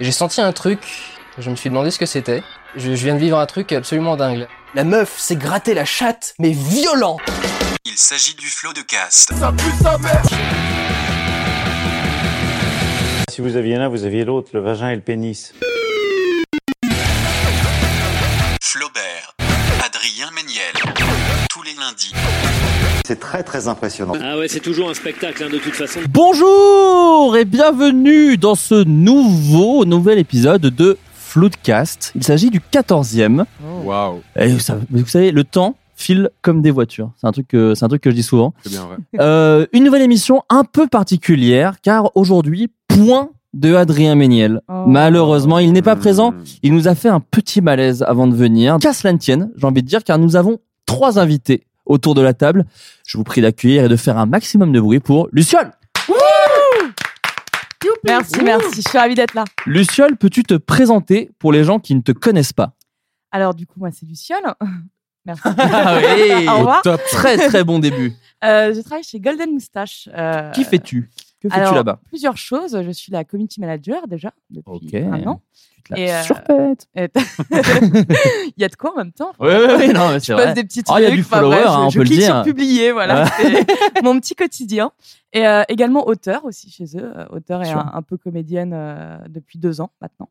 J'ai senti un truc, je me suis demandé ce que c'était. Je, je viens de vivre un truc absolument dingue. La meuf s'est grattée la chatte, mais violent Il s'agit du flot de cast. Si vous aviez l'un, vous aviez l'autre, le vagin et le pénis. Flaubert. Adrien Méniel. Tous les lundis. C'est très très impressionnant. Ah ouais, c'est toujours un spectacle hein, de toute façon. Bonjour et bienvenue dans ce nouveau, nouvel épisode de Floodcast. Il s'agit du 14e. Waouh, Et vous savez, vous savez, le temps file comme des voitures. C'est un truc que, c'est un truc que je dis souvent. c'est bien vrai. Euh, une nouvelle émission un peu particulière car aujourd'hui, point de Adrien Méniel. Malheureusement, il n'est Hmm. pas présent. Il nous a fait un petit malaise avant de venir. Qu'à cela ne tienne, j'ai envie de dire, car nous avons trois invités autour de la table. Je vous prie d'accueillir et de faire un maximum de bruit pour Luciole. Merci, merci. Je suis ravie d'être là. Luciole, peux-tu te présenter pour les gens qui ne te connaissent pas Alors, du coup, moi, c'est Luciole. Merci. Ah Au revoir. top. Très très bon début. Euh, je travaille chez Golden Moustache. euh, Qui fais-tu Que fais-tu alors, là-bas Plusieurs choses. Je suis la community manager déjà depuis Ok. un an. Tu te et, la euh, surpètes. Et- Il y a de quoi en même temps. Oui, oui, oui, non, mais c'est je vrai. poste des petits Oh, trucs. il y a du enfin, bref, follower, hein, je- on je peut le clique dire. sur publier, voilà. Ah. C'est mon petit quotidien. Et euh, également auteur aussi chez eux. euh, Auteur et Sûr. un, un peu comédienne euh, depuis deux ans maintenant.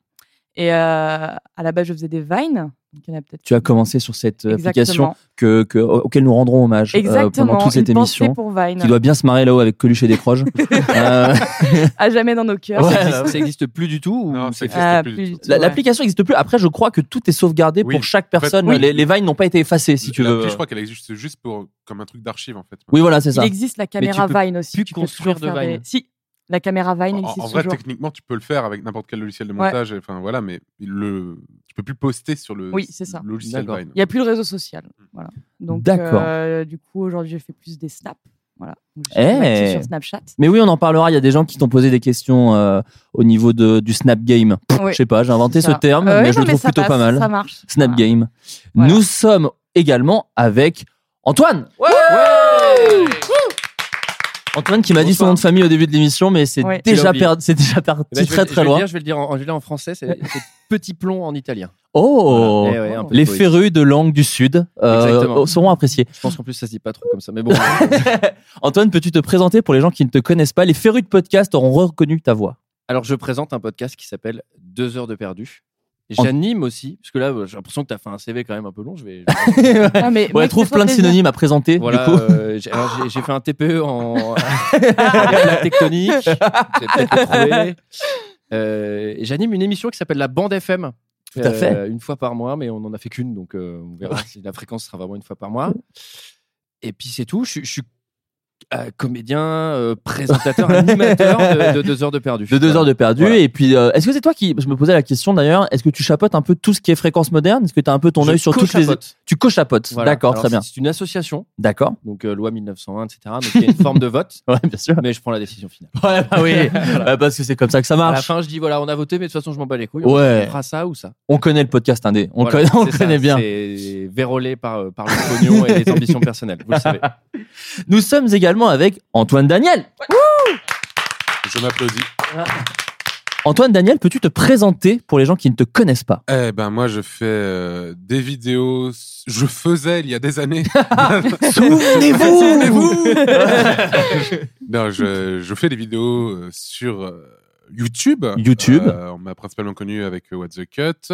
Et euh, à la base, je faisais des vines. Donc, il y en a peut-être Tu as commencé sur cette euh, application Exactement. que, que- auquel nous rendrons hommage euh, Exactement. pendant toute cette une pensée émission. pour Vine. Qui doit bien se marrer là-haut avec Coluche et Desproges. Euh, À jamais dans nos cœurs. ça existe- ça existe plus du tout ou Non, ça c'est- existe Ah, plus plus du du tout. tout, La- ouais. L'application n'existe plus. Après, je crois que tout est sauvegardé Oui. pour chaque En fait, personne. oui. Les, les vines n'ont pas été effacées, si tu L'appli, veux. euh, je crois qu'elle existe juste pour comme un truc d'archive en fait. Oui, voilà, c'est Il ça. existe la caméra tu peux Vine aussi. plus tu peux construire toujours de faire Vine. des- Si, la caméra Vine En, existe en vrai, toujours. techniquement, tu peux le faire avec n'importe quel logiciel de Ouais. montage. et- Enfin voilà, mais il le, tu peux plus poster sur le Oui, c'est ça. logiciel D'accord. Vine. Il n'y a plus le réseau social. Voilà. Donc, D'accord. euh, du coup, aujourd'hui, je fais plus des snaps. Voilà. Donc, je suis Eh. plus active sur Snapchat. Mais oui, on en parlera. Il y a des gens qui t'ont posé des questions euh, au niveau de, du Snap Game. Pff, Oui, je sais pas, j'ai inventé ce Ça. terme, Euh, mais non, je le trouve ça plutôt passe, pas mal. Ça marche. Snap Voilà. Game. Voilà. Nous sommes également avec Antoine. Antoine qui m'a dit son Bonsoir. nom de famille au début de l'émission, mais c'est Ouais. Tu l'as déjà, oublié. perdu- c'est déjà parti Eh ben, je vais- très je vais très le loin. dire, je vais le dire en, je vais le dire en français, c'est c'est petit plomb en italien. Oh Voilà. Eh ouais, un peu Les poétique. férus de langue du Sud euh, Exactement. seront appréciés. Je pense qu'en plus ça se dit pas trop comme ça, mais bon. Antoine, peux-tu te présenter pour les gens qui ne te connaissent pas Les férus de podcast auront reconnu ta voix. Alors je présente un podcast qui s'appelle Deux heures de perdu. J'anime aussi, parce que là j'ai l'impression que tu as fait un CV quand même un peu long. Je vais. je vais- ouais, Ah, mais mec, ça trouve fait plein de plaisir. synonymes à présenter. Voilà, du coup. euh, j'ai alors, j'ai- j'ai fait un TPE en la tectonique. J'ai peut-être le trouvé. Euh, et J'anime une émission qui s'appelle la Bande FM. Tout euh, à fait. une fois par mois, mais on n'en a fait qu'une, donc euh, on verra si la fréquence sera vraiment une fois par mois. Et puis c'est tout. Je, suis- je suis euh, comédien, euh, présentateur, animateur de, de deux heures de perdu. De deux heures de perdu. Voilà. Et puis, euh, est-ce que c'est toi qui. Je me posais la question d'ailleurs, est-ce que tu chapotes un peu tout ce qui est fréquence moderne Est-ce que tu as un peu ton Je œil sur toutes les. co-chapote. Tu cochapotes. Voilà. D'accord, Alors, très bien. C'est c'est une association, D'accord. donc euh, loi 1901, etc. Donc il y a une forme de vote, Ouais, bien sûr. mais je prends la décision finale. Ouais, bah oui. Ouais, parce que c'est comme ça que ça À la marche. fin, je dis voilà, on a voté, mais de toute façon, je m'en bats les couilles. Ouais. On fera ça ou ça. On connaît le podcast indé. On Voilà, connaît, on c'est ça, connaît bien. C'est vérolé par, euh, par le pognon et les ambitions personnelles. Vous le savez. Nous sommes également avec Antoine Daniel. Je m'applaudis. Antoine Daniel, peux-tu te présenter pour les gens qui ne te connaissent pas Eh ben moi je fais euh, des vidéos, je faisais il y a des années. Souvenez-vous non, je, je fais des vidéos euh, sur euh, YouTube. YouTube. Euh, on m'a principalement connu avec euh, What the Cut.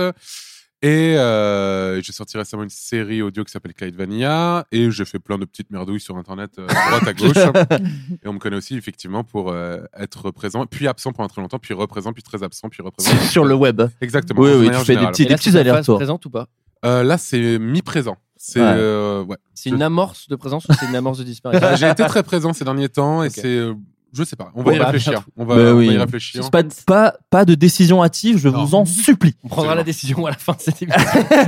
Et euh, j'ai sorti récemment une série audio qui s'appelle Clyde Vanilla. Et je fais plein de petites merdouilles sur Internet, euh, à droite à gauche. et on me connaît aussi effectivement pour euh, être présent, puis absent pendant très longtemps, puis représent, puis très absent, puis représent. Sur le web. Exactement. Oui, de oui, manière tu fais des générale. petits- Et là, des petits c'est la phase allers-retours. présente ou pas Euh, là, c'est mi-présent. C'est Ouais. euh, ouais. Bah, C'est une amorce de présence ou c'est une amorce de disparition J'ai été très présent ces derniers temps et Ok. c'est. euh, Je sais pas, on va Bon, y bah, réfléchir. bientôt. On va, Bah on va oui. y réfléchir. Pas, pas, pas de décision hâtive, je vous en supplie. On prendra la décision à la fin de cette émission,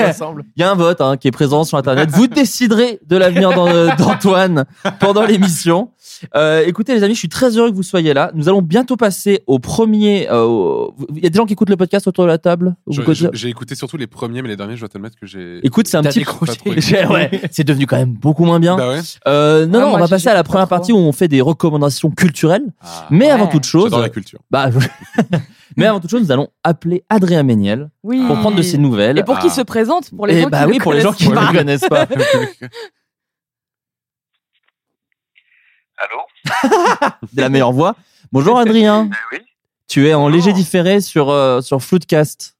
ensemble. Il y a un vote hein, qui est présent sur Internet. Vous déciderez de l'avenir d'An- euh, d'Antoine pendant l'émission. Euh, écoutez les amis, je suis très heureux que vous soyez là. Nous allons bientôt passer au premier... euh, au- Il y a des gens qui écoutent le podcast autour de la table Vous Je- côté- je- J'ai écouté surtout les premiers, mais les derniers, je dois t'admettre que j'ai. Écoute, c'est un T'as petit... décroché. J'ai- ouais, c'est devenu quand même beaucoup moins bien. Bah ouais. Euh, non, Ah, non, moi, on va j'ai- passer j'ai à la pas première trop. partie où on fait des recommandations culturelles. Mais avant Ah, Ouais. toute chose... Ah. J'adore la culture. Bah, mais avant toute chose, nous allons appeler Adrien Méniel Oui. pour prendre de ses nouvelles. Et pour qu'il se présente, pour les Eh gens bah qui oui, le pour les gens connaissent qui ne le connaissent pas. Allô de la meilleure voix. Bonjour Adrien. Tu es en léger différé sur, euh, sur Floodcast.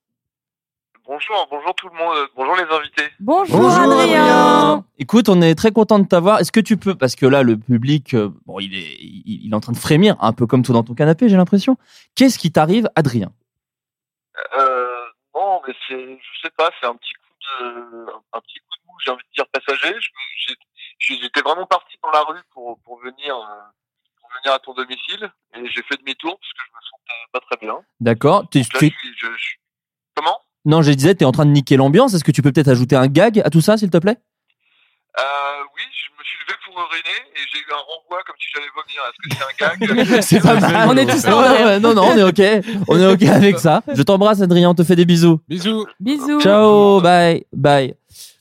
Bonjour, bonjour tout le monde, bonjour les invités. Bonjour, Adrien. Écoute, on est très content de t'avoir. Est-ce que tu peux, parce que là, le public, euh, bon, il est, il, il est en train de frémir, un peu comme toi dans ton canapé, j'ai l'impression. Qu'est-ce qui t'arrive, Adrien Euh, non, mais c'est, je sais pas, c'est un petit coup de, un petit coup de mou, j'ai envie de dire passager. Je- j'ai- j'ai- J'étais vraiment parti dans la rue pour, pour venir, euh, pour venir à ton domicile et j'ai fait demi-tour parce que je me sentais pas très bien. D'accord T'es- Donc là, t'es- je suis- je- je- Comment Non, je disais, t'es en train de niquer l'ambiance. Est-ce que tu peux peut-être ajouter un gag à tout ça, s'il te plaît Euh, oui, je me suis levé pour uriner et j'ai eu un renvoi comme si j'allais vomir. Est-ce que c'est un gag C'est pas mal. On est tous Non, en non, rêve. non, non, on est OK. On est OK avec ça. Je t'embrasse, Adrien. On te fait des bisous. Bisous. Bisous. Ciao, bye, bye.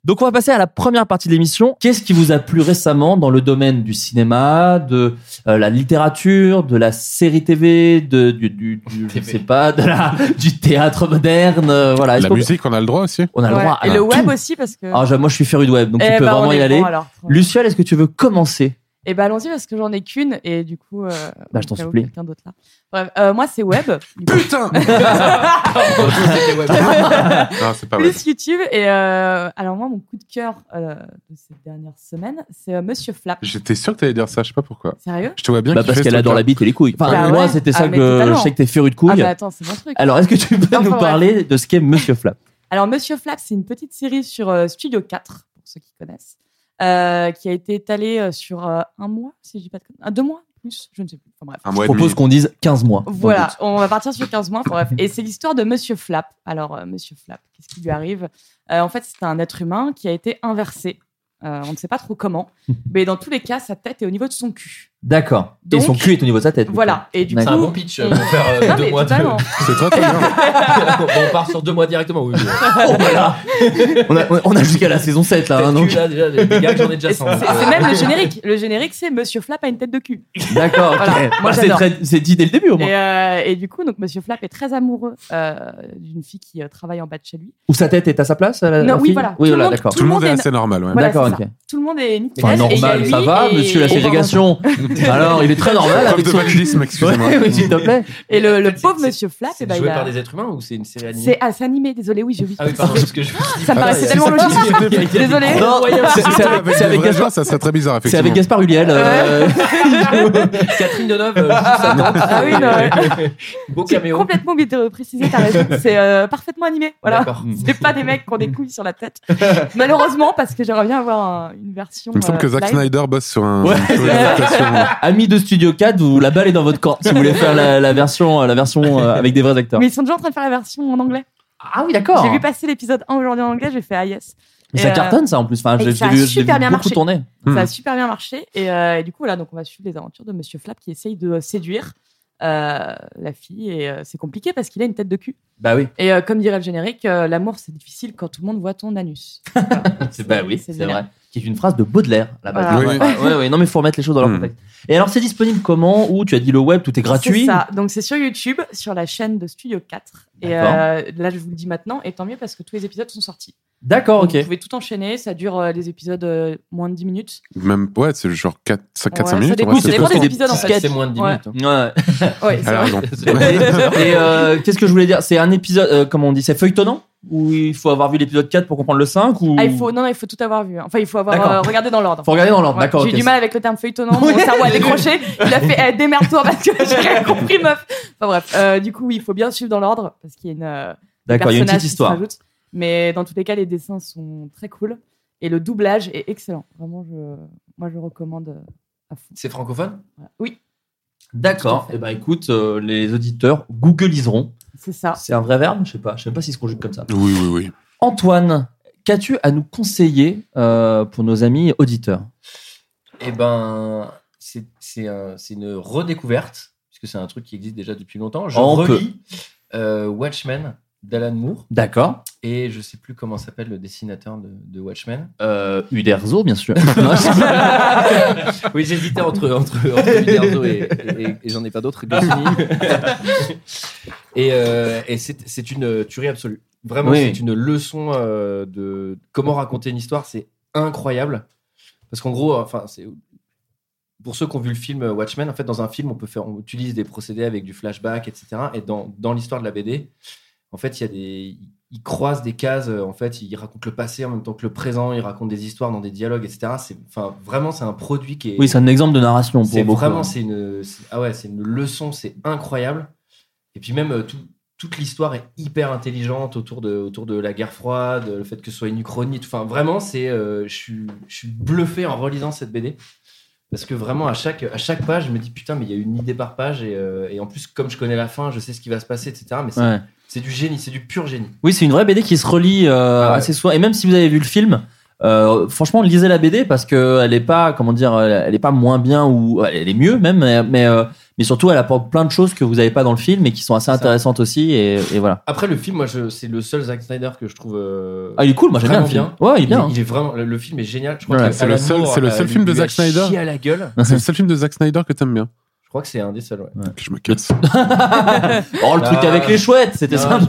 Donc on va passer à la première partie de l'émission. Qu'est-ce qui vous a plu récemment dans le domaine du cinéma, de euh, la littérature, de la série TV, de du, du- du- je sais pas, de la du théâtre moderne, euh, voilà. Est-ce La qu'on- musique, on a le droit aussi. On a le Ouais. droit. Et à le web tout. aussi, parce que. Ah, j'aime- moi je suis féru de web, donc Eh tu peux bah, on vraiment est y bon, aller. alors. Luciole, est-ce que tu veux commencer Et bah allons-y, parce que j'en ai qu'une, et du coup. euh, Bah, je t'en au cas où supplie. Quelqu'un d'autre là. Bref, euh, moi, c'est web. du coup. Putain Non, c'est pas vrai. plus YouTube. Et euh, alors, moi, mon coup de cœur euh, de ces dernières semaines, c'est euh, Monsieur Flap. J'étais sûr que t'allais dire ça, je sais pas pourquoi. Sérieux Je te vois bien Bah, kiffer parce ce qu'elle adore la truc-là. bite et les couilles. Enfin, Bah moi ouais. c'était Ah, ça mais que totalement. je sais que t'es féru de couilles. Ah, mais attends, c'est mon truc. Alors est-ce que tu peux Enfin, nous bref. parler de ce qu'est Monsieur Flap Alors, Monsieur Flap, c'est une petite série sur euh, Studio 4, pour ceux qui connaissent, euh, qui a été étalée euh, sur euh, un mois, si je dis pas de conneries. Ah, Deux mois, plus, je ne sais plus. Enfin, bref. Un Je mois et demi. propose qu'on dise 15 mois. Voilà, on va partir sur 15 mois. enfin bref. Et c'est l'histoire de Monsieur Flap. Alors, euh, Monsieur Flap, qu'est-ce qui lui arrive Euh, En fait, c'est un être humain qui a été inversé. Euh, on ne sait pas trop comment, mais dans tous les cas, sa tête est au niveau de son cul. D'accord. Et Donc, son cul est au niveau de sa tête. Voilà. Et du coup, D'accord. C'est un bon pitch on- pour faire euh, Non, deux mais mois de. totalement. C'est très très bien. Bon, on part sur deux mois directement. Oui, oui. On a, on a jusqu'à la saison 7 là. hein, Tête donc. cul, là, déjà, les gars, j'en ai Et déjà C'est cent. c'est même le générique. Le générique, c'est Monsieur Flap a une tête de cul. D'accord. ok. Voilà, moi, Bah, c'est j'adore. très- c'est dit dès le début au moins. Et, euh, et du coup, donc Monsieur Flap est très amoureux euh, d'une fille qui euh, travaille en bas de chez lui. Où sa tête est à sa place la- la Non, oui, fille voilà. Oui, Tout le voilà, monde- d'accord. Tout le monde est Tout le monde assez normal, ouais. Voilà, D'accord, c'est ok. Tout le monde est nickel. Enfin, et il y a normal, lui ça va, et- monsieur la ségrégation. Alors, il est très normal Prof avec de son cul. validisme, excusez-moi. Ouais, oui, s'il te plaît. Et le, le C'est- pauvre c'est- Monsieur Flap, eh C'est ben, joué il a- par des êtres humains ou c'est une série animée c'est ah, c'est animé. Désolé, oui, je vis. Ah oui, pardon, parce que je. Ça me paraissait tellement logique. Désolé. Non, c'est- c'est Avec avec- des c'est avec vrais gens, Gaspard- ça serait très bizarre, c'est effectivement. avec Gaspard Huliel. euh, Catherine Deneuve, euh, juste sa tante. Ah oui, non, ouais. Beau J'ai caméo. complètement oublié de préciser, t'as raison. C'est euh, parfaitement animé. Voilà. D'accord. C'est pas des mecs qui ont des couilles sur la tête. Malheureusement, parce que j'aimerais bien avoir un- une version. Il me semble euh, que Zack live. Snyder bosse sur un. Ouais. sur une adaptation. Amis de Studio 4, vous la balle est dans votre corps si vous voulez faire la, la version, la version euh, avec des vrais acteurs. Mais ils sont déjà en train de faire la version en anglais. Ah oui, Oh. d'accord. J'ai vu passer l'épisode 1 aujourd'hui en anglais, j'ai fait ah yes. Mais ça Et, euh, cartonne ça en plus. Enfin, et j'ai ça a vu, j'ai vu super bien beaucoup marché. tourner. Hmm. Ça a super bien marché. Et, euh, et du coup, voilà, donc on va suivre les aventures de Monsieur Flap qui essaye de séduire euh, la fille. Et euh, c'est compliqué parce qu'il a une tête de cul. Bah oui, Et euh, comme dirait le générique, euh, l'amour, c'est difficile quand tout le monde voit ton anus. Voilà. c'est bah oui, C'est c'est génial. vrai. qui est une phrase de Baudelaire à la base. Hmm. Voilà. Oui. Ouais, ouais, ouais. non mais faut remettre les choses dans leur contexte. Et alors c'est disponible comment Où tu as dit le web, tout est gratuit. C'est ça. Donc c'est sur YouTube, sur la chaîne de Studio 4. Et D'accord. euh, là, je vous le dis maintenant, et tant mieux parce que tous les épisodes sont sortis. D'accord, Donc, Oh, ok. Vous pouvez tout enchaîner, ça dure euh, des épisodes euh, moins de 10 minutes. Même, ouais, c'est genre 4-5 Ouais, ça minutes. dépend- ouais, ça dépend des épisodes, en fait. C'est moins de 10 Ouais. minutes. hein. Ouais, Elle c'est a vrai. raison. Et, et, euh, qu'est-ce que je voulais dire C'est un épisode, euh, comment on dit C'est feuilletonnant Ou il faut avoir vu l'épisode 4 pour comprendre le 5 ou... Ah, il faut, non, non, il faut tout avoir vu. hein. Enfin, il faut avoir D'accord. euh, regardé dans l'ordre. Faut regarder dans l'ordre, d'accord, J'ai ok. eu du mal avec le terme feuilletonnant. Mon cerveau a décroché. Il a fait eh, démerde-toi parce que j'ai rien compris, meuf. Enfin bref, euh, du coup, oui, il faut bien suivre dans l'ordre parce qu'il y a une. euh, des D'accord, il y a une personnages petite qui se histoire. rajoutent. Mais dans tous les cas, les dessins sont très cool et le doublage est excellent. Vraiment, je, moi, je recommande euh, à fond. C'est francophone Voilà. Oui, D'accord. Eh Et ben écoute, euh, les auditeurs googliseront. c'est ça. C'est un vrai verbe Je sais pas. Je sais même pas si se conjugue comme ça. Oui, oui, oui. Antoine, qu'as-tu à nous conseiller euh, pour nos amis auditeurs Eh ben, c'est c'est un- c'est une redécouverte, puisque c'est un truc qui existe déjà depuis longtemps. Je On relis euh, Watchmen d'Alan Moore. D'accord. Et je sais plus comment s'appelle le dessinateur de, de Watchmen. Euh, Uderzo, bien sûr. oui, j'hésitais entre, entre, entre Uderzo et, et- et- et j'en ai pas d'autres. Goscinny. et euh, et c'est c'est une tuerie absolue. Vraiment, Oui. c'est une leçon euh, de comment raconter une histoire. C'est incroyable. Parce qu'en gros, enfin, c'est- pour ceux qui ont vu le film Watchmen, en fait, dans un film, on peut faire, on utilise des procédés avec du flashback, etc. Et dans, dans l'histoire de la BD, en fait, il y a des, ils croisent des cases. euh, En fait, ils racontent le passé en même temps que le présent. Ils racontent des histoires dans des dialogues, etc. C'est, enfin, vraiment, c'est un produit qui est. Oui, c'est un exemple de narration pour C'est beaucoup. hein. vraiment, c'est une, c'est- ah ouais, c'est une leçon. C'est incroyable. Et puis même euh, tout- Toute l'histoire est hyper intelligente autour de, autour de la guerre froide, le fait que ce soit une uchronie. tout- Enfin, vraiment, c'est, euh, je suis- je suis bluffé en relisant cette BD. Parce que vraiment, à chaque, à chaque page, je me dis putain, mais il y a une idée par page. Et, euh, et en plus, comme je connais la fin, je sais ce qui va se passer, etc. Mais c'est Ouais. c'est du génie, c'est du pur génie. Oui, c'est une vraie BD qui se relie euh, assez souvent. Et même si vous avez vu le film, euh, franchement, lisez la BD parce que elle est pas, comment dire, elle est pas moins bien ou elle est mieux même, mais mais, euh, mais surtout elle apporte plein de choses que vous n'avez pas dans le film et qui sont assez intéressantes aussi. Et, et voilà. Après, le film, moi, je- c'est le seul Zack Snyder que je trouve. euh, Ah, il est cool, moi, j'aime bien vraiment le film. Ouais, il est bien, hein. Il, est vraiment, le, le film est génial. Je crois Ouais, que c'est le Alan seul, Moore, c'est le euh, seul lui- film de lui a Zack Snyder. chié à la gueule. C'est le seul film de Zack Snyder que t'aimes bien. Je crois que c'est un des seuls. ouais. Je me casse. Oh, le truc Non. avec les chouettes, c'était Non, sympa. je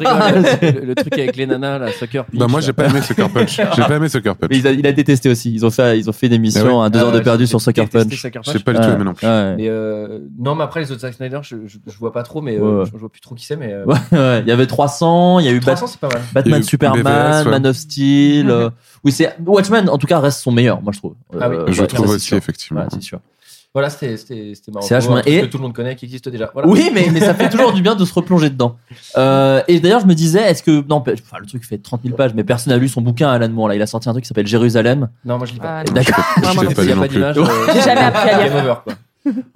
rigole. le, le truc avec les nanas, la soccer. Bah, moi, j'ai pas aimé Sucker Punch. J'ai pas aimé Sucker Punch. Mais il a, il a détesté aussi. Ils ont fait, ils ont fait une émission Ah ouais. à deux Ah heures de ouais, perdu j'ai sur Soccer détesté Punch. Sucker Je Punch. sais pas du tout Ouais. aimé non plus. Ouais. Mais euh, non, mais après les autres Zack Snyder, je, je, je vois pas trop, mais euh, Ouais. je, je vois plus trop qui c'est. Mais euh, Ouais, ouais. Il y avait 300, il y a eu 300, Bat- c'est pas mal. Batman, Il y a eu Superman, BVS, ouais. Man of Steel. euh, oui, c'est Watchmen. En tout cas, reste son meilleur, moi je trouve. Ah oui. Je ouais, trouve ça, c'est aussi, sûr. effectivement. Ouais, c'est sûr. Voilà, c'était c'était- c'était marrant. C'est vachement- Et... et- Que tout le monde connaît, qui existe déjà. Voilà. Oui, mais, mais ça fait toujours du bien de se replonger dedans. Euh, et d'ailleurs, je me disais, est-ce que non, pe- enfin, le truc fait 30 000 pages, mais personne n'a lu son bouquin Alan Moore. Là, il a sorti un truc qui s'appelle Jérusalem. Non, moi je lis pas. Ah, Et D'accord. Je Vraiment, l'ai pas S'il y vu a non pas plus. d'image, euh, J'ai jamais appris à lire. Game over, quoi.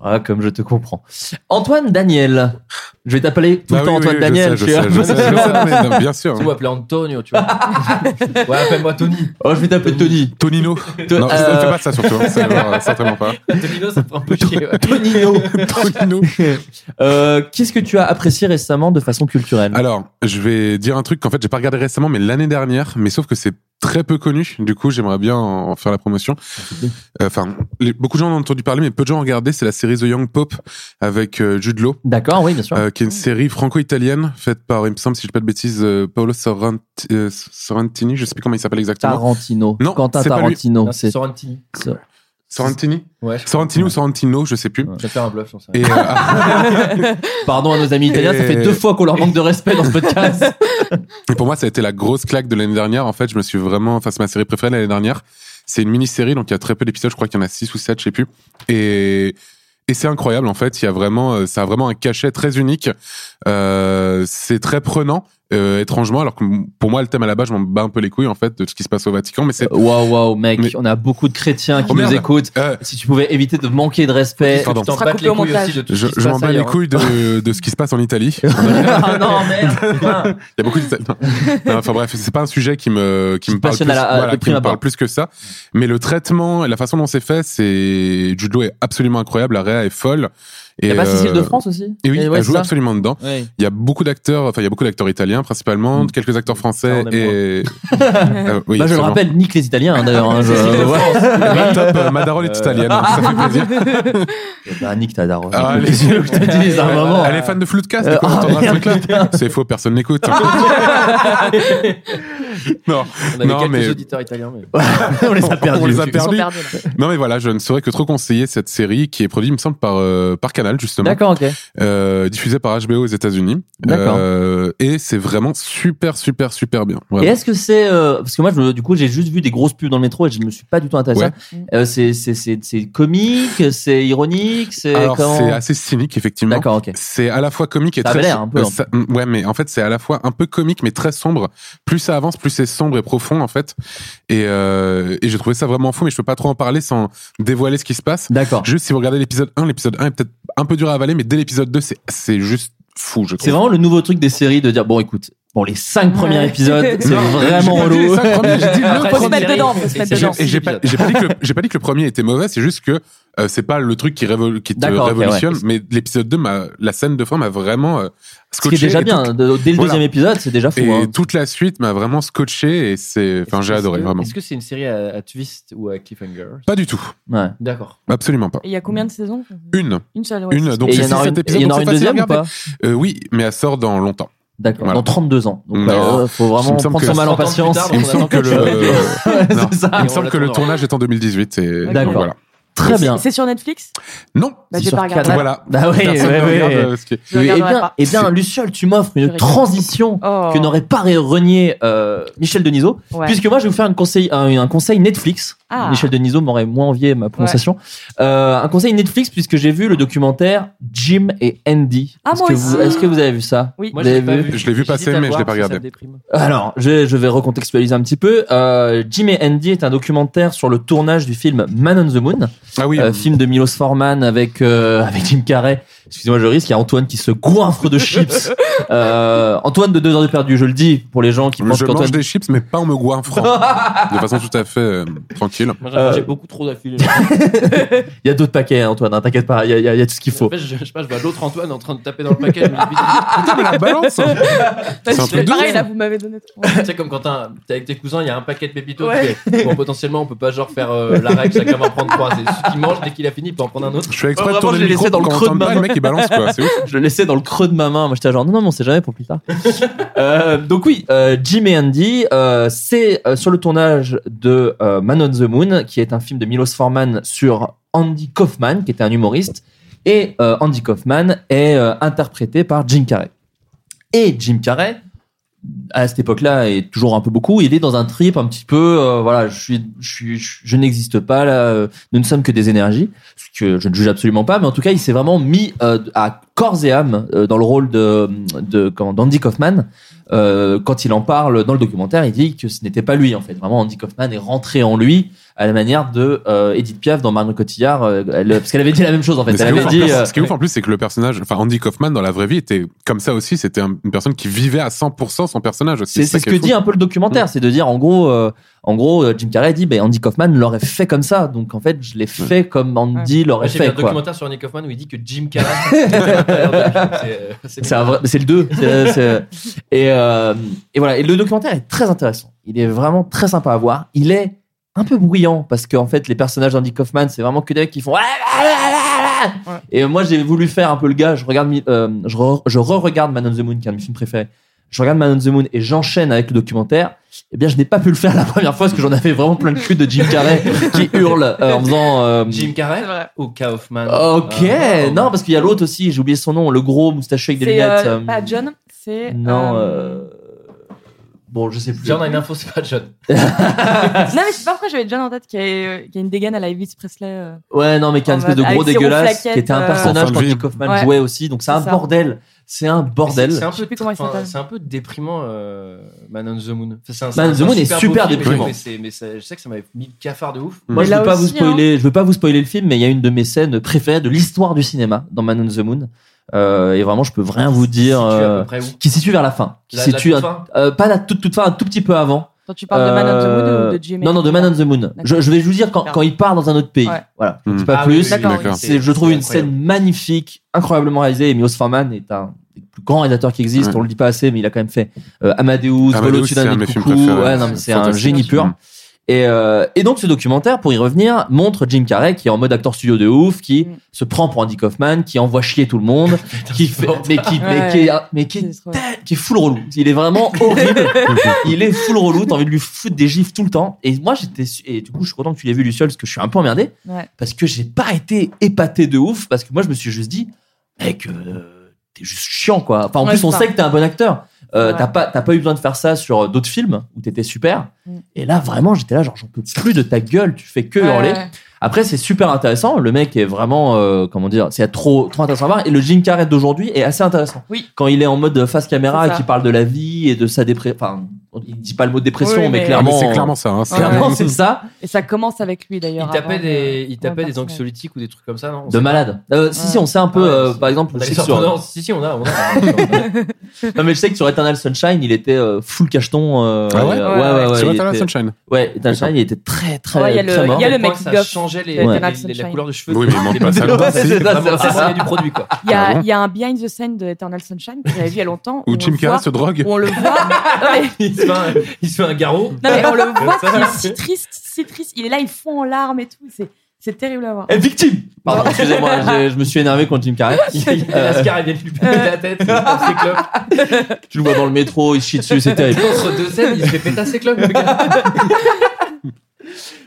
Ah, comme je te comprends. Antoine Daniel. Je vais t'appeler tout Bah le oui, temps oui, Antoine je Daniel. sais, tu je vois. euh, sais, je sais, je sais, non, mais non, bien sûr. Tu vas appeler Antonio, tu vois. ouais, appelle-moi Tony. Oh, je vais t'appeler Tony. Tonino. To- Non, ne euh, fais pas ça surtout. hein, c'est- euh, Certainement pas. Tonino, ça fait un peu chier. ouais. Tonino. Tonino. Euh, Qu'est-ce que tu as apprécié récemment de façon culturelle Alors, je vais dire un truc qu'en fait, j'ai pas regardé récemment, mais l'année dernière, mais sauf que c'est très peu connu. Du coup, j'aimerais bien en faire la promotion. Euh, Enfin, les- beaucoup de gens en ont entendu parler, mais peu de gens ont regardé. C'est la série The Young Pope avec euh, Jude Law. D'accord, oui, bien sûr. euh, qui est une série franco-italienne faite par, il me semble, si je dis pas de bêtises, euh, Paolo Sorrent- euh, Sorrentini, je sais plus comment il s'appelle exactement. Tarantino. Non, Quentin c'est pas lui. Tarantino. Non, C'est C'est Sorrentini. c'est- Sorrentini Ouais, je Sorrentini ou Sorrentino, je sais plus. vais faire un bluff, j'en sais rien. Et, euh, Pardon à nos amis italiens, ça fait Et- deux fois qu'on leur manque de respect dans ce podcast. et pour moi, ça a été la grosse claque de l'année dernière. En fait, je me suis vraiment, enfin, c'est ma série préférée l'année dernière. C'est une mini-série, donc il y a très peu d'épisodes. Je crois qu'il y en a 6 ou 7, je sais plus. Et, et c'est incroyable, en fait. Il y a vraiment, euh, ça a vraiment un cachet très unique. Euh, c'est très prenant, euh, étrangement. Alors que m- pour moi, le thème à la base, je m'en bats un peu les couilles, en fait, de ce qui se passe au Vatican. Mais c'est, Euh, Waouh, waouh, mec, Mais- on a beaucoup de chrétiens qui Oh, nous merde. écoutent. euh, Si tu pouvais éviter de manquer de respect. Pardon. Tu t'en sera battes coupé les au couilles montage. aussi de tout Je, ce qui se je m'en passe bats les ailleurs, hein. couilles de, de ce qui se passe en Italie. Il ah non, merde. putain. y a beaucoup d'Italiens. Non, Enfin bref, c'est pas un sujet qui me qui Qui me parle plus, passionne à la- à- de voilà, qui prime me abord. parle plus que ça. Mais le traitement et la façon dont c'est fait, c'est Jude Law est absolument incroyable. La réa est folle Il y a pas Cécile de euh, France aussi Et oui, Et ouais, elle c'est joue ça. absolument dedans. Ouais. Bah, Il y a beaucoup d'acteurs, enfin il y a beaucoup d'acteurs italiens principalement, quelques acteurs français Ça, Mm. Ah, on et. Euh, oui, Bah, je le absolument. rappelle, nique les Italiens hein, d'ailleurs. hein, je- Cécile de ouais. France. Eh ben, top, euh, ma daronne est italienne, hein, ça fait plaisir. Eh ben, nique ta daronne. Ah, elle, Qu'est-ce que je te dis, à un moment. elle est fan de Floodcast, Euh, du coup, ah, t'entendras ce merde, truc-là. C'est faux, personne n'écoute. non, On avait non, quelques mais auditeurs italiens, mais. on les a perdus. On les a Ils sont perdus. perdus, non, mais voilà, je ne saurais que trop conseiller cette série qui est produite, il me semble, par, euh, par Canal, justement. D'accord, ok. Euh, diffusée par HBO aux États-Unis. D'accord. Euh, et c'est vraiment super, super, super bien. Et Voilà. est-ce que c'est euh, parce que moi je me- du coup j'ai juste vu des grosses pubs dans le métro et je me suis pas du tout intéressé. à ça. Euh, c'est c'est c'est c'est comique, c'est ironique, c'est Alors, comment- c'est assez cynique, effectivement. D'accord, ok. C'est à la fois comique et Ça très. avait l'air un peu, hein. euh, en ça- mm, ouais, mais en fait, c'est à la fois un peu comique, mais très sombre. Plus ça avance, plus c'est sombre et profond, en fait. Et, euh, et j'ai trouvé ça vraiment fou, mais je peux pas trop en parler sans dévoiler ce qui se passe. D'accord. Juste si vous regardez l'épisode 1, l'épisode 1 est peut-être un peu dur à avaler, mais dès l'épisode 2, c'est- c'est juste fou, je trouve. C'est vraiment le nouveau truc des séries de dire bon écoute bon les cinq premiers épisodes c'est Non, vraiment j'ai pas dit relou. les cinq premiers, j'ai dit le premier. Après, c'est une série, c'est J'ai- et genre six j'ai pas, épisodes. j'ai pas dit que le- j'ai pas dit que le premier était mauvais, c'est juste que euh, c'est pas le truc qui, révol- qui te D'accord, ok, révolutionne, ouais. mais l'épisode 2, m'a- la scène de fin m'a vraiment euh, Ce qui est scotché déjà et bien hein, toute- de- dès le Voilà. deuxième épisode c'est déjà fou. Et hein. toute la suite m'a vraiment scotché et c'est, enfin, j'ai adoré vraiment. Est-ce que c'est une série à, à twist ou à cliffhanger Pas du tout. Ouais. D'accord. Absolument pas. Et il y a combien de saisons Une. Une seule, ouais. Une, donc Et il c'est y en aura 6-7 une- épisodes, et il y en donc aura c'est une facile à deuxième ou regarder. Euh, Oui, mais elle sort dans longtemps. D'accord. Voilà. Dans 32 ans. Donc bah, Non. euh, faut Il vraiment me semble prendre que- son mal en 30 ans plus tard, patience. donc Il me on semble attend que que tu le, reviennes. Non. C'est ça. il On me semble que l'attendra. le tournage est en 2018. Et... D'accord. donc Voilà. Très bien. C'est sur Netflix Non. Bah, j'ai pas regardé. Voilà. Bah ouais, Personne ouais, ne ouais. regarde, euh, ce qui est- Je Eh regarderai bien, pas. eh bien, Luciole, tu m'offres une rigole. transition Oh. que n'aurait pas ré- renié euh, Michel Denisot, Ouais. puisque moi je vais vous faire un conseil, un, un conseil Netflix. Ah. Michel Denisot m'aurait moins envié ma prononciation. Euh, un conseil Netflix puisque j'ai vu le documentaire Jim et Andy. Ah, Est-ce moi que vous- aussi. Est-ce que vous avez vu ça Oui. Vous avez vu Je l'ai vu passer, mais je l'ai pas regardé. alors, je, je vais recontextualiser un petit peu. Euh, Jim et Andy est un documentaire sur le tournage du film Man on the Moon. Ah oui. Euh, film de Milos Forman avec euh, avec Jim Carrey. Excusez-moi, je risque. Il y a Antoine qui se goinfre de chips. Euh, Antoine de deux heures de perdu, je le dis pour les gens qui pensent Je mange qu'Antoine. des chips, mais pas en me goinfrant. De façon tout à fait euh, tranquille. Euh, J'ai beaucoup trop d'affilée. Il y a d'autres paquets, hein, Antoine. hein, T'inquiète pas, il y, a- il y a il y a tout ce qu'il En faut. fait, je, je sais pas, je vois l'autre Antoine en train de taper dans le paquet. Je me dis, Putain, mais la Ah, balance hein. C'est un C'est peu doux. pareil, là, vous m'avez donné trop. Tu sais, comme quand t'as- t'es avec tes cousins, il y a un paquet de pépitos. Ouais. tu fais, Bon, potentiellement, on peut pas genre faire euh, la règle, chacun va en prendre trois. C'est celui qui mange dès qu'il a fini, il peut en prendre un autre. Je fais exprès Oh, de vraiment, tourner je l'ai le micro laissé dans le pour qu'on creux de entende ma pas, main. le mec il balance quoi, c'est ouf. je le laissais dans le creux de ma main. Moi, j'étais genre, non, non, mais on sait jamais pour plus tard. Euh, donc oui, euh, Jim et Andy, euh, c'est euh, sur le tournage de euh, Man on the Moon, qui est un film de Milos Forman sur Andy Kaufman, qui était un humoriste. Et euh, Andy Kaufman est euh, interprété par Jim Carrey. Et Jim Carrey, à cette époque-là et toujours un peu beaucoup, il est dans un trip un petit peu, euh, voilà, je suis, je suis, je, je n'existe pas là, euh, nous ne sommes que des énergies, ce que je ne juge absolument pas, mais en tout cas, il s'est vraiment mis euh, à corps et âme euh, dans le rôle de, de comment, d'Andy Kaufman. Euh, quand il en parle dans le documentaire, il dit que ce n'était pas lui en fait. Vraiment, Andy Kaufman est rentré en lui à la manière de euh, Edith Piaf dans Marion Cotillard, euh, elle- parce qu'elle avait dit la même chose en Mais fait. ce, qui Elle est ouf, avait en dit. plus- euh, ce qui est ouf en plus, c'est que le personnage, enfin Andy Kaufman dans la vraie vie était comme ça aussi. C'était un- une personne qui vivait à 100% son personnage aussi. C'est c'est ça ce qui que est fou. dit un peu le documentaire, c'est de dire en gros, euh, en gros, euh, Jim Carrey dit, ben Andy Kaufman l'aurait fait comme ça, donc en fait, je l'ai fait comme Andy Moi, l'aurait J'ai vu un fait. quoi. documentaire sur Nick Kaufman où il dit que Jim Carrey. C'est, euh, C'est un vrai- c'est le 2 et, euh, et voilà. Et le documentaire est très intéressant. Il est vraiment très sympa à voir. Il est un peu bruyant parce qu'en fait, les personnages d'Andy Kaufman, c'est vraiment que des mecs qui font. Et euh, moi, j'ai voulu faire un peu le gars. Je regarde, euh, je re- je re-regarde Man on the Moon, qui est un de mes films préférés. Je regarde Man on the Moon et j'enchaîne avec le documentaire. Eh bien, je n'ai pas pu le faire la première fois parce que j'en avais vraiment plein le cul de Jim Carrey qui hurle euh, en faisant. euh, Jim Carrey ou Kaufman Ah, Ok, Euh, non, parce qu'il y a l'autre aussi, j'ai oublié son nom, le gros moustachu avec des C'est lunettes. euh, euh, pas John, c'est. Non, euh, euh, bon, je sais plus. John a une info, c'est pas John. Non, mais je sais pas pourquoi j'avais John en tête qui a, euh, qui a une dégaine à la Elvis Presley. euh. Ouais, non, mais qui est un En espèce de mode gros avec ses ronds dégueulasse, qui plaquettes, était un euh, personnage Enfin, quand lui. Nick Kaufman Ouais. jouait aussi, donc c'est C'est un ça. bordel. C'est un bordel. C'est c'est un Je peu, sais plus comment il enfin, s'appelle. c'est un peu déprimant, euh, Man on the Moon. Enfin, c'est un- Man on c'est un the Moon est beau film, super mais- déprimant. Mais, c'est- mais ça- je sais que ça m'avait mis le cafard de ouf. Moi, Mais je là veux pas vous aussi, hein. spoiler. Je veux pas vous spoiler le film, mais il y a une de mes scènes préférées de l'histoire du cinéma dans Man on the Moon. Euh, et vraiment, je peux rien vous dire. Si tu es à euh, peu près où qui se situe vers la fin. Qui La- se la situe toute un- fin euh, pas la toute, toute fin, un tout petit peu avant. Euh, Quand tu parles de Man on the Moon ou de Jimmy Non, non, de Man on the Moon. Je, je vais vous dire quand, quand il part dans un autre pays. Ouais. Voilà, je ne Mm. dis pas Ah oui, plus. oui, d'accord, oui. C'est- je trouve C'est une scène magnifique, incroyablement réalisée. Et Milos Forman est un des plus grands réalisateurs qui existent. On le dit pas assez, mais il a quand même fait euh, Amadeus, Amadeus, Volo Tudan c'est un et de mes films Coucou. préférés. Ouais, non, mais c'est un Fantastique. génie pur. Mm. Et, euh, et donc ce documentaire, pour y revenir, montre Jim Carrey qui est en mode acteur studio de ouf, qui se prend pour Andy Kaufman, qui envoie chier tout le monde, qui fait, mais qui, mais Ouais. qui est, mais qui est tel- qui est full relou. Il est vraiment horrible. il est full relou. T'as envie de lui foutre des gifs tout le temps. Et moi j'étais, su- et du coup je suis content que tu l'aies vu Luciole parce que je suis un peu emmerdé Ouais. parce que j'ai pas été épaté de ouf parce que moi je me suis juste dit mec euh, t'es juste chiant quoi enfin en Ouais, plus on c'est sait ça. que t'es un bon acteur Euh, Ouais. t'as pas t'as pas eu besoin de faire ça sur d'autres films où t'étais super et là vraiment j'étais là genre j'en peux plus de ta gueule tu fais que Mm. Ouais, hurler ouais. après c'est super intéressant le mec est vraiment euh, comment dire c'est trop trop intéressant à voir et le Jim Carrey d'aujourd'hui est assez intéressant Oui. quand il est en mode face caméra C'est et ça. qu'il parle de la vie et de sa dépression enfin il dit pas le mot dépression Oui, mais, mais- clairement Ah, mais c'est clairement ça, hein, c'est- clairement c'est ça Et ça commence avec lui d'ailleurs. Il tapait avant, des, il euh, tapait ouais, des personnage. anxiolytiques ou des trucs comme ça, non On de sait malade. Euh, Si, si, on sait un peu, euh, par exemple, On je a sais les que sur- sortants- non, si, si, on a. On a. non, mais je sais que sur Eternal Sunshine, il était euh, full cacheton. euh, Ah ouais euh, Ouais, ouais. ouais, Sur il Eternal était- Sunshine. Ouais, Eternal Sunshine, il était très, très, Ouais, il y a le- Ah très mort. il y a le À quel point mec ça goff changeait les, de Eternal les- les- la Sunshine. couleur de cheveux. Oui, mais il manque pas ça, Ouais, c'est ça, Vraiment, c'est c'est ça. il y a du produit, quoi. Il y, Ah a, bon il y a un behind the scene de Eternal Sunshine que j'avais vu il y a longtemps. Où on Jim le Carrey voit- se drogue. où On le voit. Non, mais- Il se fait un, il se fait un garrot. Non, mais on le voit Comme qui ça. est si triste, si triste. Il est là, il fond en larmes et tout. C'est, c'est terrible à voir. Eh, victime Pardon, excusez-moi, j'ai- je me suis énervé contre Jim Carrey. Il y a des Euh, lascars, il vient de lui péter la tête, il tape ses clopes. tu le vois dans le métro, il se chie dessus, c'est terrible. Entre deux scènes, il se fait péter ses clopes, le gars.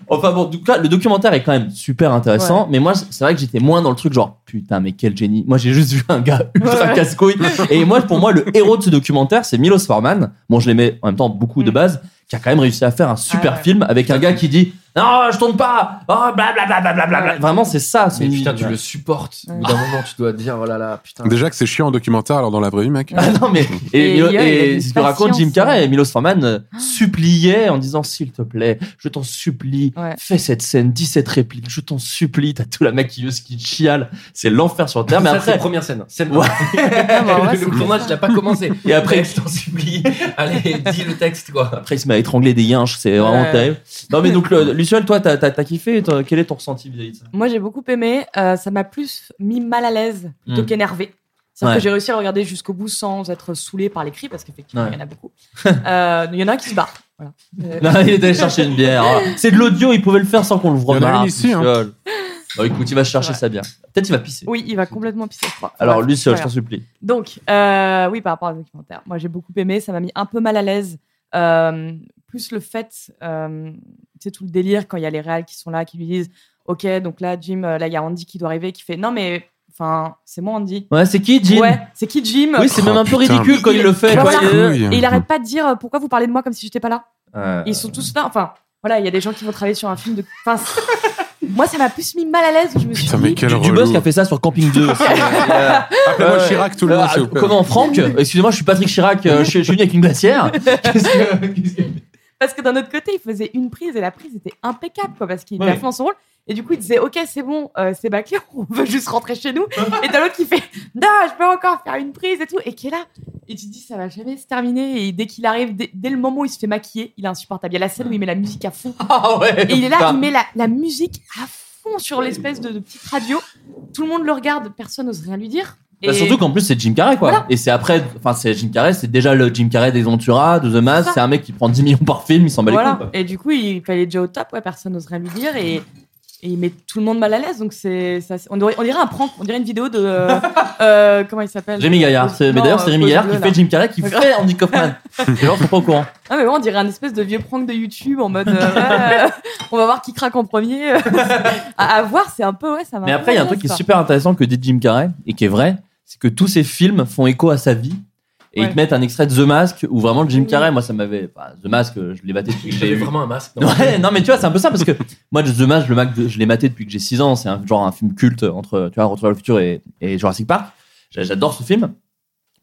Enfin bon, en tout cas, le documentaire est quand même super intéressant, mais moi, c'est vrai que j'étais moins dans le truc genre putain, mais quel génie. Moi, j'ai juste vu un gars ultra Ouais. casse-couille. Et moi, pour moi, le héros de ce documentaire, c'est Milos Forman. Bon, je l'aimais en même temps beaucoup de base, qui a quand même réussi à faire un super Mm. Ah ouais. film avec un gars qui dit non, je tourne pas, oh blablabla. Vraiment, c'est ça. c'est Mais une- putain, tu le supportes. Au bout d'un moment, tu dois te dire, oh là là, putain. Déjà que c'est chiant en documentaire, alors dans la vraie vie, mec. Ah non, mais Et et, Milo- il y a- il y a et une ce que raconte patience, Jim Carrey, hein. Milos Forman euh, suppliait en disant s'il te plaît, je t'en supplie, Ouais. fais cette scène, 17 répliques, je t'en supplie, t'as tout la maquilleuse qui chiale, c'est l'enfer sur terre. Mais ça, c'est après, première scène. scène Ouais. bah ouais, le, c'est le tournage n'a pas commencé. Et après- Mec, je t'en supplie, allez, dis le texte, quoi. après il se met à étrangler des yinches, c'est vraiment Ouais. terrible. Non mais donc le- Luciole, toi t'as t'as- t'as kiffé, toi, quel est ton ressenti vis-à-vis de ça Moi, j'ai beaucoup aimé. Euh, ça m'a plus mis mal à l'aise plutôt Hmm. Mm. qu'énervé. C'est-à-dire Ouais. que j'ai réussi à regarder jusqu'au bout sans être saoulé par les cris, parce qu'effectivement, il Ouais. y en a beaucoup. Euh, Il y en a un qui se barre. Voilà. Euh, Non, il est allé chercher une bière. voilà. C'est de l'audio, il pouvait le faire sans qu'on le voit. Il y en a Bah, une ici, hein. Luciole. Bah, écoute, il va chercher Ouais. sa bière. Peut-être il va pisser. Oui, il va complètement pisser, je crois. Alors Bref, Luciole, voilà. je t'en supplie. Donc, euh, oui, par rapport au documentaire, moi j'ai beaucoup aimé, ça m'a mis un peu mal à l'aise. Euh, plus le fait, euh, tu sais, tout le délire quand il y a les réals qui sont là, qui lui disent Ok, donc là, Jim, euh, là, il y a Andy qui doit arriver, qui fait Non, mais enfin, c'est moi, Andy. Ouais, c'est qui, Jim Ouais, c'est qui, Jim Oui, c'est Oh, même un peu putain. ridicule quand il le fait. Voilà. quoi. Il est- Oui. Et il arrête pas de dire euh, Pourquoi vous parlez de moi comme si j'étais pas là Euh, Ils sont tous là, enfin, voilà, il y a des gens qui vont travailler sur un film de. Enfin, c'est- moi, ça m'a plus mis mal à l'aise, je me suis Putain, mais dit. quel euh, relou. Du- Du boss qui a fait ça sur Camping 2 aussi. Appelez-moi Ouais. Chirac, tout le monde, Ah, s'il vous plaît. Comment, Franck Excusez-moi, je suis Patrick Chirac, euh, je, suis- je suis venu avec une glacière. Qu'est-ce que- qu'est-ce que- Parce que d'un autre côté, il faisait une prise et la prise était impeccable, quoi, parce qu'il était Ouais. à fond dans son rôle. Et du coup, il disait, OK, c'est bon, euh, c'est bâclé, on veut juste rentrer chez nous. Et t'as l'autre qui fait, non, je peux encore faire une prise et tout, et qui est là. Et tu te dis, ça va jamais se terminer. Et dès qu'il arrive, dès, dès le moment où il se fait maquiller, il est insupportable. Il y a la scène où il met la musique à fond. Ah ouais, Et il est là, putain. il met la, la musique à fond sur l'espèce de, de petite radio. Tout le monde le regarde, personne n'ose rien lui dire. Et Bah, surtout qu'en plus c'est Jim Carrey quoi. Voilà. Et c'est après, enfin c'est Jim Carrey, c'est déjà le Jim Carrey des Ventura, de The Mask, C'est ça. c'est un mec qui prend 10 millions par film, il s'en bat les couilles. voilà. quoi. Et du coup, il fallait déjà au top, ouais, personne n'ose rien lui dire et, et il met tout le monde mal à l'aise. Donc c'est, ça, c'est- on, dirait, on dirait un prank, on dirait une vidéo de euh, euh, comment il s'appelle Rémi Gaillard, c'est- mais Non, d'ailleurs c'est euh, Rémi Gaillard qui Pose fait Bleu, Jim Carrey qui fait Andy Kaufman. Les gens sont pas au courant. là. Ah mais ouais, on dirait un espèce de vieux prank de YouTube en mode euh, ouais, euh, on va voir qui craque en premier. à, à voir, c'est un peu ouais, ça m'a. Mais après, il y a un mal à truc qui est l'aise, super intéressant que dit Jim Carrey et qui est vrai, c'est que tous ses films font écho à sa vie. Et Ouais. ils te mettent un extrait de The Mask où vraiment Jim Oui. Carrey, moi ça m'avait. enfin, The Mask, euh, je l'ai batté depuis que j'ai J'avais eu. vraiment un masque. non. Ouais, non, mais tu vois, c'est un peu ça parce que moi, The Mask, je, le mac- je l'ai maté depuis que j'ai 6 ans. C'est un, genre un film culte entre, tu vois, Retour vers le futur et, et Jurassic Park. J'a- J'adore ce film.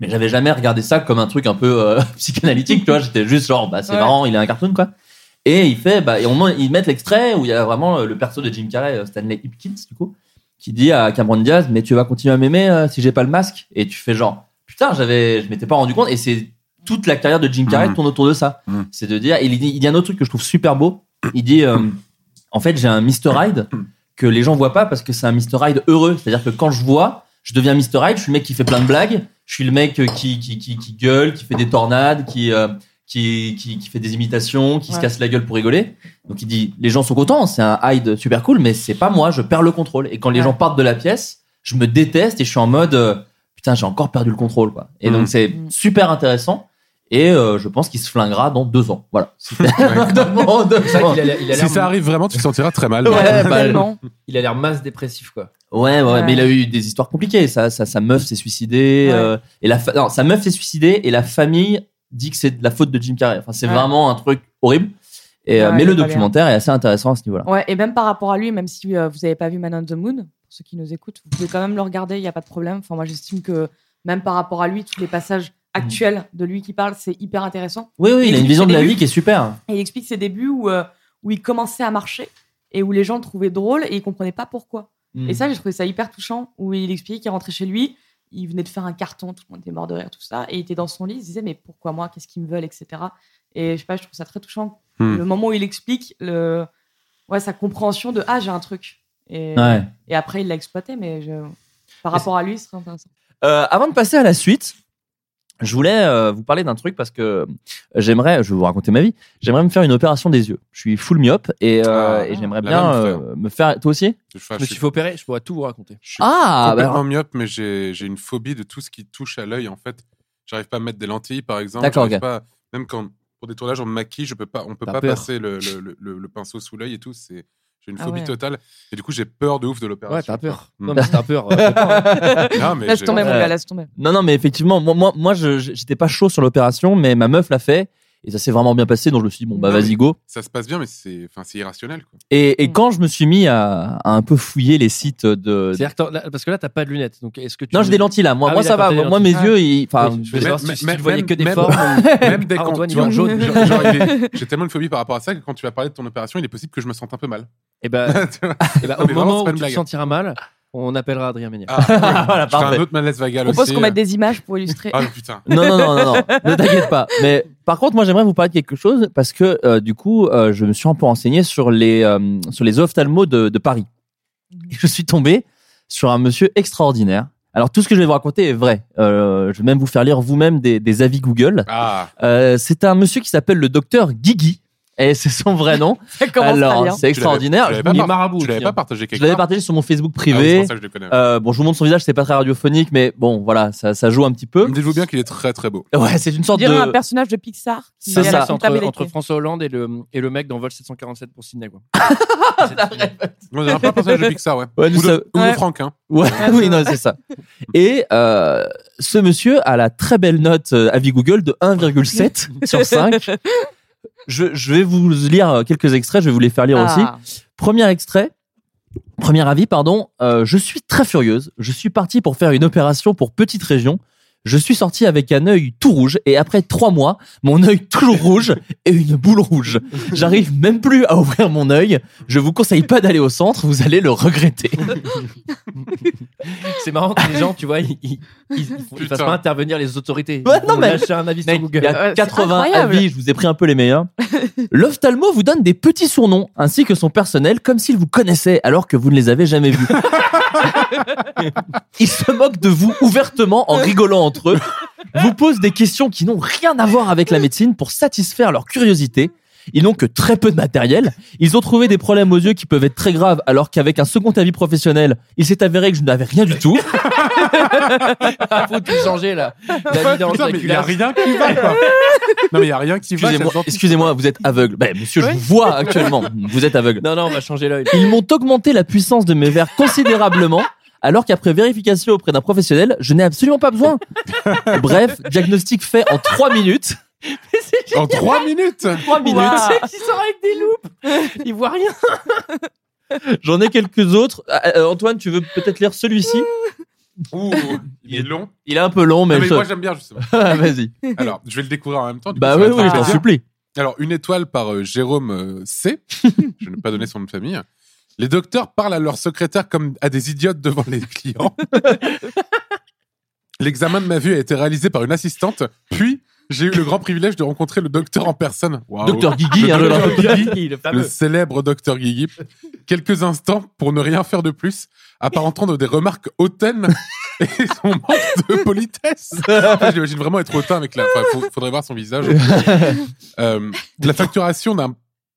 Mais j'avais jamais regardé ça comme un truc un peu euh, psychanalytique, tu vois. J'étais juste genre, bah, c'est Ouais. marrant, il a un cartoon, quoi. Et il fait, bah, et au moins, ils mettent l'extrait où il y a vraiment euh, le perso de Jim Carrey, euh, Stanley Hipkins, du coup, qui dit à Cameron Diaz, mais tu vas continuer à m'aimer euh, si j'ai pas le masque. Et tu fais genre, putain, j'avais, je m'étais pas rendu compte. Et c'est toute la carrière de Jim Carrey tourne autour de ça. C'est de dire, il, dit- il y a un autre truc que je trouve super beau. Il dit, euh, en fait, j'ai un Mr. Hyde que les gens voient pas parce que c'est un Mr. Hyde heureux. C'est-à-dire que quand je vois, je deviens Mr. Hyde, je suis le mec qui fait plein de blagues, je suis le mec qui, qui, qui, qui gueule, qui fait des tornades, qui, euh, qui, qui, qui fait des imitations, qui se Ouais. casse la gueule pour rigoler. Donc il dit, les gens sont contents, c'est un Hyde super cool, mais c'est pas moi, je perds le contrôle. Et quand les gens partent de la pièce, je me déteste et je suis en mode, euh, putain, j'ai encore perdu le contrôle. Quoi. Et donc c'est super intéressant. Et euh, je pense qu'il se flinguera dans deux ans. Voilà. Si ça arrive vraiment, tu te sentiras très mal. Euh, Ouais, bah, Il a l'air masse dépressif, quoi. Ouais, ouais, Ouais. mais il a eu des histoires compliquées. Sa, sa, sa meuf s'est suicidée. Ouais. euh, et la fa- non, sa meuf s'est suicidée et la famille dit que c'est de la faute de Jim Carrey. Enfin, c'est Ouais. vraiment un truc horrible. Et, euh, Ouais, mais le c'est pas documentaire est assez intéressant à ce niveau-là. Ouais, et même par rapport à lui, même si euh, vous n'avez pas vu Man on the Moon, pour ceux qui nous écoutent, vous pouvez quand même le regarder, il n'y a pas de problème. Enfin, moi, j'estime que même par rapport à lui, tous les passages actuels de lui qui parle, c'est hyper intéressant. Oui, oui, il a une explique vision ses de la débuts. vie qui est super. Et il explique ses débuts où, euh, où il commençait à marcher et où les gens le trouvaient drôle et ils comprenaient pas pourquoi. Mm. Et ça, j'ai trouvé ça hyper touchant, où il expliquait qu'il rentrait chez lui, il venait de faire un carton, tout le monde était mort de rire, tout ça, et il était dans son lit, il se disait, mais pourquoi moi, qu'est-ce qu'ils me veulent, etc. Et je sais pas, je trouve ça très touchant. Mm. Le moment où il explique le... ouais, sa compréhension de, ah, j'ai un truc. Et, Ouais. et après, il l'a exploité, mais je... par rapport à lui, ce serait intéressant. Euh, avant de passer à la suite, je voulais euh, vous parler d'un truc parce que j'aimerais, je vais vous raconter ma vie, j'aimerais me faire une opération des yeux. Je suis full myope et, Ah. euh, et j'aimerais la bien même, euh, me faire. Toi aussi Je me suis fait opérer, je pourrais tout vous raconter. Ah, bah complètement alors- myope, mais j'ai j'ai une phobie de tout ce qui touche à l'œil. En fait, j'arrive pas à mettre des lentilles, par exemple. D'accord, J'arrive ok. pas- même quand pour des tournages on me maquille, je peux pas, on peut T'as pas peur. passer le, le- le- le- le pinceau sous l'œil et tout. C'est j'ai une Ah phobie ouais. totale. Et du coup, j'ai peur de ouf de l'opération. Ouais, t'as peur. Mm. Non, mais t'as peur, euh, Non, mais Laisse j'ai- tomber, mon gars, laisse tomber. Non, non, mais effectivement, moi, moi, moi je- je- j'étais pas chaud sur l'opération, mais ma meuf l'a fait et ça s'est vraiment bien passé. Donc je me suis dit, bon, bah Ah Non, vas-y, mais go. Ça se passe bien, mais c'est enfin, c'est irrationnel. Quoi. Et, et Mmh. quand je me suis mis à, à un peu fouiller les sites de. C'est-à-dire que t'en- là- parce que là, t'as pas de lunettes. Donc est-ce que tu Non, j'ai des lentilles là. Moi, Ah moi oui, ça d'accord, va. t'as des Moi, mes lentilles. yeux, ils. Enfin, Oui, je voulais savoir si- si tu même- voyais que des même- formes. ou- Même dès Ah, qu'on- Antoine, tu il est en vois, jaune. genre- genre, il est- J'ai tellement une phobie par rapport à ça que quand tu vas parler de ton opération, il est possible que je me sente un peu mal. Et ben, Tu vois Eh ben, Non, au mais vraiment, moment c'est où pas une tu te blague. sentiras mal, on appellera Adrien Méniel. Ah, ouais. Je ferai parfait. un autre malaise Je vagal propose aussi. euh. qu'on mette des images pour illustrer. hein. Ah, mais putain. Non, non, non, non, non. ne t'inquiète pas. Mais par contre, moi, j'aimerais vous parler de quelque chose parce que euh, du coup, euh, je me suis un peu renseigné sur les, euh, sur les ophtalmos de, de Paris. Et je suis tombé sur un monsieur extraordinaire. Alors, tout ce que je vais vous raconter est vrai. Euh, je vais même vous faire lire vous-même des, des avis Google. Ah, Euh, c'est un monsieur qui s'appelle le docteur Guigui. Et c'est son vrai nom. commence pas bien. Alors, Tu l'avais- c'est extraordinaire. tu l'avais Je pas vous- par- tu l'avais pas partagé quelque Je l'avais part partagé sur mon Facebook Ah oui, c'est privé. pour ça que je le connais. Euh, bon, je vous montre son visage, c'est pas très radiophonique, mais bon, voilà, ça, ça joue un petit peu. Dites-vous bien qu'il est très très beau. Ouais, c'est une On sorte dirait un de. personnage de Pixar. qui C'est est à la ça. table entre, avec entre les- François Hollande et le, et le mec dans Vol 747 pour Sydney. Quoi. On dirait un peu un personnage de Pixar, ouais. Ouais, nous, ou de, ça- ou de Ouais. Franck, hein. Ouais, oui, non, c'est ça. Et euh, ce monsieur a la très belle note euh, avis Google de 1,7 sur 5. Je, je vais vous lire euh, quelques extraits, je vais vous les faire lire Ah. aussi. Premier extrait, premier avis, pardon. Euh, je suis très furieuse. Je suis partie pour faire une opération pour petite région. Je suis sortie avec un œil tout rouge et après trois mois, mon œil toujours rouge et une boule rouge. J'arrive même plus à ouvrir mon œil. Je vous conseille pas d'aller au centre, vous allez le regretter. C'est marrant que les gens, tu vois, ils, ils, ils- ils Putain. fassent pas intervenir les autorités. Ouais, Ils non, vont mais- lâcher un avis sur Google. Il y a 80 avis, je vous ai pris un peu les meilleurs. L'ophtalmo vous donne des petits surnoms ainsi que son personnel comme s'il vous connaissait alors que vous ne les avez jamais vus. Ils se moquent de vous ouvertement en rigolant entre eux, vous posent des questions qui n'ont rien à voir avec la médecine pour satisfaire leur curiosité. Ils n'ont que très peu de matériel. Ils ont trouvé des problèmes aux yeux qui peuvent être très graves, alors qu'avec un second avis professionnel, il s'est avéré que je n'avais rien du tout. Ah, faut tout changer là. Ouais, La vie dans putain, le mais il y a culasse. rien qui va, quoi. Non, mais il y a rien qui va. Excusez-moi, excusez-moi, vous êtes aveugle. Ben, monsieur, je vous vois actuellement. Vous êtes aveugle. Non, non, on va changer l'œil. Ils m'ont augmenté la puissance de mes verres considérablement, alors qu'après vérification auprès d'un professionnel, je n'ai absolument pas besoin. Bref, diagnostic fait en 3 minutes. En 3 minutes 3 minutes. Ils sont avec des loupes. Ils voient rien. J'en ai quelques autres. Euh, euh, Antoine, tu veux peut-être lire celui-ci Ouh, il est long. Il est un peu long, Ah, mais, Non, mais je- moi j'aime bien justement. Vas-y. Alors, je vais le découvrir en même temps. du Bah coup, ça va oui, oui, être je t'en plaisir. supplie. Alors, une étoile par euh, Jérôme euh, C. je ne vais pas donner son nom de famille. Les docteurs parlent à leur secrétaire comme à des idiotes devant les clients. L'examen de ma vue a été réalisé par une assistante, puis J'ai eu le grand privilège de rencontrer le docteur en personne. Waouh. Docteur Guigui, le, hein, le- docteur Guigui, le Guigui, fameux. le célèbre docteur Guigui. Quelques instants pour ne rien faire de plus, à part entendre des remarques hautaines et son manque de politesse. Moi, J'imagine vraiment être hautain avec la. enfin, faut- faudrait voir son visage. Euh, la facturation d'un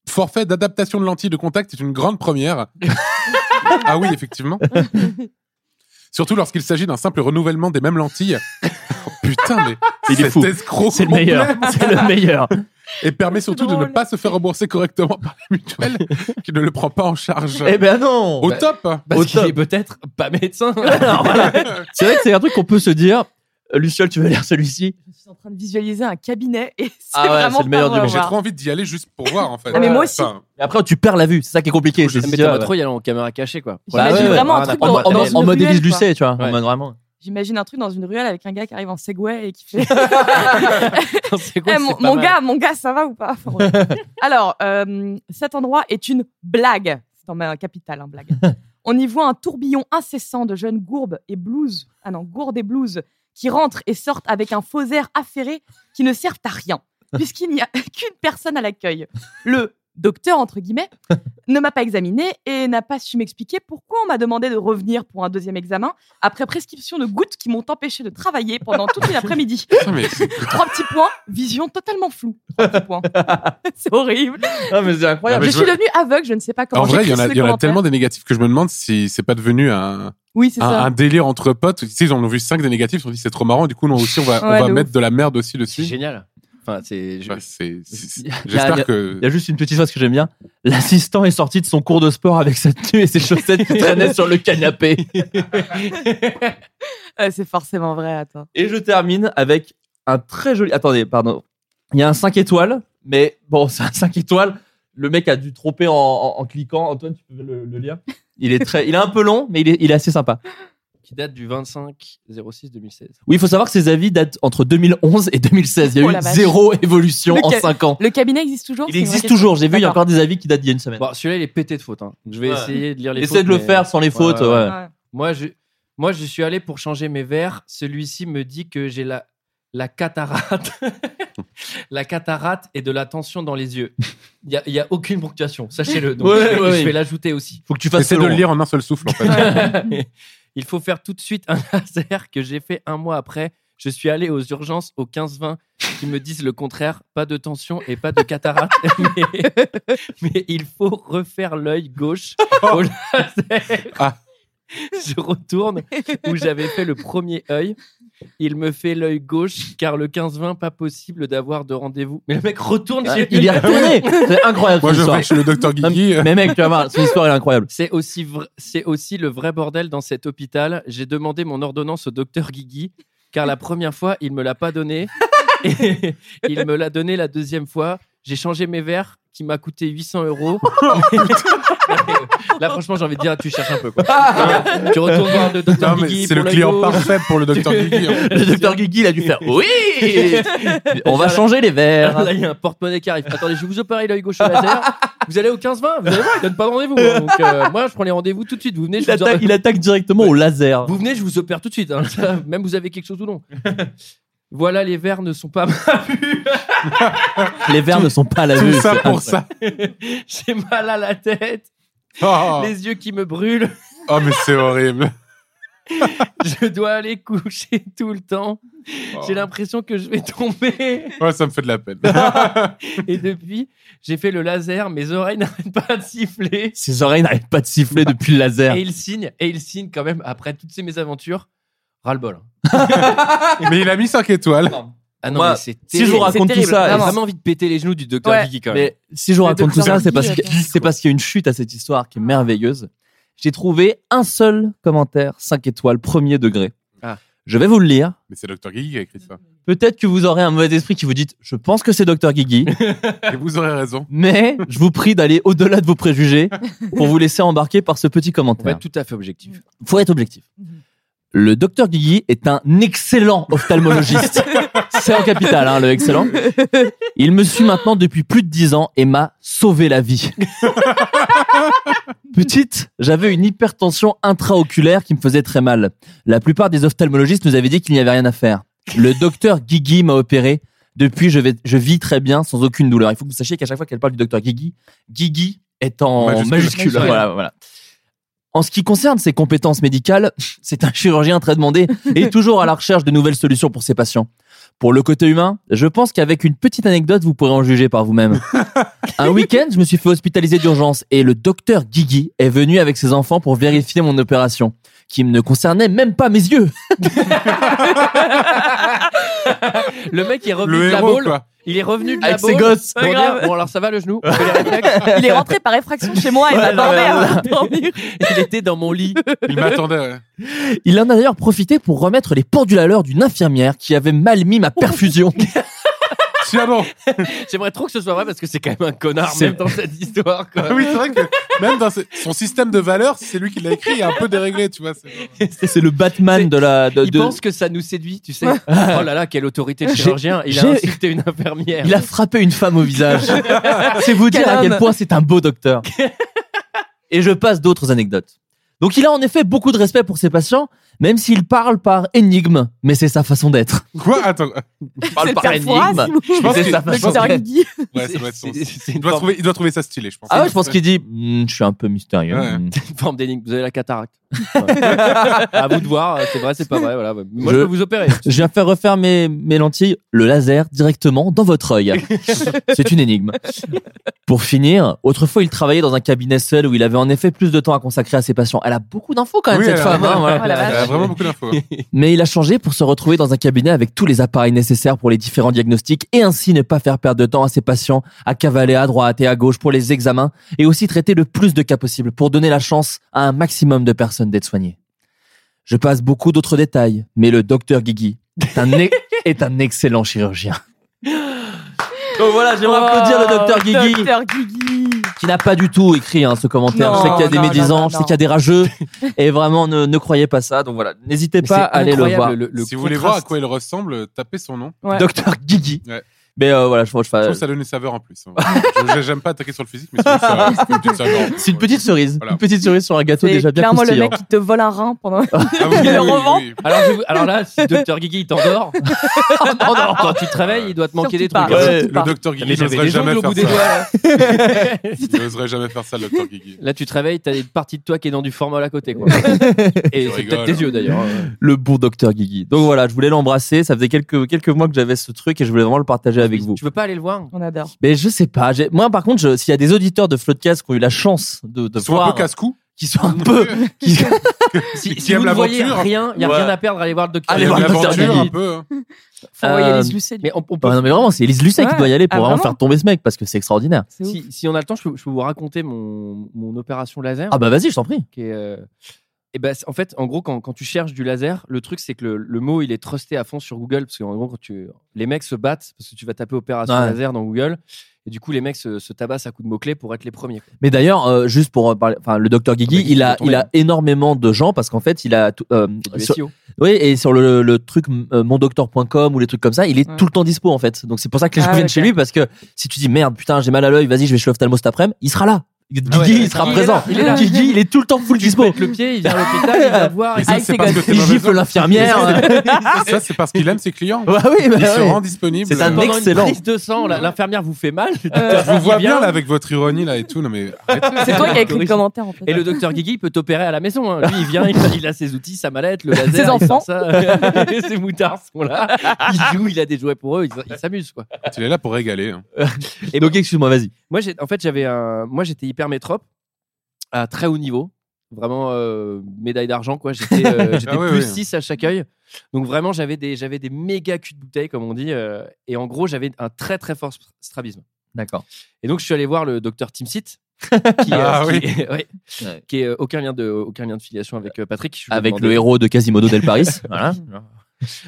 forfait d'adaptation de lentilles de contact est une grande première. ah oui, effectivement. Surtout lorsqu'il s'agit d'un simple renouvellement des mêmes lentilles. Oh, putain, mais Il est cet fou. escroc C'est le meilleur. complet. C'est le meilleur. Et permet surtout de ne pas se faire rembourser correctement par la mutuelle qui ne le prend pas en charge. Eh ben non Au Bah, top Parce Au qu'il top. est peut-être pas médecin. C'est vrai que c'est un truc qu'on peut se dire. euh, Luciole, tu vas lire celui-ci Je suis en train de visualiser un cabinet et c'est Ah ouais, vraiment c'est le meilleur pas du monde. revoir. J'ai trop envie d'y aller juste pour voir en fait. Euh, Ah, mais moi aussi. Enfin, Et après, tu perds la vue. C'est ça qui est compliqué. Ça Ah, C'est m'étonnerait euh, trop, il y a en caméra cachée, quoi. Bah ouais, ouais, vraiment un ouais, truc en- dans- en- dans En une mode ruelle, Élise quoi. Lucet, tu vois. En mode vraiment. J'imagine un truc dans une ruelle avec un gars qui arrive en Segway et qui fait C'est Eh, quoi, mon, c'est pas mon mal. gars, mon gars, ça va ou pas Enfin, ouais. Alors, euh, cet endroit est une blague. C'est en ma capitale, hein, blague. On y voit un tourbillon incessant de jeunes gourbes et blouses. Ah non, gourdes et blouses qui rentrent et sortent avec un faux air affairé qui ne servent à rien, puisqu'il n'y a qu'une personne à l'accueil. Le docteur, entre guillemets, ne m'a pas examiné et n'a pas su m'expliquer pourquoi on m'a demandé de revenir pour un deuxième examen après prescription de gouttes qui m'ont empêché de travailler pendant toute une après-midi. putain, mais c'est- Trois petits points, vision totalement floue. Trois petits points. c'est horrible. Non, mais c'est incroyable. Ah, mais Je je suis veux- devenue aveugle, je ne sais pas comment. en vrai, il y en j'écris a, ce il y en a commentaire. tellement Ah, des négatifs que je me demande si c'est pas devenu un, Oui, c'est un, ça. un délire entre potes. Tu sais, ils en ont vu 5 des négatifs, ils se sont dit c'est trop marrant, du coup, nous aussi, on va, Ouais, on va de mettre de la merde aussi C'est Bah. dessus. génial. Enfin, c'est. je- Bah, c'est- c'est- Il y a- il y a- J'espère que. Il y a juste une petite chose que j'aime bien. L'assistant est sorti de son cours de sport avec sa tenue et ses chaussettes qui traînaient sur le canapé. Ouais, Euh, c'est forcément vrai, attends. Et je termine avec un très joli. Attendez, pardon. Il y a un 5 étoiles, mais bon, c'est un 5 étoiles. Le mec a dû tromper en, en- en cliquant. Antoine, tu peux le, le lire il est, très, il est un peu long, mais il est, il est assez sympa. Qui date du 25 06 2016. Oui, il faut savoir que ses avis datent entre 2011 et 2016. Il y a Oh eu la vache. zéro évolution Le en ca- 5 ans. Le cabinet existe toujours Il c'est une vraie existe question. toujours. J'ai vu, il y a D'accord. encore des avis qui datent d'il y a une semaine. Bah, Bon, celui-là, il est pété de fautes. hein. Donc, Je vais Ouais. essayer de lire les Essaie fautes. de le mais- faire sans les fautes, ouais. Ouais. Moi, je, moi, je suis allé pour changer mes verres. Celui-ci me dit que j'ai la, la cataracte. la cataracte et de la tension dans les yeux. Il n'y a, il y a aucune ponctuation, sachez-le. Donc, Ouais, je vais, ouais, je ouais. vais l'ajouter aussi. Faut que tu fasses Essaie ça de le lire en un seul souffle, en fait. Il faut faire tout de suite un laser que j'ai fait un mois après. Je suis allé aux urgences au 15-20 qui me disent le contraire, pas de tension et pas de cataracte. mais, mais il faut refaire l'œil gauche au laser. Ah. Je retourne où j'avais fait le premier œil. Il me fait l'œil gauche car le 15-20, pas possible d'avoir de rendez-vous. Mais le mec retourne chez Il lui. est retourné. C'est incroyable Moi, cette je histoire. vais chez le docteur Guigui. Mais mec, tu vas voir, cette histoire elle est incroyable. C'est aussi, vr- c'est aussi le vrai bordel dans cet hôpital. J'ai demandé mon ordonnance au docteur Guigui, car la première fois, il me l'a pas donnée. Et il me l'a donnée la deuxième fois. J'ai changé mes verres, qui m'a coûté 800 euros. Là, franchement, j'ai envie de dire, tu cherches un peu. Quoi. Non, tu retournes voir le docteur Ah. Non, mais Guigui. c'est le pour client l'œil gauche. parfait pour le docteur Guigui. hein. Le docteur Guigui, il a dû faire Oui On va changer les verres. Ah, Là, il y a un porte-monnaie qui arrive. Attendez, je vais vous opérer l'œil gauche au laser. Vous allez au 15-20. Vous allez voir, il donne pas de rendez-vous. hein. Donc, euh, moi, je prends les rendez-vous tout de suite. Vous venez, je Il vous attaque, il attaque directement au laser. Vous venez, je vous opère tout de suite. hein. Ça, Même vous avez quelque chose ou non. Voilà, les verres ne sont pas. Les verres ne sont pas à la Tout vue. ça c'est pour incroyable. ça. J'ai mal à la tête, Oh, les yeux qui me brûlent. oh, mais c'est horrible. Je dois aller coucher tout le temps. Oh. J'ai l'impression que je vais tomber. Ouais, Oh, ça me fait de la peine. Et depuis, j'ai fait le laser. Mes oreilles n'arrêtent pas de siffler. Ses oreilles n'arrêtent pas de siffler depuis le laser. Et il signe. Et il signe quand même après toutes ces mésaventures. Ras-le-bol. hein. Mais il a mis 5 étoiles. Ah non, Moi, mais c'est Si je vous terrible. raconte tout terrible, J'ai ça, vraiment. vraiment envie de péter les genoux du docteur Ouais. Guigui quand même. Mais si je vous Le raconte tout docteur ça, c'est parce Guy, que attends. c'est parce qu'il y a une chute à cette histoire qui est merveilleuse. J'ai trouvé un seul commentaire 5 étoiles premier degré. Ah. Je vais vous le lire. Mais c'est docteur Guigui qui a écrit ça. Peut-être que vous aurez un mauvais esprit qui vous dit je pense que c'est docteur Guigui, Et vous aurez raison. mais je vous prie d'aller au-delà de vos préjugés pour vous laisser embarquer par ce On petit va commentaire. être tout à fait objectif. faut être objectif. Mhm. Le docteur Guigui est un excellent ophtalmologiste. C'est en capital, hein, le excellent. Il me suit maintenant depuis plus de dix ans et m'a sauvé la vie. Petite, j'avais une hypertension intraoculaire qui me faisait très mal. La plupart des ophtalmologistes nous avaient dit qu'il n'y avait rien à faire. Le docteur Guigui m'a opéré. Depuis, je, vais, je vis très bien sans aucune douleur. Il faut que vous sachiez qu'à chaque fois qu'elle parle du docteur Guigui, Guigui est en Majuscule. majuscule. Voilà, voilà. En ce qui concerne ses compétences médicales, c'est un chirurgien très demandé et toujours à la recherche de nouvelles solutions pour ses patients. Pour le côté humain, je pense qu'avec une petite anecdote, vous pourrez en juger par vous-même. un week-end, je me suis fait hospitaliser d'urgence et le docteur Guigui est venu avec ses enfants pour vérifier mon opération, qui ne concernait même pas mes yeux. le mec est revenu Le de la héros, boule. quoi. Il est revenu de Avec la ses boule gosses. pour Pas dire, grave. bon alors ça va le genou. Il est rentré par effraction chez moi et m'a Ouais, non, borné mais à voilà. Il était dans mon lit. Il m'attendait. ouais. Il en a d'ailleurs profité pour remettre les pendules à l'heure d'une infirmière qui avait mal mis ma perfusion. Tiens bon. J'aimerais trop que ce soit vrai parce que c'est quand même un connard C'est- même dans cette histoire. quoi. Ah oui, c'est vrai que même dans ses- son système de valeurs, c'est lui qui l'a écrit, il est un peu déréglé, tu vois. c'est- C'est le Batman de la. De, Il pense que ça nous séduit, tu sais. Oh là là, quelle autorité le chirurgien, il a insulté une infirmière. Il a frappé une femme au visage. c'est vous dire Quel à quel homme. point c'est un beau docteur. Et je passe d'autres anecdotes. Donc il a en effet beaucoup de respect pour ses patients, même s'il parle par énigme, mais c'est sa façon d'être. Quoi Attends. Il parle par énigme. Je pense que- mais c'est sa je façon pense d'être. que- Ouais, ça doit être son- Il doit trouver- il doit trouver ça stylé, je pense. Ah ouais, je pense qu'il dit Hmm, Je suis un peu mystérieux. Ouais. Hmm. Une forme d'énigme. Vous avez la cataracte. à vous de voir, c'est vrai, c'est pas vrai. Voilà. Moi, Je- je, peux vous opérer. Je viens faire refaire mes, mes lentilles, le laser, directement dans votre œil. C'est une énigme. Pour finir, autrefois, il travaillait dans un cabinet seul où il avait en effet plus de temps à consacrer à ses patients. Elle a beaucoup d'infos quand même, Oui, cette elle a- femme. hein, Oh, voilà. elle a vraiment beaucoup d'infos. hein. Mais il a changé pour se retrouver dans un cabinet avec tous les appareils nécessaires pour les différents diagnostics et ainsi ne pas faire perdre de temps à ses patients à cavaler à droite et à gauche pour les examens et aussi traiter le plus de cas possible pour donner la chance à un maximum de personnes d'être soignées. Je passe beaucoup d'autres détails, mais le docteur Guigui est un, e- est un excellent chirurgien. Donc voilà, j'aimerais Oh, applaudir le docteur Guigui. Qui n'a pas du tout écrit hein, ce commentaire. Non, je sais qu'il y a des non, non, médisants, non, je sais qu'il y a des rageux. et vraiment, ne, ne croyez pas ça. Donc voilà, n'hésitez Mais pas à c'est aller le incroyable, voir. si vous voulez voir à quoi il ressemble, tapez son nom. Docteur Guigui. Ouais. Mais euh, voilà, je, je, Je trouve que ça donne une saveur en plus. hein. Je- J'aime pas attaquer sur le physique, mais c'est une saveur- c'est une petite saveur. C'est euh, une petite cerise. Une petite cerise sur un gâteau C'est déjà bien clairement le croustillant. mec qui te vole un rein pendant. Ah oui, il le oui, revend. Alors, je vous- alors là, si Docteur Guigui il t'endort, quand tu te réveilles, il doit te manquer des Surtout trucs. pas, hein. surtout Le docteur Guigui Mais j'avais n'oserait des jamais ongles au faire bout des doigts, ça. là. Il n'oserait jamais faire ça, le docteur Guigui. Là, tu te réveilles, t'as une partie de toi qui est dans du formol à côté, quoi. Et c'est peut-être hein. tes yeux d'ailleurs. hein, Le bon docteur Guigui. Donc voilà, je voulais l'embrasser. Ça faisait quelques, quelques mois que j'avais ce truc et je voulais vraiment le partager avec vous. Tu veux pas aller le voir On adore. Mais je sais pas. j'ai- Moi, par contre, je- s'il y a des auditeurs de Floodcast qui ont eu la chance de, de Ils sont un voir. peu casse-cou. Qui sont un peu. qui- Si, qui si aiment vous ne voyez l'aventure. rien, il n'y a Ouais. rien à perdre, allez voir le docteur. Allez voir le docteur Guigui. Guigui. hein. Faut envoyer Euh, les Lucet. Mais on, on peut Ouais, non, mais vraiment, c'est Elise Lucet qui Ouais. doit y aller pour Ah, vraiment, vraiment faire tomber ce mec parce que c'est extraordinaire. Si, si on a le temps, je peux, je peux vous raconter mon, mon opération laser. Ah bah vas-y, je t'en prie. Qui est, euh, eh ben, c'est- en fait, en gros, quand, quand tu cherches du laser, le truc, c'est que le, le mot, il est trusté à fond sur Google. Parce qu'en gros, quand tu, les mecs se battent parce que tu vas taper opération Ouais. laser dans Google. Et du coup, les mecs se, se tabassent à coups de mots-clés pour être les premiers. quoi. Mais d'ailleurs, euh, juste pour euh, parler, enfin, le docteur Guigui, il a, il a énormément de gens parce qu'en fait, il a. tout- euh, du sur- SEO. oui, et sur le, le truc euh, mondocteur.com ou les trucs comme ça, il est tout le temps dispo en fait. Donc c'est pour ça que les Ah, gens viennent ok. chez lui parce que si tu dis merde, putain, j'ai mal à l'œil, vas-y, je vais chez l'ophtalmo cet après-midi, il sera là. Guigui, il sera Ah Il est présent. là, il est là. Guigui, il est tout le temps full dispo. Le pied, il vient à l'hôpital, il vient te voir. Et ça, il c'est parce que t'es Il mauvais gifle homme. l'infirmière. Ça, c'est parce qu'il aime ses clients. Bah oui, bah il se oui. rend disponible. Euh, C'est un Pendant excellent. une prise de sang, la- l'infirmière vous fait mal. le Je docteur vous vois Guigui bien vient. là avec votre ironie là et tout. Non mais arrêtez. C'est toi qui as écrit le commentaire en fait. Et le docteur Guigui il peut t'opérer à la maison. hein. Lui, il vient, il, il a ses outils, sa mallette, le laser, Ses il sort enfants. ça. ses moutards sont là. Il joue, il a des jouets pour eux, il, s- il s'amuse quoi. Il est ah, là pour régaler. hein. Et donc excuse-moi, vas-y. Moi, j'ai- en fait, j'avais un, moi j'étais hyper métrope à très haut niveau, vraiment euh, médaille d'argent quoi. J'étais euh, j'étais Ah ouais, plus ouais. 6 à chaque œil, donc vraiment j'avais des j'avais des méga culs de bouteille comme on dit, euh, et en gros j'avais un très très fort stra- strabisme. D'accord. Et donc, je suis allé voir le docteur Tim Sit. Qui, Ah euh, qui- oui. ouais, qui est euh, aucun lien de aucun lien de filiation avec euh, Patrick. Je lui ai Avec demandé. le héros de Quasimodo del Paris. voilà.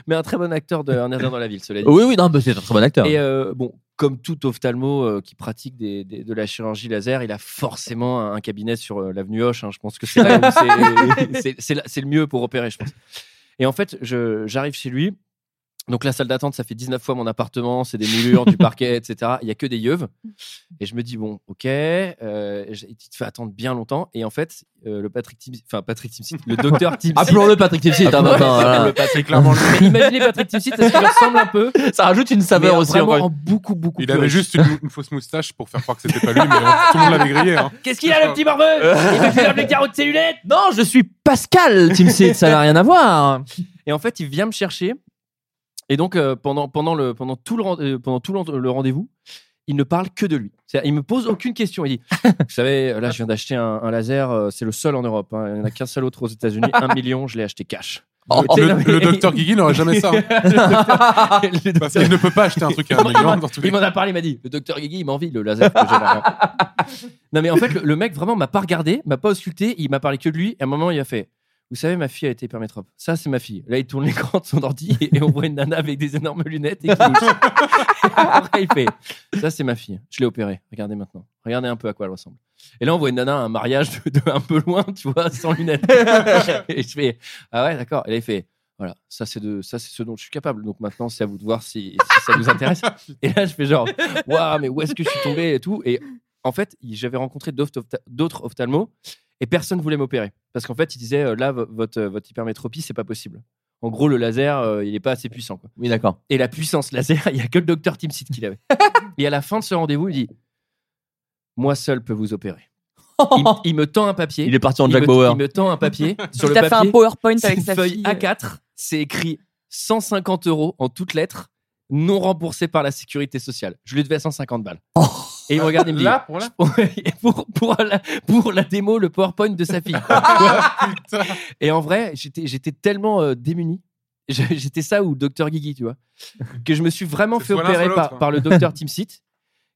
Mais un très bon acteur de Un Indien dans la ville, cela dit. Oui, oui, non, mais c'est un très bon acteur. Et euh, bon, comme tout ophtalmo euh, qui pratique des, des- de la chirurgie laser, il a forcément un cabinet sur euh, l'avenue Hoche. hein. Je pense que c'est là où c'est- c'est- c'est là- c'est le mieux pour opérer, je pense. Et en fait, je- j'arrive chez lui. Donc la salle d'attente, ça fait 19 fois mon appartement, c'est des moulures, du parquet, etc. Il y a que des yeux. Et je me dis bon, ok, euh, je- il te fait attendre bien longtemps. Et en fait, euh, le Patrick Timsit, enfin Patrick Timsit, le docteur Timsit. Appelons-le Patrick Timsit, hein, maintenant, voilà. Ah, Le Patrick, clairement. le- Mais imaginez Patrick Timsit, ça se ressemble un peu. Ça rajoute une saveur Mais aussi. vraiment encore en une- beaucoup, beaucoup. Il plus avait riche. juste une, une fausse moustache pour faire croire que c'était pas lui, mais on- tout le monde l'avait grillé. Hein. Qu'est-ce qu'il a, le petit barbeux Il veut faire les carottes cellulettes Non, je suis Pascal Timsit, ça n'a rien à voir. Et en fait, il vient me chercher. Et donc, euh, pendant, pendant, le, pendant tout le, ren- euh, pendant tout le, le rendez-vous, il ne parle que de lui. C'est-à-dire, Il me pose aucune question. Il dit Vous savez, là, je viens d'acheter un, un laser, euh, c'est le seul en Europe. hein. Il n'y en a qu'un seul autre aux États-Unis. Un million, je l'ai acheté cash. Le- le- le docteur Guigui n'aurait jamais ça, hein. Parce qu'il ne peut pas acheter un truc à un million dans tous les Il m'en a parlé, il m'a dit Le docteur Guigui, il m'envie le laser que j'ai là. non, mais en fait, le, le mec vraiment m'a pas regardé, m'a pas ausculté, il m'a parlé que de lui. Et à un moment, il a fait Vous savez, ma fille a été hypermétrope. Ça, c'est ma fille. Là, il tourne l'écran de son ordi et, et on voit une nana avec des énormes lunettes et qui louche. Et après, il fait Ça, c'est ma fille. Je l'ai opérée. Regardez maintenant. Regardez un peu à quoi elle ressemble. Et là, on voit une nana à un mariage de, de un peu loin, tu vois, sans lunettes. et je fais Ah ouais, d'accord. Et là, il fait Voilà, ça, c'est de- ça, c'est ce dont je suis capable. Donc maintenant, c'est à vous de voir si, si ça vous intéresse. Et là, je fais genre Waouh, mais où est-ce que je suis tombé et tout. Et en fait, il- j'avais rencontré d'autres ophta- d'autres ophtalmos et personne voulait m'opérer. Parce qu'en fait, ils disaient euh, Là, vo- votre, votre hypermétropie, c'est pas possible. En gros, le laser, euh, il n'est pas assez puissant. Quoi. Oui, d'accord. Et la puissance laser, il n'y a que le docteur Timsit qui l'avait. et à la fin de ce rendez-vous, il dit Moi seul peux vous opérer. Il, Oh. m- il me tend un papier. Il est parti en Il Jack me- Bauer. Il me tend un papier. Sur Il le t'a fait papier, un PowerPoint c'est avec une sa feuille fille. euh. A4. C'est écrit 150 euros en toutes lettres, non remboursé par la sécurité sociale. Je lui devais 150 balles. Oh. Et il me regarde et me dit Là, pour là pour, pour la, pour la démo, le PowerPoint de sa fille. Ah, et en vrai, j'étais j'étais tellement euh, démuni. Je- J'étais ça ou Docteur Guigui, tu vois, que je me suis vraiment fait soit l'un, soit opérer l'autre, par, hein. par le Docteur Timsit,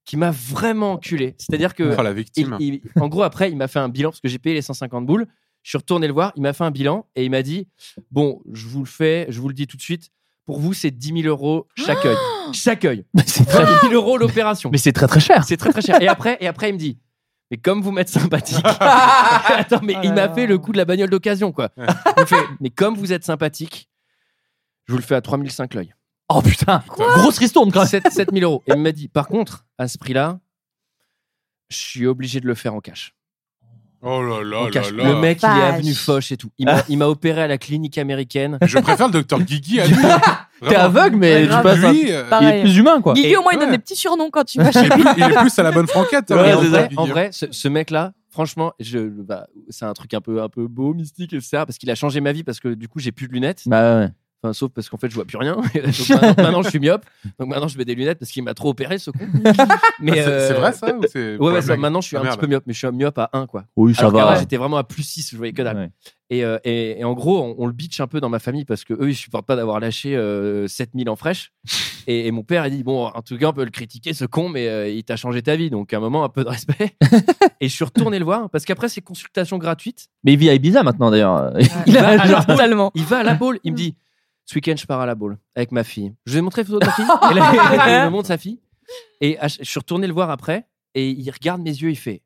qui m'a vraiment enculé. C'est-à-dire que. Oh, la victime. il- il- en gros, après, il m'a fait un bilan, parce que j'ai payé les 150 boules. Je suis retourné le voir, il m'a fait un bilan et il m'a dit Bon, je vous le fais, je vous le dis tout de suite, pour vous, c'est 10 000 euros chaque œil. Chaque œil. C'est 10 000 euros l'opération. Mais c'est très très cher. C'est très très cher. Et après, et après, il me dit. Mais comme vous m'êtes sympathique. Attends, mais il m'a fait le coup de la bagnole d'occasion, quoi. Il me fait, mais comme vous êtes sympathique, je vous le fais à 3005 l'œil. Oh putain, grosse ristourne quand même. 7, 7000 euros. Et il m'a dit, par contre, à ce prix-là, je suis obligé de le faire en cash. Oh là En là là cash. là. Ah. Le mec, il est Vache. avenue Foch et tout. Il m'a- Il m'a opéré à la clinique américaine. Je préfère le docteur Guigui à lui. hein. T'es Vraiment. aveugle, Ouais, mais tu grave. passes. un- Lui, euh, Il Pareil. est plus humain quoi. Guigui, au moins, il Ouais. donne des petits surnoms quand tu vas il, chez est plus, il est plus à la bonne franquette. hein, Ouais, le Et en, c'est docteur vrai, Guigui. en vrai, ce, ce mec-là, franchement, je, bah, c'est un truc un peu, un peu beau, mystique, etc. Parce qu'il a changé ma vie, parce que du coup, j'ai plus de lunettes. Bah ouais. Enfin, sauf parce qu'en fait, je vois plus rien. Donc, maintenant, maintenant, je suis myope. Donc maintenant, je mets des lunettes parce qu'il m'a trop opéré, ce con. Mais Bah, C'est euh, c'est vrai ça ou c'est Ouais, ouais, pas ça, blague maintenant, je suis Ah, un merde. petit peu myope, mais je suis un myope à 1, quoi. Oui, ça Alors qu'avant, va. J'étais vraiment à plus 6, je voyais que dalle. Ouais. Et, euh, et, et en gros, on, on le bitch un peu dans ma famille parce que eux, ils supportent pas d'avoir lâché 7000 en fraîche. Et, et mon père, il dit Bon, en tout cas, on peut le critiquer, ce con, mais euh, il t'a changé ta vie. Donc, à un moment, un peu de respect. et je suis retourné le voir parce qu'après ces consultations gratuites, Mais il vit à Ibiza maintenant d'ailleurs. Il Bah, a genre. alors, Totalement. il va à la boule. Il me dit Ce week-end, je pars à la boule avec ma fille. Je lui ai montré la photo de ma fille. Et là, il me montre sa fille. Et à ch- je suis retourné le voir après. Et il regarde mes yeux. Il fait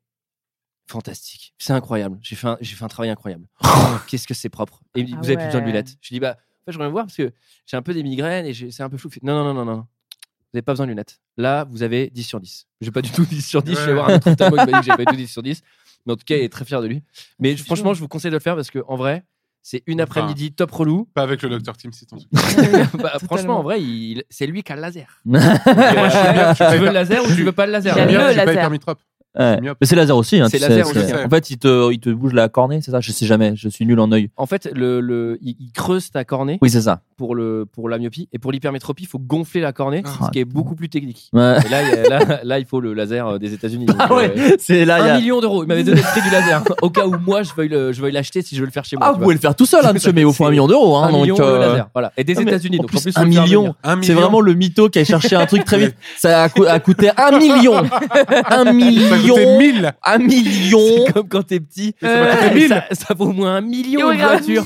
Fantastique. C'est incroyable. J'ai fait, un- j'ai fait un travail incroyable. Oh, Qu'est-ce que c'est propre. Et il me dit Ah Vous avez plus besoin de ouais. lunettes. Je lui dis Bah, en fait, je reviens voir parce que j'ai un peu des migraines et j'ai- c'est un peu flou. Il fait, Non, non, non, non, non. Vous n'avez pas besoin de lunettes. Là, vous avez 10 sur 10. J'ai pas du tout 10 sur 10. Je vais Ouais. voir un autre ophtalmo qui m'a dit que j'ai pas du tout 10 sur 10. Mais en tout cas, il est très fier de lui. Mais franchement, je vous conseille de le faire parce que en vrai, c'est une Enfin. après-midi top relou. Pas avec le docteur Tim Sit en tout Euh, Bah, franchement, en vrai, il- c'est lui qui a le laser. cas. tu veux le laser ou tu veux pas le laser Il a Je suis le pas laser. hypermitrope. Ouais. Myope. Mais c'est laser aussi. hein, C'est tu sais, laser c'est- aussi, ouais. En fait, il te, il te bouge la cornée, c'est ça Je sais jamais. Je suis nul en œil. En fait, le, le- il, il creuse ta cornée Oui, c'est ça. pour, le, pour la myopie et pour l'hypermétropie, il faut gonfler la cornée, Ah, ce qui est beaucoup plus technique. Ouais. Et là, il y a- là, là, il faut le laser euh, des États-Unis. Donc, Ah euh, ouais, c'est là. il y Un a- million d'euros, il m'avait donné le prix du laser. Au cas où moi je veuille le- je veuille l'acheter si je veux le faire chez moi. Ah, tu vous vois. pouvez le faire tout seul, hein, monsieur, mais au fond un million d'euros. Hein, un donc, million euh, le laser. Voilà. Et des non, mais États-Unis. en Donc en plus, plus, un on le fait revenir. million. Un C'est million. vraiment le mytho qui a cherché un truc très vite. Ça a, co- a coûté un million. Un Ça coûtait million. 1000 Un million. C'est comme quand t'es petit. m'a coûté Euh, mille. ça, ça vaut au moins un million Et on de regarde un voitures.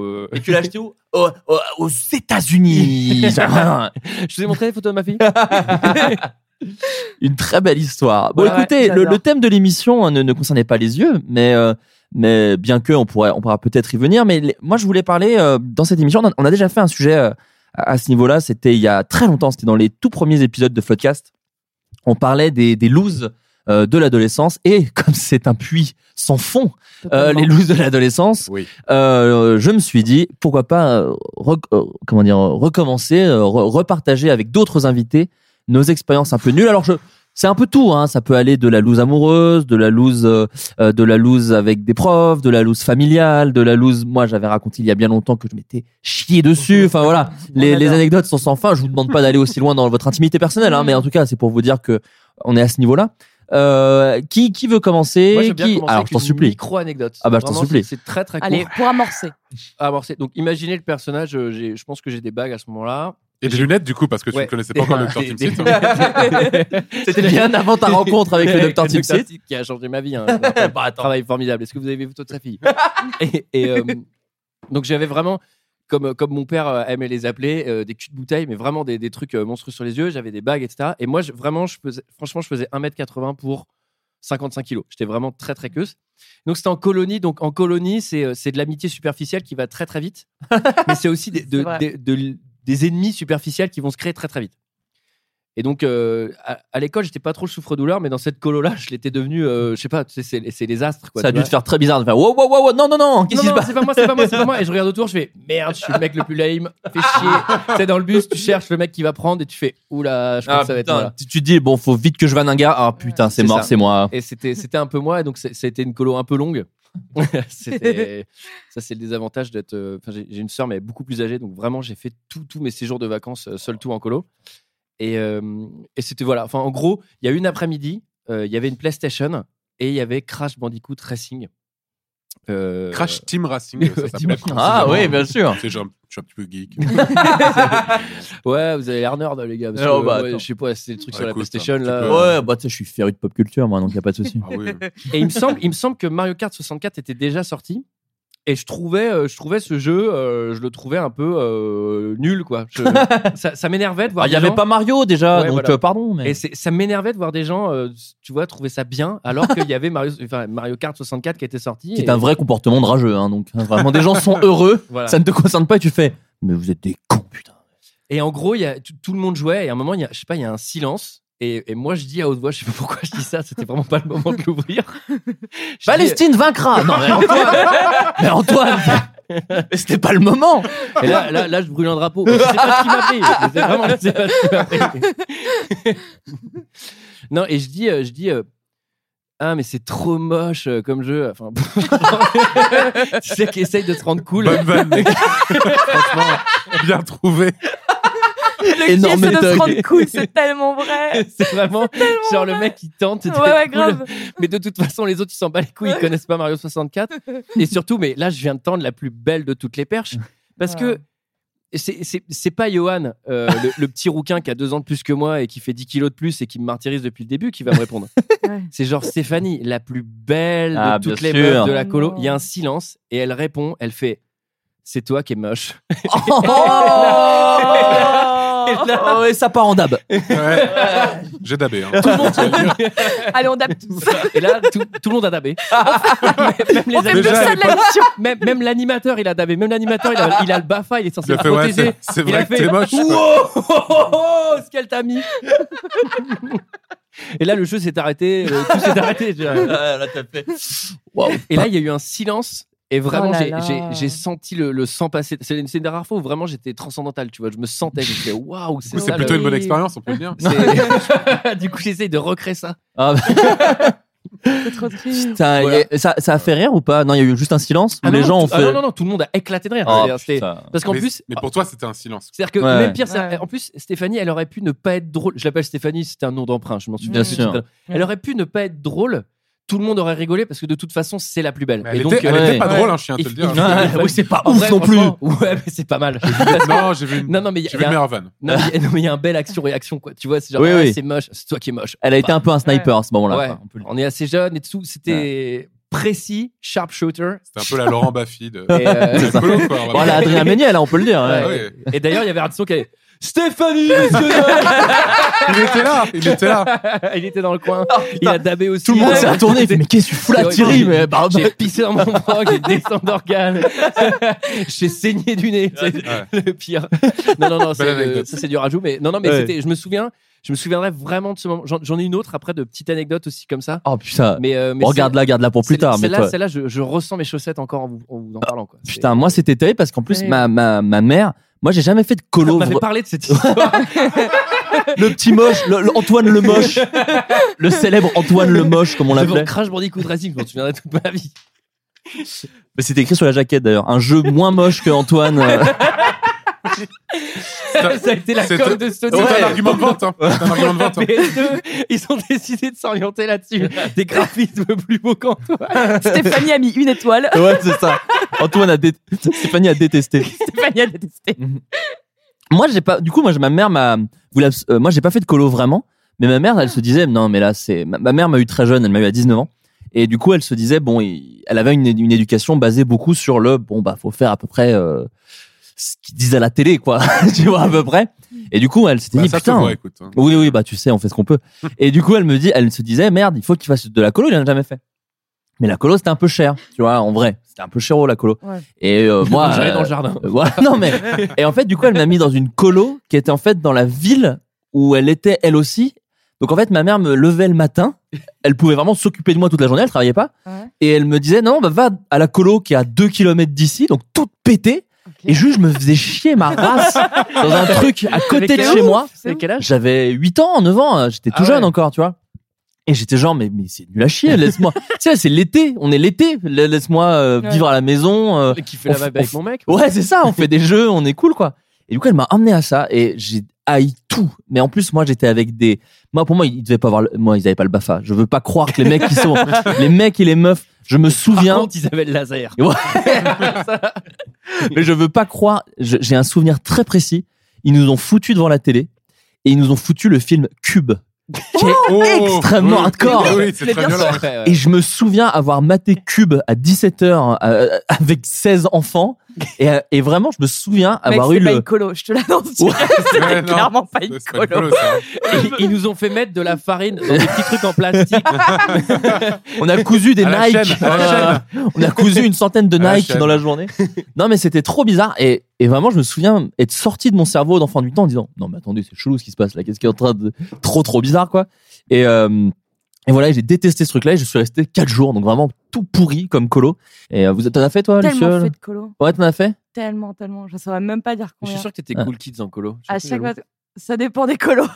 euh, Et tu l'as acheté où Au- au- Aux États-Unis. Je vous ai montré les photos de ma fille. Une très belle histoire. Bon, Ouais, écoutez, ouais, le, j'adore. le thème de l'émission hein, ne, ne concernait pas les yeux, mais, euh, mais bien que on pourrait, on pourra peut-être y venir. Mais les- moi, je voulais parler euh, dans cette émission. On a, on a déjà fait un sujet euh, à, à ce niveau-là. C'était il y a très longtemps, c'était dans les tout premiers épisodes de Floodcast. On parlait des, des looses euh, de l'adolescence et comme c'est un puits sans fond, euh, les looses de l'adolescence, Oui. euh, je me suis dit pourquoi pas euh, rec- euh, comment dire euh, recommencer, euh, re- repartager avec d'autres invités nos expériences un peu nulles. Alors je c'est un peu tout, hein. ça peut aller de la loose amoureuse, de la loose, euh, euh, de la loose avec des profs, de la loose familiale, de la loose. Moi, j'avais raconté il y a bien longtemps que je m'étais chié dessus. Enfin voilà, les, les anecdotes sont sans fin. Je vous demande pas d'aller aussi loin dans votre intimité personnelle, hein, mais en tout cas, c'est pour vous dire que on est à ce niveau-là. Euh, qui qui veut commencer Moi, j'aime bien Qui- commencer Alors avec je t'en une supplie. micro-anecdote. Ah bah je t'en Vraiment, supplie. c'est- C'est très très court. Allez, pour amorcer. amorcer. Donc imaginez le personnage, euh, j'ai- je pense que j'ai des bagues à ce moment-là. Et des lunettes, du coup, parce que tu ne connaissais pas encore le hein. Dr. Team Team Seat, C'était bien avant ta rencontre avec le Dr. Team Seat. Qui a changé ma vie. hein. Un travail formidable. Est-ce que vous avez vu photo de sa fille Et, et, euh, donc j'avais vraiment, comme, comme mon père euh, aimait les appeler, euh, des culs de bouteille, mais vraiment des, des trucs euh, monstrueux sur les yeux. J'avais des bagues, etc. Et moi, je- vraiment, je faisais, franchement, je faisais 1m80 pour 55 kilos. J'étais vraiment très, très queuse. Donc c'était en colonie. Donc en colonie, c'est euh, c'est de l'amitié superficielle qui va très, très vite. mais c'est aussi des, de- C'est vrai. des- de- des ennemis superficiels qui vont se créer très, très vite. Et donc, euh, à, à l'école, j'étais pas trop le souffre-douleur, mais dans cette colo-là, je l'étais devenu, euh, je sais pas, tu sais, c'est c'est les astres. Quoi, Ça a tu dû vois. te faire très bizarre de faire wow wow wow, wow, non non non qu'est-ce Non, qui se non, passe c'est pas moi, c'est pas moi, c'est pas moi. Et je regarde autour, je fais merde, je suis le mec le plus lame, fais chier. tu sais, dans le bus, tu cherches le mec qui va prendre et tu fais oula, je pense Ah, que ça va être putain, moi. là. tu, tu te dis bon faut vite que je vanne un gars ah putain c'est C'est mort ça. c'est moi Et c'était c'était un peu moi, et donc c'est- c'était une colo un peu longue. C'était- ça, c'est le désavantage d'être. euh, enfin, j'ai j'ai une sœur, mais beaucoup plus âgée, donc vraiment, j'ai fait tout, tous mes séjours de vacances euh, seul, tout en colo. Et, euh, et c'était voilà. Enfin, en gros, il y a une après-midi, euh, il y avait une PlayStation et il y avait Crash Bandicoot Racing. Euh, Crash Team Racing, ça s'appelle. Ah oui, bien sûr. C'est genre- Je suis un petit peu geek. ouais, vous avez l'air nerd, hein, les gars. parce Non, que, bah, ouais, attends. je sais pas, c'est le truc Ouais, sur la écoute, un PlayStation petit là. peu. ouais bah tu sais, je suis féru de pop culture moi donc y a pas de souci Ah oui. Et il me semble, il me semble que Mario Kart 64 était déjà sorti. Et je trouvais, euh, je trouvais ce jeu, euh, je le trouvais un peu euh, nul, quoi. Je- ça ça m'énervait de voir. Ah, il y des avait gens- pas Mario déjà Ouais, donc voilà. euh, pardon mais Et c'est- ça m'énervait de voir des gens, euh, tu vois, trouver ça bien, alors qu'il y avait Mario, enfin, Mario Kart 64 qui était sorti. qui est et- un vrai comportement de rageux hein, donc hein, vraiment des gens sont heureux Voilà. ça ne te concerne pas et tu fais mais vous êtes des cons putain Et en gros, il y a, tout, tout le monde jouait. Et à un moment, il y a, je sais pas, il y a un silence. Et, et moi, je dis à haute voix, je sais pas pourquoi je dis ça. C'était vraiment pas le moment de l'ouvrir. Je dis- Palestine vaincra non mais Antoine mais Antoine mais c'était pas le moment Et là, là, là, je brûle un drapeau. Mais Je sais pas ce qui m'a pris. Je sais vraiment, je sais pas ce qui m'a pris. non, et je dis, euh, je dis, euh, ah, mais c'est trop moche euh, comme jeu. Enfin, tu sais qui essaye de se rendre cool. Bonne vanne, mec. Franchement, bien trouvé. Le qui Énorme essaie de se thug. rendre cool, c'est tellement vrai. C'est vraiment genre le mec qui tente. Ouais, d'être ouais, cool. grave. Mais de toute façon, les autres, ils s'en battent les couilles, ils connaissent pas Mario 64. Et surtout, mais là, je viens de tendre la plus belle de toutes les perches. Parce que c'est- c'est c'est pas Johan, euh, le, le petit rouquin qui a deux ans de plus que moi et qui fait 10 kilos de plus et qui me martyrise depuis le début, qui va me répondre. Ouais. C'est genre Stéphanie, la plus belle de Ah, toutes bien les sûr. meufs de la colo. Non. Il y a un silence et elle répond, elle fait C'est toi qui es moche. oh, Oh, et ça part en dab Ouais. J'ai dabé. Hein. Allez, on adapte tous. Et là, tout, tout le monde a dabé. même les On fait amis. plus Déjà, ça de la mission. Même, même l'animateur, il a dabé. Même l'animateur, il a, il a le bafa, il est censé Il a le fait, ouais, protéger. c'est- c'est Il vrai a que fait, t'es moche, Wow, oh, oh, oh, ce qu'elle t'a mis. Et là, le jeu s'est arrêté. euh, tout s'est arrêté. je dirais. Et là, il y a eu un silence. Et vraiment, Oh là j'ai- là. j'ai j'ai senti le, le sang passer. C'est une, c'est une des rares fois où vraiment j'étais transcendantal. Tu vois, je me sentais. Je me disais, waouh, c'est Du coup, C'est ça, plutôt le- une bonne expérience, on peut le dire. c'est- du coup, j'essaye de recréer ça. Ah, bah, C'est trop triste. putain, Voilà. et ça, ça a fait rire ou pas Non, il y a eu juste un silence où Ah les non, gens ont tout- ah fait. non, non, non, tout le monde a éclaté de rire. Oh, C'est-à-dire, c'était- putain. Parce qu'en mais, plus, mais pour toi, c'était un silence. c'est-à-dire que Ouais. même pire, ça- Ouais. en plus, Stéphanie, elle aurait pu ne pas être drôle. Je l'appelle Stéphanie, c'était un nom d'emprunt, je m'en souviens. Bien plus. sûr. Elle aurait pu ne pas être drôle. Tout le monde aurait rigolé parce que de toute façon, c'est la plus belle. Mais Et elle était, elle euh, était pas ouais. drôle, hein, je tiens à te Il- le dire. il- Ah hein. Ouais, c'est pas ouf non plus. Ouais, mais c'est pas mal. non, j'ai vu une, Non, non, mais il y a- j'ai il vu y une a- meilleure vanne. Non, mais il y a- non, mais il y a un bel action-réaction, quoi. Tu vois, c'est genre, Oui, ah, oui. c'est moche, c'est toi qui es moche. Elle a été un peu un sniper à ce moment-là. Ouais. quoi, on peut le dire. On est assez jeune et tout. C'était précis, sharpshooter. C'était un peu la Laurent Baffy de. Et, euh, de la colo, quoi, Ah on va Voilà, dire. Adrien Méniel, là, on peut le dire. Ouais. hein. ouais. Et d'ailleurs, il y avait un son qui avait Stéphanie est-ce que- Il était là, il était là. il était dans le coin. il a dabé aussi. Oh, Tout le monde s'est retourné. Il fait, mais qu'est-ce que tu fous là, Ouais, Thierry j'ai- mais, bah, bah, J'ai pissé dans mon froc, j'ai descendu d'organes. j'ai saigné du nez. C'est le pire. Non, non, non, c'est, Belle euh, anecdote. ça c'est du rajout. Mais non, non, mais Ouais. c'était- je me souviens, je me souviendrai vraiment de ce moment. J'en, j'en ai une autre après de petite anecdote aussi comme ça. Oh putain. Mais, euh, mais Oh, garde-la, garde-la pour plus celle- tard, mais Celle-là, toi- celle-là, je, je ressens mes chaussettes encore en vous en, vous en parlant. Quoi. C'est- Ah, Putain, moi c'était terrible parce qu'en plus Ouais. ma, ma, ma mère, moi j'ai jamais fait de colo. On m'avait vra- parlé de cette histoire. Le petit moche, le, le Antoine le moche, le célèbre Antoine le moche comme on Devant l'appelait. Crash Bandicoot Racing, je m'en souviendrai toute ma vie. Mais C'était écrit sur la jaquette d'ailleurs, un jeu moins moche que Antoine. euh. ça a été la C'est com un- de Sony. c'est un argument de vente, hein. C'est un argument de vente, hein. PS2, ils ont décidé de s'orienter là-dessus. Des graphismes plus beaux qu'Antoine. Stéphanie a mis une étoile. Ouais, c'est ça. Antoine a dé- Stéphanie a détesté. Stéphanie a détesté. moi j'ai pas du coup moi j'ai- ma mère m'a voulait abs- euh, moi j'ai pas fait de colo vraiment mais ma mère elle se disait non mais là c'est ma, ma mère m'a eu très jeune elle m'a eu à 19 ans et du coup elle se disait bon il- elle avait une, é- une éducation basée beaucoup sur le bon bah faut faire à peu près euh, ce qu'ils disent à la télé quoi tu vois à peu près et du coup elle s'était Bah, dit ça, putain se voit, écoute, hein. oui oui bah tu sais on fait ce qu'on peut et du coup elle me dit elle se disait merde il faut qu'il fasse de la colo il en a jamais fait mais la colo c'était un peu cher tu vois en vrai c'était un peu cher oh, la colo Ouais. et euh, moi J'allais euh, dans le jardin. euh, voilà, non mais et en fait du coup elle m'a mis dans une colo qui était en fait dans la ville où elle était elle aussi. Donc en fait ma mère me levait le matin, elle pouvait vraiment s'occuper de moi toute la journée, elle travaillait pas et elle me disait non bah va à la colo qui est à 2 km d'ici donc toute pétée. Et juste, je me faisais chier ma race dans un truc à côté de quel chez ouf, moi. c'est ouf. Quel âge J'avais 8 ans, 9 ans, euh, j'étais tout Ah jeune ouais. encore, tu vois. Et j'étais genre, mais, mais c'est nul à chier, laisse-moi. tu sais, c'est l'été, on est l'été, la- laisse-moi euh, Ouais. vivre à la maison. euh, Qui fait on la f- vibe on avec f- mon mec. Ouais, c'est ça, on fait des jeux, on est cool, quoi. Et du coup, elle m'a emmené à ça et j'ai haï tout. Mais en plus, moi, j'étais avec des. Moi, pour moi, ils devaient pas avoir. le- Moi, ils avaient pas le BAFA. Je veux pas croire que les mecs qui sont. les mecs et les meufs, je me souviens. Par contre, ils avaient le laser. Ouais. Mais je veux pas croire. je- J'ai un souvenir très précis. Ils nous ont foutu devant la télé et ils nous ont foutu le film Cube, qui est Oh, extrêmement oui, hardcore. oui, oui, c'est Mais très bien violent. sûr. Ouais, ouais. Et je me souviens avoir maté Cube à 17h euh, avec 16 enfants. Et, euh, et vraiment, je me souviens Mec, avoir c'est eu pas le. une colo, je te l'annonce. Ouais. C'était Ouais, non. clairement pas une C'est pas une colo. colo, ça. hein. Ils, ils nous ont fait mettre de la farine dans des petits trucs en plastique. On a cousu des À la Nike. chaîne, à la Euh, on a cousu une centaine de À la Nike chaîne. dans la journée. Non, mais c'était trop bizarre. Et, et vraiment, je me souviens être sorti de mon cerveau d'enfant du temps en disant Non, mais attendez, c'est chelou ce qui se passe là. Qu'est-ce qui est en train de. Trop, trop bizarre, quoi. Et, euh, et voilà, j'ai détesté ce truc-là et je suis resté 4 jours. Donc vraiment tout pourri comme colo. Et euh, vous, t'en as fait, toi, Tellement fait Luciole de colo. Ouais, t'en as fait Tellement, tellement. Je ne saurais même pas dire Je combien. suis sûr que t'étais Ah. cool kids en colo. Je À suis un chaque peu jaloux. vacances. Ça dépend des colos.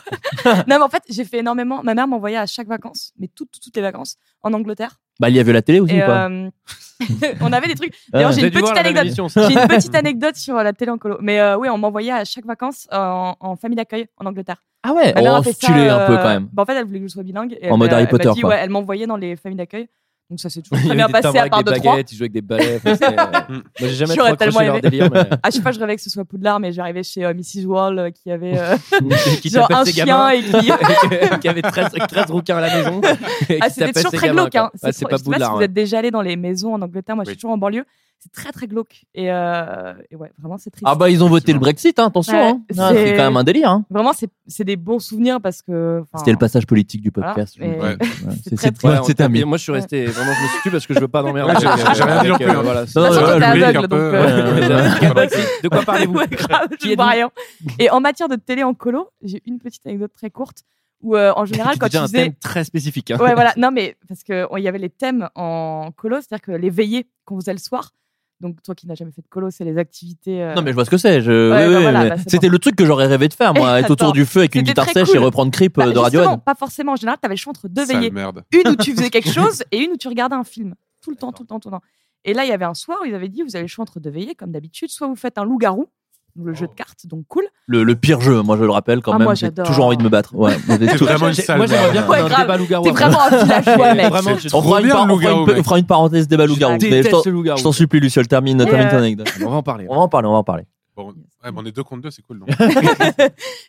non, mais en fait, j'ai fait énormément. Ma mère m'envoyait à chaque vacances, mais toutes, toutes, toutes les vacances, en Angleterre. Bah, il y avait la télé aussi Et, ou pas euh, on avait des trucs. D'ailleurs, Ah. j'ai J'ai une dû voir petite la même anecdote. émission, ça. J'ai une petite anecdote sur la télé en colo. Mais euh, oui, on m'envoyait à chaque vacances euh, en, en famille d'accueil en Angleterre. Ah ouais, Ma mère a oh, fait ça, stylé un peu euh, quand même. bah, en fait, elle voulait que je sois bilingue. et En elle mode m'a- Harry elle m'a Potter, dit, quoi. ouais, elle m'envoyait dans les familles d'accueil. Donc ça s'est toujours Il y très avait bien des passé timbres à part avec de des trois. baguettes, ils jouaient avec des balais. enfin, c'était, euh, Moi, j'ai jamais trop J'aurais tellement accroché leur aimé. délire. Mais... À chaque fois, je rêvais que ce soit Poudlard, mais j'arrivais chez euh, Mrs. Wall euh, qui avait euh, qui genre tapait un ses chien gamins. et qui. qui avait 13, 13 rouquins à la maison. et Ah, qui c'était tapait toujours ses très gamins, glauque. quoi. Hein. Ah, C'est C'est trop- pas je sais pas si Boudlard. vous ouais. êtes déjà allé dans les maisons en Angleterre. Moi, je Oui. suis toujours en banlieue. C'est très, très glauque. Et, euh, et ouais, vraiment, c'est triste. Ah bah, ils ont voté le Brexit, hein, attention. Ouais, hein. Ah, C'est c'est- quand même un délire. hein. Vraiment, c'est c'est des bons souvenirs parce que. enfin, C'était le passage politique du voilà. podcast. Et- Ouais. Ouais, C'est c'est- très, C'est très- Ouais, on c'est tapait. terminé. Moi, je suis resté. Vraiment, je me suis tué parce que je veux pas d'emmerder. Ouais, j'ai- j'ai- j'ai rien dit non plus, hein. Non, Sachant ouais, que Bah, t'es ouais, public, aveugle, un donc. peu. euh, Ouais, ouais, ouais. De quoi parlez-vous Ouais, grave, Qui je êtes-vous vois rien. Et en matière de télé en colo, j'ai une petite anecdote très courte où, euh, en général, quand tu J'ai un faisais. thème très spécifique. hein. Ouais, voilà. Non, mais parce qu'il y avait les thèmes en colo, c'est-à-dire que les veillées qu'on faisait le soir. Donc, toi qui n'as jamais fait de colo, c'est les activités. euh, Non mais je vois ce que c'est. Je... Ouais, oui, bah oui, voilà, mais bah, c'est C'était le truc que j'aurais rêvé de faire, moi, être Attends. autour du feu avec une C'était guitare très sèche cool. et reprendre Creep euh, bah, de justement, Radiohead. pas forcément. En général, t'avais le choix entre deux Sale veillées. merde. Une où tu faisais quelque chose et une où tu regardais un film. Tout le temps, tout le temps, tout le temps. Et là, il y avait un soir où ils avaient dit vous avez le choix entre deux veillées, comme d'habitude. Soit vous faites un loup-garou, le jeu de cartes, donc cool. Le, le pire jeu, moi je le rappelle quand Ah, même. moi, J'ai j'adore. toujours envie de me battre. Ouais. Moi, j'ai C'est tout- vraiment une J'ai- sale Moi, j'aimerais bien merde. qu'on ait Ouais, un grave. débat loup-garou. T'es vraiment un villageois, mec. Ah Vraiment, C'est je On trop fera une, bien, par- le on fera loup-garou, une- on mec. fera une parenthèse débat loup-garou. Mais je t'en- déteste le loup-garou. je t'en supplie, Luciole, termine, termine ton euh, anecdote. On va en parler. On va en parler, on va en parler. Bon, ouais, mais on est deux contre deux, c'est cool. non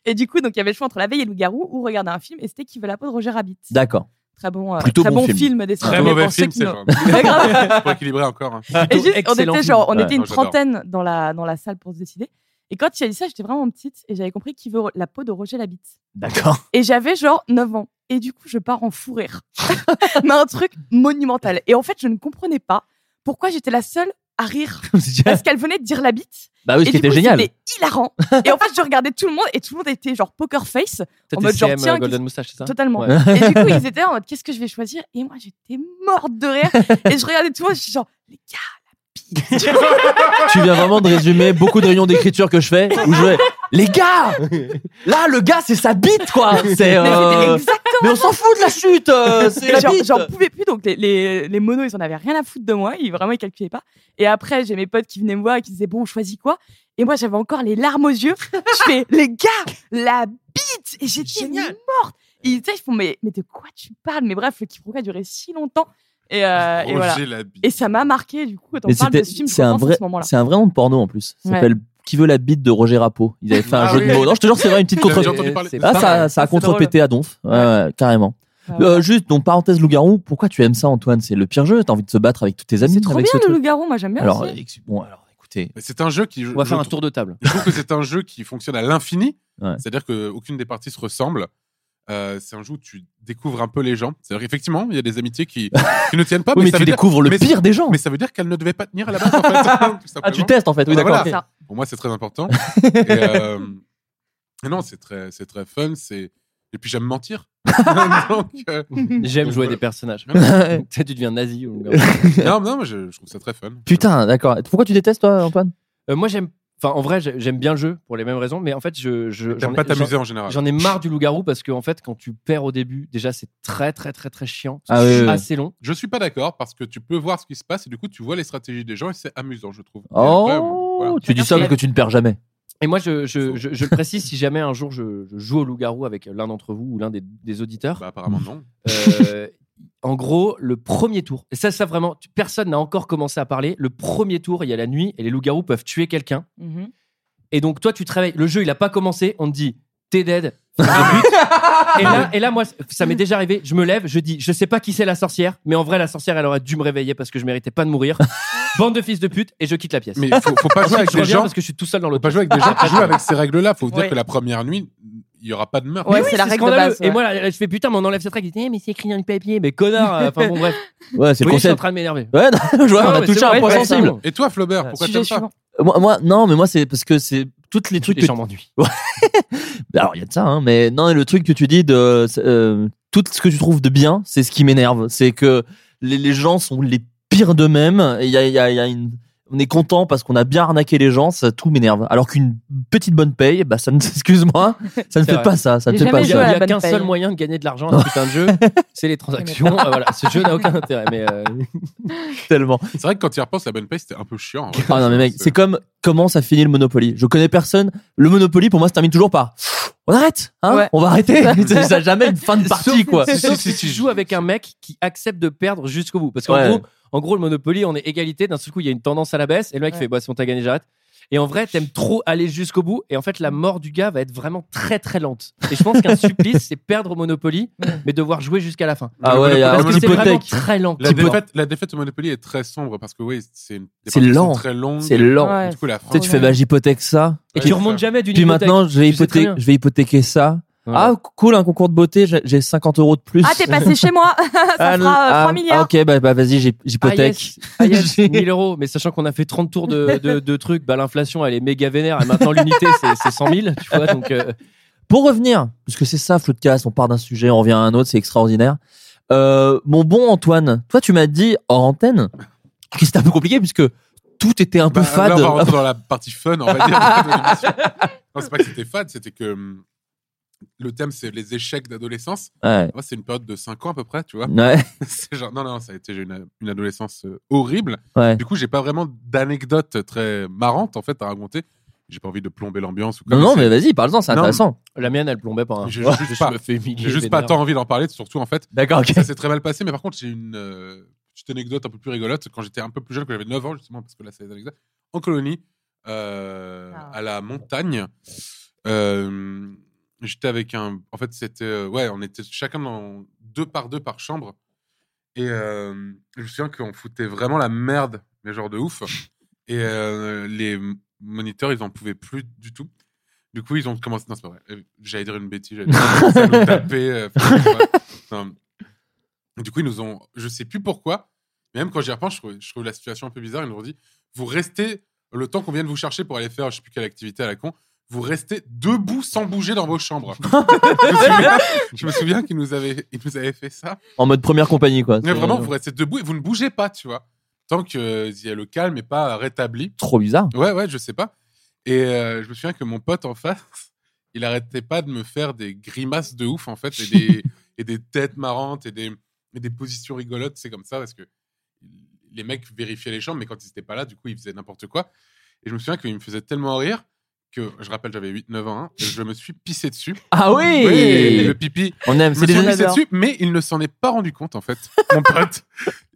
Et du coup, donc il y avait le choix entre la veille et loup-garou ou regarder un film. Et c'était Qui veut la peau de Roger Rabbit. D'accord. Très bon, euh, Plutôt très bon bon, film. film, dessiné Très pour mauvais ceux film, qui c'est n'ont- genre. Ouais, grave. Pour équilibrer encore. hein. Et juste, on Excellent film. était genre, on Ouais, était non, une j'adore. trentaine dans la dans la salle pour se décider. Et quand il a dit ça, j'étais vraiment petite et j'avais compris qu'il veut la peau de Roger Labitte. D'accord. Et j'avais genre 9 ans. Et du coup, je pars en fou rire. Mais un truc monumental. Et en fait, je ne comprenais pas pourquoi j'étais la seule à rire. Parce qu'elle venait de dire la bite. Bah oui, ce Et qui du était coup, génial. C'était hilarant. Et en fait, je regardais tout le monde et tout le monde était genre poker face. Toi, en t'es mode genre, CM, tiens, euh, Golden qu'est-ce- Moustache, c'est ça Totalement. Ouais. Et du coup, ils étaient en mode, qu'est-ce que je vais choisir Et moi, j'étais morte de rire. Et je regardais tout le monde, je suis genre, les gars, la bite. tu viens vraiment de résumer beaucoup de réunions d'écriture que je fais où je vais les gars là le gars c'est sa bite quoi c'est euh, mais on s'en fout de la chute euh, c'est Et la j'en- bite J'en pouvais plus, donc les, les, les monos, ils en avaient rien à foutre de moi, ils vraiment ils calculaient pas. Et après, j'ai mes potes qui venaient me voir et qui disaient bon, on choisit quoi Et moi, j'avais encore les larmes aux yeux. Je fais les gars, la bite Et j'étais morte. Et ils tu sais, ils font mais, mais de quoi tu parles Mais bref, le quiproquo a duré si longtemps. Et, euh, et Roger voilà. la Et ça m'a marqué du coup quand on Oh, Mais parle c'était- de ce film. c'est un vrai vrai. Ce moment-là. c'est un vrai nom de porno en plus ça Ouais. s'appelle qui veut la bite de Roger Rapeau ils avaient fait un Ah jeu de oui. mots non je te jure c'est vrai une petite contre J'avais entendu parler. ah, ça, Pareil. ça a C'est drôle. contre-pété à donf Ouais, ouais, carrément Ah Euh, juste donc parenthèse loup-garou pourquoi tu aimes ça Antoine c'est le pire jeu t'as envie de se battre avec tous tes amis Trop avec bien ce le truc. loup-garou, moi j'aime bien. alors aussi. ex- bon alors écoutez Mais C'est un jeu qui. On va faire un tour de table. Je trouve que c'est un jeu qui fonctionne à l'infini. Ouais. C'est-à-dire qu'aucune des parties se ressemble. Euh, c'est un jeu où tu découvres un peu les gens. C'est-à-dire qu'effectivement, il y a des amitiés qui, qui ne tiennent pas. Oui, mais ça tu veut dire- découvres le mais- pire des gens. Mais ça veut dire qu'elles ne devaient pas tenir à la base. En fait, tout Ah, tu simplement. testes, en fait. Oui, Voilà, d'accord, voilà. ok. Pour moi, c'est très important. et, euh, et non, c'est très, c'est très fun. C'est et puis j'aime mentir. Donc, euh, J'aime jouer donc, voilà. des personnages. Ouais. tu deviens nazi. ou- non, non, mais je, je trouve ça très fun. putain d'accord pourquoi tu détestes toi Antoine Euh, moi, j'aime. Enfin, en vrai, j'ai- j'aime bien le jeu pour les mêmes raisons, mais en fait, je. je j'en ai- pas t'amuser j'en- en général. J'en ai marre du loup-garou parce que, en fait, quand tu perds au début, déjà, c'est très, très, très, très chiant. Ah C'est oui, oui. assez long. Je suis pas d'accord parce que tu peux voir ce qui se passe et du coup tu vois les stratégies des gens et c'est amusant, je trouve. Et après, oh bon, voilà. tu dis ça parce que tu ne perds jamais Et moi, je, je, je, je le précise, si jamais un jour je, je joue au loup-garou avec l'un d'entre vous ou l'un des, des auditeurs. Bah, apparemment, non. euh, en gros, le premier tour, et ça, ça vraiment, tu- personne n'a encore commencé à parler. Le premier tour, il y a la nuit et les loups-garous peuvent tuer quelqu'un. Mhm. Et donc, toi, tu travailles. Le jeu, il a pas commencé. On te dit, t'es dead. fils de pute. et, là, et là, moi, ça m'est déjà arrivé. Je me lève, je dis, je sais pas qui c'est la sorcière, mais en vrai, la sorcière, elle aurait dû me réveiller parce que je méritais pas de mourir. Bande de fils de pute, et je quitte la pièce. Mais faut, faut pas Ensuite, jouer avec je des reviens gens. parce que je suis tout seul dans Faut l'autre. pas jouer avec des gens qui jouent avec ces règles-là. Faut vous dire Ouais. que la première nuit, il y aura pas de meurtre. Mais Ouais, oui, c'est la règle de scandaleux. base, ouais. Et moi, là, là, je fais putain, mais on enlève cette règle. Il dit, Eh, mais c'est écrit dans le papier, mais connard. euh, Enfin bon, bref. ouais c'est Vous le voyez, je suis en concept train de m'énerver. ouais non, je vois, Non, on a mais touché c'est un vrai, point ouais, Euh, sensible pardon. Et toi, Flaubert, pourquoi Sujet t'aimes ça suivant. Moi, moi- non, mais moi, c'est parce que c'est toutes les trucs. Les que gens tu- m'ennuient. Ouais. Alors, il y a de ça, hein, mais non, et le truc que tu dis de c'est, euh, tout ce que tu trouves de bien, c'est ce qui m'énerve. C'est que les, les gens sont les pires d'eux-mêmes. et il y a- il y a- il y a une- On est content parce qu'on a bien arnaqué les gens, ça tout m'énerve. Alors qu'une petite bonne paye, bah ça ne excuse-moi, ça ne C'est fait vrai. pas ça, ça ne J'ai fait pas jamais Il y joué à ça. la a bonne qu'un paye. seul moyen de gagner de l'argent à ce putain de jeu, c'est les transactions. Euh, voilà, ce jeu n'a aucun intérêt. Mais euh, Tellement. C'est vrai que quand tu y repenses, la bonne paye, c'était un peu chiant. en vrai. Ah non mais mec, c'est comme comment ça finit le Monopoly. Je connais personne. Le Monopoly pour moi se termine toujours par on arrête, hein Ouais. on va arrêter. ça n'a jamais une fin de partie quoi. Si, si, sauf si, si si, tu si. joues avec un mec qui accepte de perdre jusqu'au bout. Parce qu'en Ouais. gros, en gros, le Monopoly, on est égalité. D'un seul coup, il y a une tendance à la baisse. Et le mec Ouais. fait, bah, si on t'a gagné, j'arrête. Et en vrai, t'aimes trop aller jusqu'au bout. Et en fait, Mm. la mort du gars va être vraiment très, très lente. Et je pense qu'un supplice, c'est perdre au Monopoly, mais devoir jouer jusqu'à la fin. Ah Le ouais, il y a Parce un que c'est vraiment hypothèque. très lent. La Petit peu. défaite, la défaite au Monopoly est très sombre parce que oui, c'est une des C'est parties qui sont lent. très longue. C'est lent. Ouais. Du coup, la Tu sais, France. tu fais bah j'hypothèque ça. Et Ouais, tu c'est remontes ça. jamais d'une Puis hypothèque. maintenant, je vais, Tu sais très hypothé- bien. je vais hypothéquer ça. Ouais. Ah, cool, un concours de beauté, j'ai- j'ai 50 euros de plus. Ah, t'es passé chez moi, ça Ah, fera euh, ah, 3 milliards. ah, ok, bah, bah, vas-y, j'hy- Ah j'hypothèque. yes, ah yes, 1000 euros, mais sachant qu'on a fait 30 tours de, de- de trucs, bah, l'inflation elle est méga vénère et maintenant l'unité c'est- c'est 100 000, tu vois, donc euh, Pour revenir, parce que c'est ça, Floodcast, on part d'un sujet, on revient à un autre, c'est extraordinaire. Euh, mon bon Antoine, toi, tu m'as dit hors antenne que c'était un peu compliqué puisque tout était un peu Bah, fade. Là, on va rentrer dans la partie fun, on va dire. de l'émission. non, c'est pas que c'était fade, c'était que hum, le thème, c'est les échecs d'adolescence. Ouais. Moi, c'est une période de 5 ans à peu près, tu vois. Ouais, C'est genre, non, non, ça a été une, une adolescence euh, horrible. ouais. Du coup, j'ai pas vraiment d'anecdotes très marrantes, en fait, à raconter. J'ai pas envie de plomber l'ambiance ou quoi. Non, non, mais c'est- vas-y, parle-en, c'est Non. intéressant. la mienne elle plombait pas. hein. J'ai juste pas- me fais humilier, J'ai juste pas vénère. tant envie d'en parler, surtout, en fait. D'accord, ok. Ça s'est très mal passé, mais par contre, j'ai une euh, petite anecdote un peu plus rigolote. Quand j'étais un peu plus jeune, quand j'avais 9 ans, justement, parce que là, c'est des anecdotes, en colonie, euh, Ah. à la montagne, euh, j'étais avec un. En fait, c'était. euh, Ouais, on était chacun dans deux par deux par chambre. Et euh, je me souviens qu'on foutait vraiment la merde, mais genre de ouf. Et euh, les moniteurs, ils n'en pouvaient plus du tout. Du coup, ils ont commencé. Non, c'est pas vrai. Euh, J'allais dire une bêtise. j'allais dire- ils allaient nous taper, euh, enfin, je sais pas. Non. Du coup, ils nous ont. Je sais plus pourquoi. mais Même quand j'y repense, je trouve, je trouve la situation un peu bizarre. Ils nous ont dit Vous restez, le temps qu'on vient de vous chercher pour aller faire je sais plus quelle activité à la con, vous restez debout sans bouger dans vos chambres. je, me souviens, je me souviens qu'ils nous avaient, ils nous avaient fait ça. En mode première compagnie, quoi. Mais vraiment, vous restez debout et vous ne bougez pas, tu vois. Tant qu'il y a le calme et pas rétabli. Trop bizarre. Ouais, ouais, je sais pas. Et euh, je me souviens que mon pote en face, il arrêtait pas de me faire des grimaces de ouf, en fait, et des, et des têtes marrantes et des, et des positions rigolotes. C'est comme ça, parce que les mecs vérifiaient les chambres, mais quand ils étaient pas là, du coup, ils faisaient n'importe quoi. Et je me souviens qu'il me faisait tellement rire que, je rappelle, j'avais 8-9 ans, hein, et je me suis pissé dessus. Ah oui et Le pipi. On aime, Je c'est me des suis gens- pissé adore. dessus, mais il ne s'en est pas rendu compte, en fait, mon pote.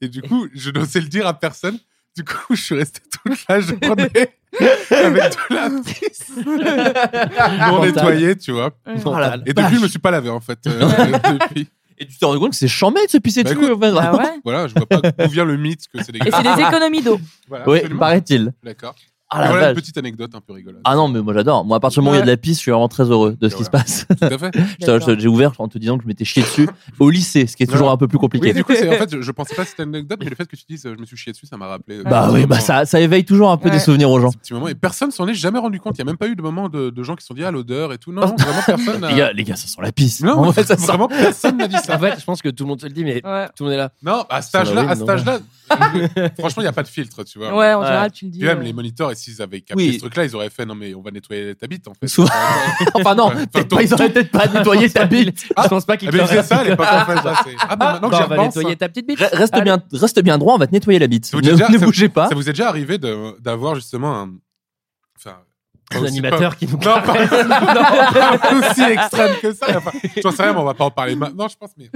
Et du coup, je n'osais le dire à personne. Du coup, je suis resté toute la journée avec de la pisse non Mental. nettoyée, tu vois. Ouais. Oh la Et vache. depuis, je me suis pas lavé, en fait. euh, depuis. Et tu t'es rendu compte que c'est chambé de se pisser Bah, dessus. écoute, en fait. Ah ouais Voilà, je vois pas d'où vient le mythe que c'est des Et c'est des économies d'eau. Voilà, Oui, absolument. paraît-il. D'accord. Ah, la Et voilà une vache. petite anecdote un peu rigolote. Ah non, mais moi j'adore. Moi, à partir du moment où il y a de la pisse, je suis vraiment très heureux de ce qui se passe. à fait. Je te- je- J'ai ouvert en te disant que je m'étais chié dessus au lycée, ce qui est toujours Ouais. un peu plus compliqué. Oui, du coup, c'est- en fait, je, je pensais pas que c'était une anecdote, mais le fait que tu dises euh, je me suis chié dessus, ça m'a rappelé. euh, bah ce oui, moment. bah ça, ça éveille toujours un peu des souvenirs aux gens. Petit moment. Et personne s'en est jamais rendu compte. Il n'y a même pas eu de moment de, de gens qui se sont dit ah l'odeur et tout. Non, non, vraiment personne. n'a- Les gars, les gars, ça sent la pisse. Non, En mais vrai, ça sent- vraiment personne n'a dit ça. En fait, je pense que tout le monde se le dit, mais Ouais. tout le monde est là. Non, à cet Ça va, âge-là, oui, à cet non. âge-là, euh, franchement, il n'y a pas de filtre, tu vois. Ouais, en général, tu le dis. Puis même euh, les moniteurs, et s'ils avaient capté Oui. ce truc-là, ils auraient fait non, mais on va nettoyer ta bite en fait. Souvent- enfin non, Ouais, enfin, peut-être ton- pas, ils auraient peut-être pas nettoyé ta bite. je pense pas qu'il Ah, mais ils faisaient t'aurait- ça à l'époque en fait. là, c'est- Ah, bah maintenant que Bon, j'y on va repense, nettoyer ta petite bite. Re- Reste Allez. bien, reste bien droit, on va te nettoyer la bite. Ça vous Ne, est Ah, déjà- ne ça- bougez pas. Ça vous est déjà arrivé de- d'avoir justement un. Enfin. pas Un aussi- animateur pas- qui nous Non, pas, Non. pas aussi extrême que ça. Enfin, J'en sais rien, mais on va pas en parler maintenant, je pense. Mais...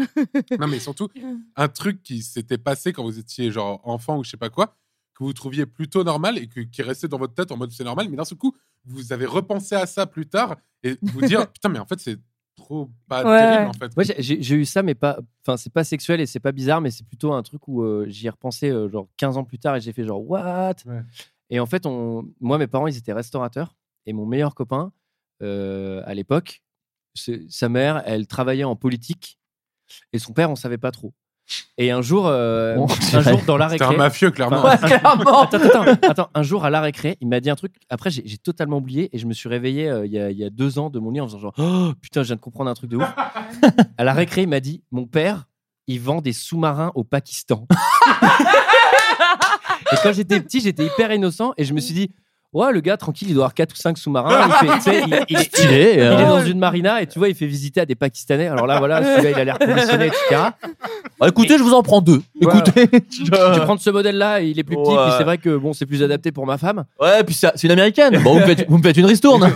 Non, mais surtout, un truc qui s'était passé quand vous étiez genre enfant ou je sais pas quoi, que vous trouviez plutôt normal et que, qui restait dans votre tête en mode c'est normal, mais d'un seul coup, vous avez repensé à ça plus tard et vous dire putain, mais en fait, c'est trop pas Ouais. terrible en fait. Moi, j'ai- j'ai j'ai eu ça, mais pas. Enfin, c'est pas sexuel et c'est pas bizarre, mais c'est plutôt un truc où euh, j'y ai repensé euh, genre 15 ans plus tard et j'ai fait genre what Ouais. Et en fait, on, moi, mes parents, ils étaient restaurateurs et mon meilleur copain euh, à l'époque, c'est- sa mère, elle travaillait en politique et son père, on savait pas trop. Et un jour, euh, Bon, un c'est jour dans la C'était un récré, mafieux, clairement. Enfin, clairement. Attends, attends, attends. Attends, un jour à la récré, il m'a dit un truc. Après, j'ai j'ai totalement oublié et je me suis réveillé euh, il y, a, il y a deux ans de mon lit en faisant genre Oh, putain, je viens de comprendre un truc de ouf. à la récré, il m'a dit Mon père, il vend des sous-marins au Pakistan. et quand j'étais petit, j'étais hyper innocent et je me suis dit Ouais, le gars, tranquille, il doit avoir quatre ou cinq sous-marins. Il, fait- tu sais, il- il- il- Stylé, il euh. est dans une marina et tu vois, il fait visiter à des Pakistanais. Alors là, voilà, celui-là, il a l'air conditionné, etc. Bah, écoutez, je vous en prends deux. Voilà. Écoutez, Tu prends de ce modèle-là, il est plus petit, Ouais. puis c'est vrai que bon, c'est plus adapté pour ma femme. ouais, Bah, puis ça- c'est une américaine. Bon, vous me faites, vous me faites une ristourne.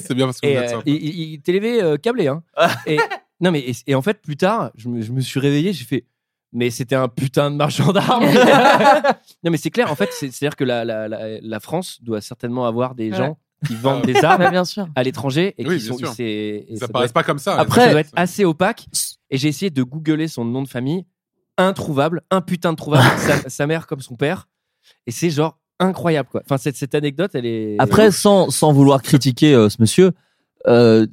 C'est bien parce que Et vous euh, êtes sympa. Ah. il, il- il t'est levé euh, câblé. Hein. et, non, mais, et, et en fait, plus tard, je me, je me suis réveillé, j'ai fait. Mais c'était un putain de marchand d'armes. non, mais c'est clair, en fait, c'est- c'est-à-dire que la, la, la, la France doit certainement avoir des Ouais. gens qui vendent Ah ouais. des Bah, armes bien sûr. à l'étranger et Oui, qui bien sont. sûr. c'est- et Ça doit paraît être- pas comme ça. Après, ça doit être Ça- assez opaque. Et j'ai essayé de googler son nom de famille. Introuvable, un putain de trouvable. sa, sa mère comme son père. Et c'est genre incroyable, quoi. Enfin, cette, cette anecdote, elle est. Après, sans, sans vouloir critiquer euh, ce monsieur, euh,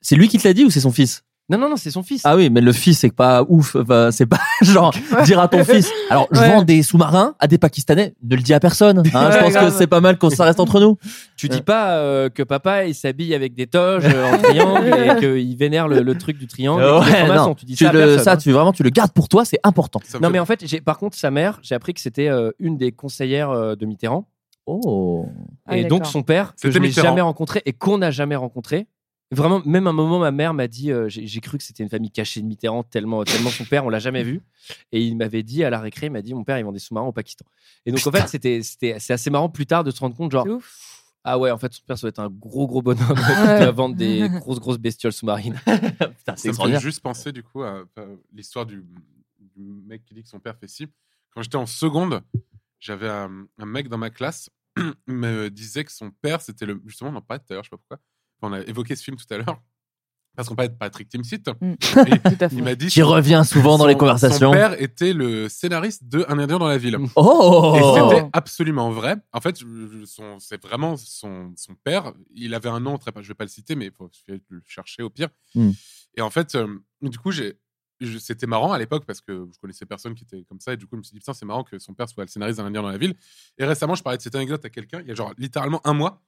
c'est lui qui te l'a dit ou c'est son fils Non, non, non, c'est son fils. Ah oui, mais le fils, c'est pas ouf. Enfin, c'est pas genre dire à ton fils. Alors, je Ouais. vends des sous-marins à des Pakistanais. Ne le dis à personne. hein. je Ouais, pense que grave. c'est pas mal qu'on ça reste entre nous. Tu dis pas euh, que papa il s'habille avec des toges euh, en triangle et qu'il vénère le, le truc du triangle. et qu'il est Ouais, franc-maçon. non. Tu dis Tu ça. à le- personne, ça, hein. tu vraiment, tu le gardes pour toi. C'est important. ça me Non fait- mais en fait, j'ai- par contre sa mère, j'ai appris que c'était euh, une des conseillères euh, de Mitterrand Oh. Ah, et d'accord. donc son père que C'était je n'ai Mitterrand. jamais rencontré et qu'on n'a jamais rencontré. Vraiment, même un moment, ma mère m'a dit, euh, j'ai j'ai cru que c'était une famille cachée de Mitterrand tellement, tellement son père, on l'a jamais vu. Et il m'avait dit à la récré, il m'a dit, mon père, il vend des sous-marins au Pakistan. Et donc en fait, c'était, c'était, c'est assez marrant plus tard de se rendre compte, genre, C'est ouf. ah ouais, en fait, son père, ça doit être un gros, gros bonhomme qui doit vendre des grosses, grosses bestioles sous-marines. Putain, Ça c'est me fait extraordinaire. juste penser du coup à euh, l'histoire du, du mec qui dit que son père fait ci. Quand j'étais en seconde, j'avais un, un mec dans ma classe il me disait que son père, c'était le justement on en parlait tout à l'heure, je sais pas pourquoi. On a évoqué ce film tout à l'heure. parce qu'on parlait de Patrick Timsit. Mm. Et à fait. Il m'a dit Qui que revient souvent dans les son- conversations. Son père était le scénariste de Un Indien dans la ville. Oh Et c'était absolument vrai. En fait, je- son- c'est vraiment son, son père. Il avait un nom très, je vais pas le citer, mais il faut je vais le chercher au pire. Hmm. Et en fait, euh, du coup, j'ai, je- c'était marrant à l'époque parce que je connaissais personne qui était comme ça. Et du coup, je me suis dit, putain, c'est marrant que son père soit le scénariste d'un Indien dans la ville. Et récemment, je parlais de cette anecdote à quelqu'un, il y a genre littéralement un mois.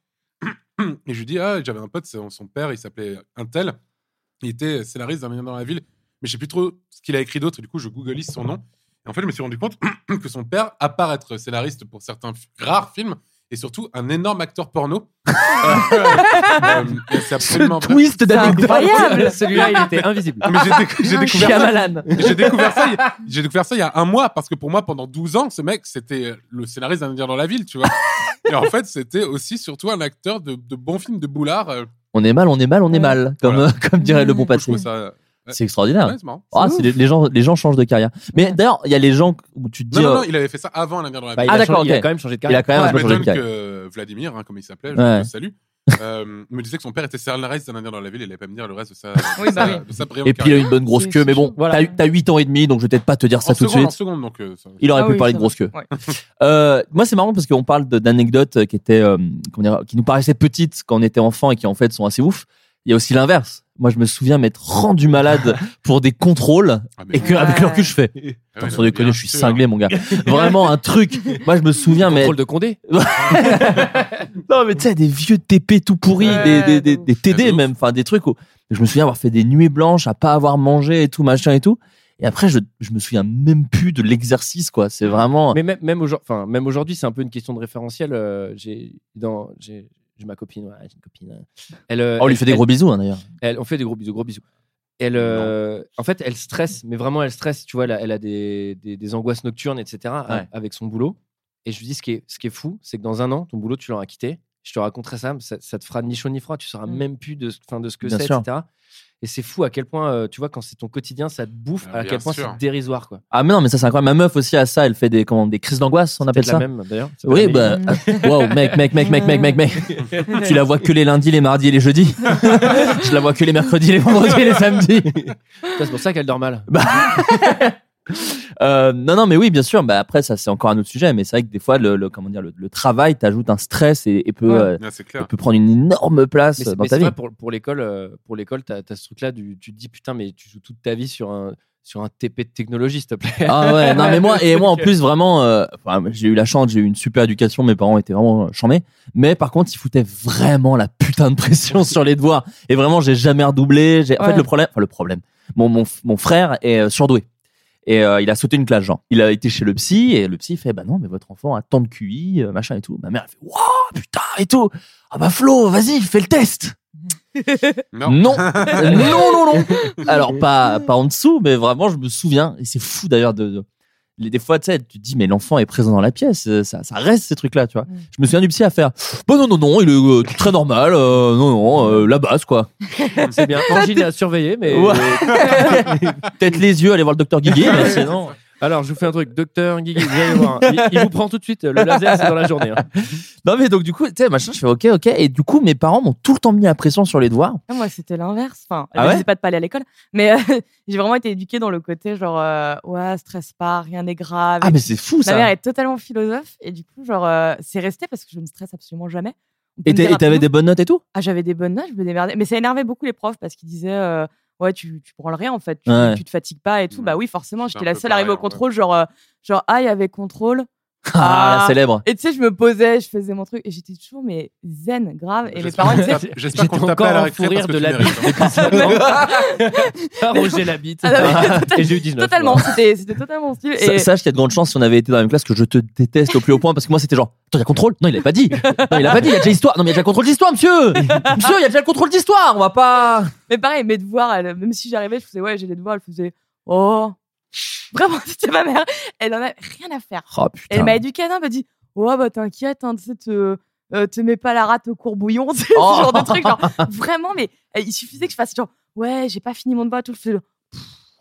Et je lui dis, ah, j'avais un pote, son son père, il s'appelait Intel. Il était scénariste d'un Indien dans la ville. Mais je sais plus trop ce qu'il a écrit d'autre. Et Du coup, je googleise son nom. Et en fait, je me suis rendu compte que son père, à part être scénariste pour certains f- rares films, est surtout un énorme acteur porno. Euh, euh, et c'est absolument vrai. twist d'anecdote. incroyable. Celui-là, il était invisible. Mais j'ai déc- j'ai Un découvert ça- Shyamalan. j'ai découvert ça. il y a- J'ai découvert ça il y a un mois parce que pour moi, pendant 12 ans, ce mec, c'était euh, le scénariste d'un Indien dans la ville, tu vois. Et en fait, c'était aussi surtout un acteur de, de bons films de Boulard. euh, On est mal, on est mal, on est mal, comme, Voilà. euh, comme dirait le bon je trouve Patrick. ça. ouais. C'est extraordinaire. Ouais, c'est marrant. Ah, c'est les, les gens, les gens changent de carrière. Mais d'ailleurs, il y a les gens où tu te dis. Non, non, euh, non, il avait fait ça avant l'Indien dans la bah, ville. il a changé- il a ok. quand même changé de Il a carrière. quand même un peu je changé de m'étonne carrière. que Vladimir, hein, comme il s'appelait, je Ouais. le salue, euh, me disait que son père était scénariste d'un Indien dans la ville. Il n'allait pas me dire le reste de sa, Oui, de bah sa- oui. de sa brillante Et puis il a carrière. une bonne grosse C'est- queue, c'est mais bon, chaud. Voilà. t'as- t'as 8 ans et demi, donc je vais peut-être pas te dire ça en tout de seconde, en suite. seconde, donc. euh, ça- Il aurait Ah pu oui, parler de ça grosse queue. va. Ouais. Euh, moi, c'est marrant parce qu'on parle de- d'anecdotes qui étaient, euh, comment dire, qui nous paraissaient petites quand on était enfant et qui en fait sont assez ouf. Il y a aussi l'inverse. Moi, je me souviens m'être rendu malade pour des contrôles Ah, mais et que, avec Ouais. leur cul, je fais. Ah Attends, ouais, sans bah, déconner, bien je suis sûr. cinglé, mon gars. Vraiment un truc. Moi, je me souviens, mais. Contrôle de Condé. Non, mais tu sais, des vieux TP tout pourris, Ouais, des, des, des, de ouf. des TD Ouais, Ah, de ouf. même, enfin des trucs où je me souviens avoir fait des nuits blanches à pas avoir mangé et tout, machin et tout. Et après, je, je me souviens même plus de l'exercice, quoi. C'est vraiment. Mais même, même aujourd'hui, enfin, même aujourd'hui, c'est un peu une question de référentiel. euh, j'ai dans, j'ai, j'ai ma copine, ouais, j'ai une copine. euh, Elle, euh, Oh, on lui elle- fait des elle- gros bisous, hein, d'ailleurs. elle- on fait des gros bisous, gros bisous. Elle, euh, en fait, elle stresse, mais vraiment, elle stresse. Tu vois, elle a, elle a des, des, des angoisses nocturnes, etc. a- Ouais. Avec son boulot. Et je lui dis, ce qui est, ce qui est fou, c'est que dans un an, ton boulot, tu l'auras quitté. Je te raconterai ça, mais ça, ça te fera ni chaud ni froid. Tu sauras Mm. même plus de, ce- enfin, de ce que Bien c'est, sûr. etc. Et c'est fou à quel point, euh, tu vois, quand c'est ton quotidien, ça te bouffe. Ah, à bien quel point sûr. c'est dérisoire, quoi. Ah, mais non, mais ça, c'est incroyable. Ma meuf aussi à ça, elle fait des, comment, des crises d'angoisse, on appelle Peut-être ça. la même, d'ailleurs. C'est Oui, pas la bah, même. wow, mec, mec, mec, mec, mec, mec, mec. Tu la vois que les lundis, les mardis et les jeudis. je la vois que les mercredis, les vendredis et les samedis. C'est pour ça qu'elle dort mal. Euh, non, non, mais oui, bien sûr. Bah, après, ça, c'est encore un autre sujet. Mais c'est vrai que des fois, le, le- comment dire, le, le travail t'ajoute un stress et, et peut, Ouais. euh, Ah, c'est et clair. peut prendre une énorme place Mais euh, c'est- dans mais ta c'est vie. vrai, pour, pour l'école, euh, pour l'école, t'as, t'as ce truc-là du, tu te dis putain, mais tu joues toute ta vie sur un sur un TP de technologie, s'il te plaît. Ah ouais, non, mais moi, et moi, en plus, vraiment, euh, enfin, j'ai eu la chance, j'ai eu une super éducation. Mes parents étaient vraiment euh, chamés. Mais par contre, ils foutaient vraiment la putain de pression sur les devoirs. Et vraiment, j'ai jamais redoublé. J'ai, en fait, Ouais. le problème, enfin, le problème, mon, mon, f- mon frère est euh, surdoué. Et euh, il a sauté une classe, genre. Il a été chez le psy et le psy fait Bah non, mais votre enfant a tant de QI, euh, machin et tout. Ma mère, elle fait Waouh, putain et tout. Ah bah Flo, vas-y, fais le test. Non. Non, non, non, non. Alors, pas, pas en dessous, mais vraiment, je me souviens. Et c'est fou d'ailleurs de. de- les- des fois, tu sais, tu te dis, mais l'enfant est présent dans la pièce, euh, ça, ça reste ces trucs-là, tu vois. Mm. Je me souviens du psy à faire, bah non, non, non, il est euh, très normal, euh, non, non, euh, la base, quoi. c'est bien. Angine à surveiller, mais Ouais. Peut-être les yeux, aller voir le docteur Guigui, mais sinon. alors je vous fais un truc, docteur Guigui, vous allez voir, il, il vous prend tout de suite. Le laser, c'est dans la journée. hein. Non, mais donc, du coup, tu sais, machin, je fais ok, ok. Et du coup, mes parents m'ont tout le temps mis la pression sur les devoirs. Ah, Moi, c'était l'inverse. Enfin, Ah je ouais disais pas de pas aller à l'école, mais euh, j'ai vraiment été éduquée dans le côté genre, euh, ouais, stress pas, rien n'est grave. Ah, mais c'est fou, Ma mère ça. est totalement philosophe et du coup, genre, euh, c'est resté parce que je ne stresse absolument jamais. On peut Et me t'es- dire et t'avais des bonnes notes et tout Ah, j'avais des bonnes notes, je me démerdais. Mais ça énervait beaucoup les profs parce qu'ils disaient euh, Ouais, tu, tu prends le rien en fait, tu, Ouais. tu te fatigues pas et tout. Ouais. Bah oui, forcément, C'est Mm. un j'étais la peu seule arrivée au pareil, en vrai. contrôle, genre, euh, genre, ah, il y avait contrôle. Ah, la célèbre. Et tu sais, je me posais, je faisais mon truc et j'étais toujours, mais zen, grave. Et mes J'espère parents qu'on disaient t'a- J'espère qu'on J'étais t'a pas à la encore en récré fou rire parce que de tu la mérites, hein. Ah, Roger la bite. Ah, non, mais Et j'ai eu 19. Totalement, voilà. c'était c'était totalement mon style. Ça, Et, ça, j'étais de grande chance si on avait été dans la même classe que je te déteste au plus haut point parce que moi c'était genre, attends, il y a contrôle Non, il l'avait pas dit. Non, il a pas dit, il y a déjà l'histoire. Non, mais il y a déjà le contrôle d'histoire, monsieur. Monsieur, il y a déjà le contrôle d'histoire. On va pas. mais pareil, mes devoirs, elle- même si j'arrivais, je faisais ouais, j'ai des devoirs, elle faisait oh. Vraiment, c'était ma mère. Elle en avait rien à faire. Oh putain. Elle m'a éduquée, elle m'a dit oh bah t'inquiète, hein, tu sais, te, euh, te mets pas la rate au courbouillon, tu sais, Oh. ce genre de truc. genre, vraiment, mais euh, il suffisait que je fasse genre ouais, j'ai pas fini mon devoir, tout. Je faisais, genre,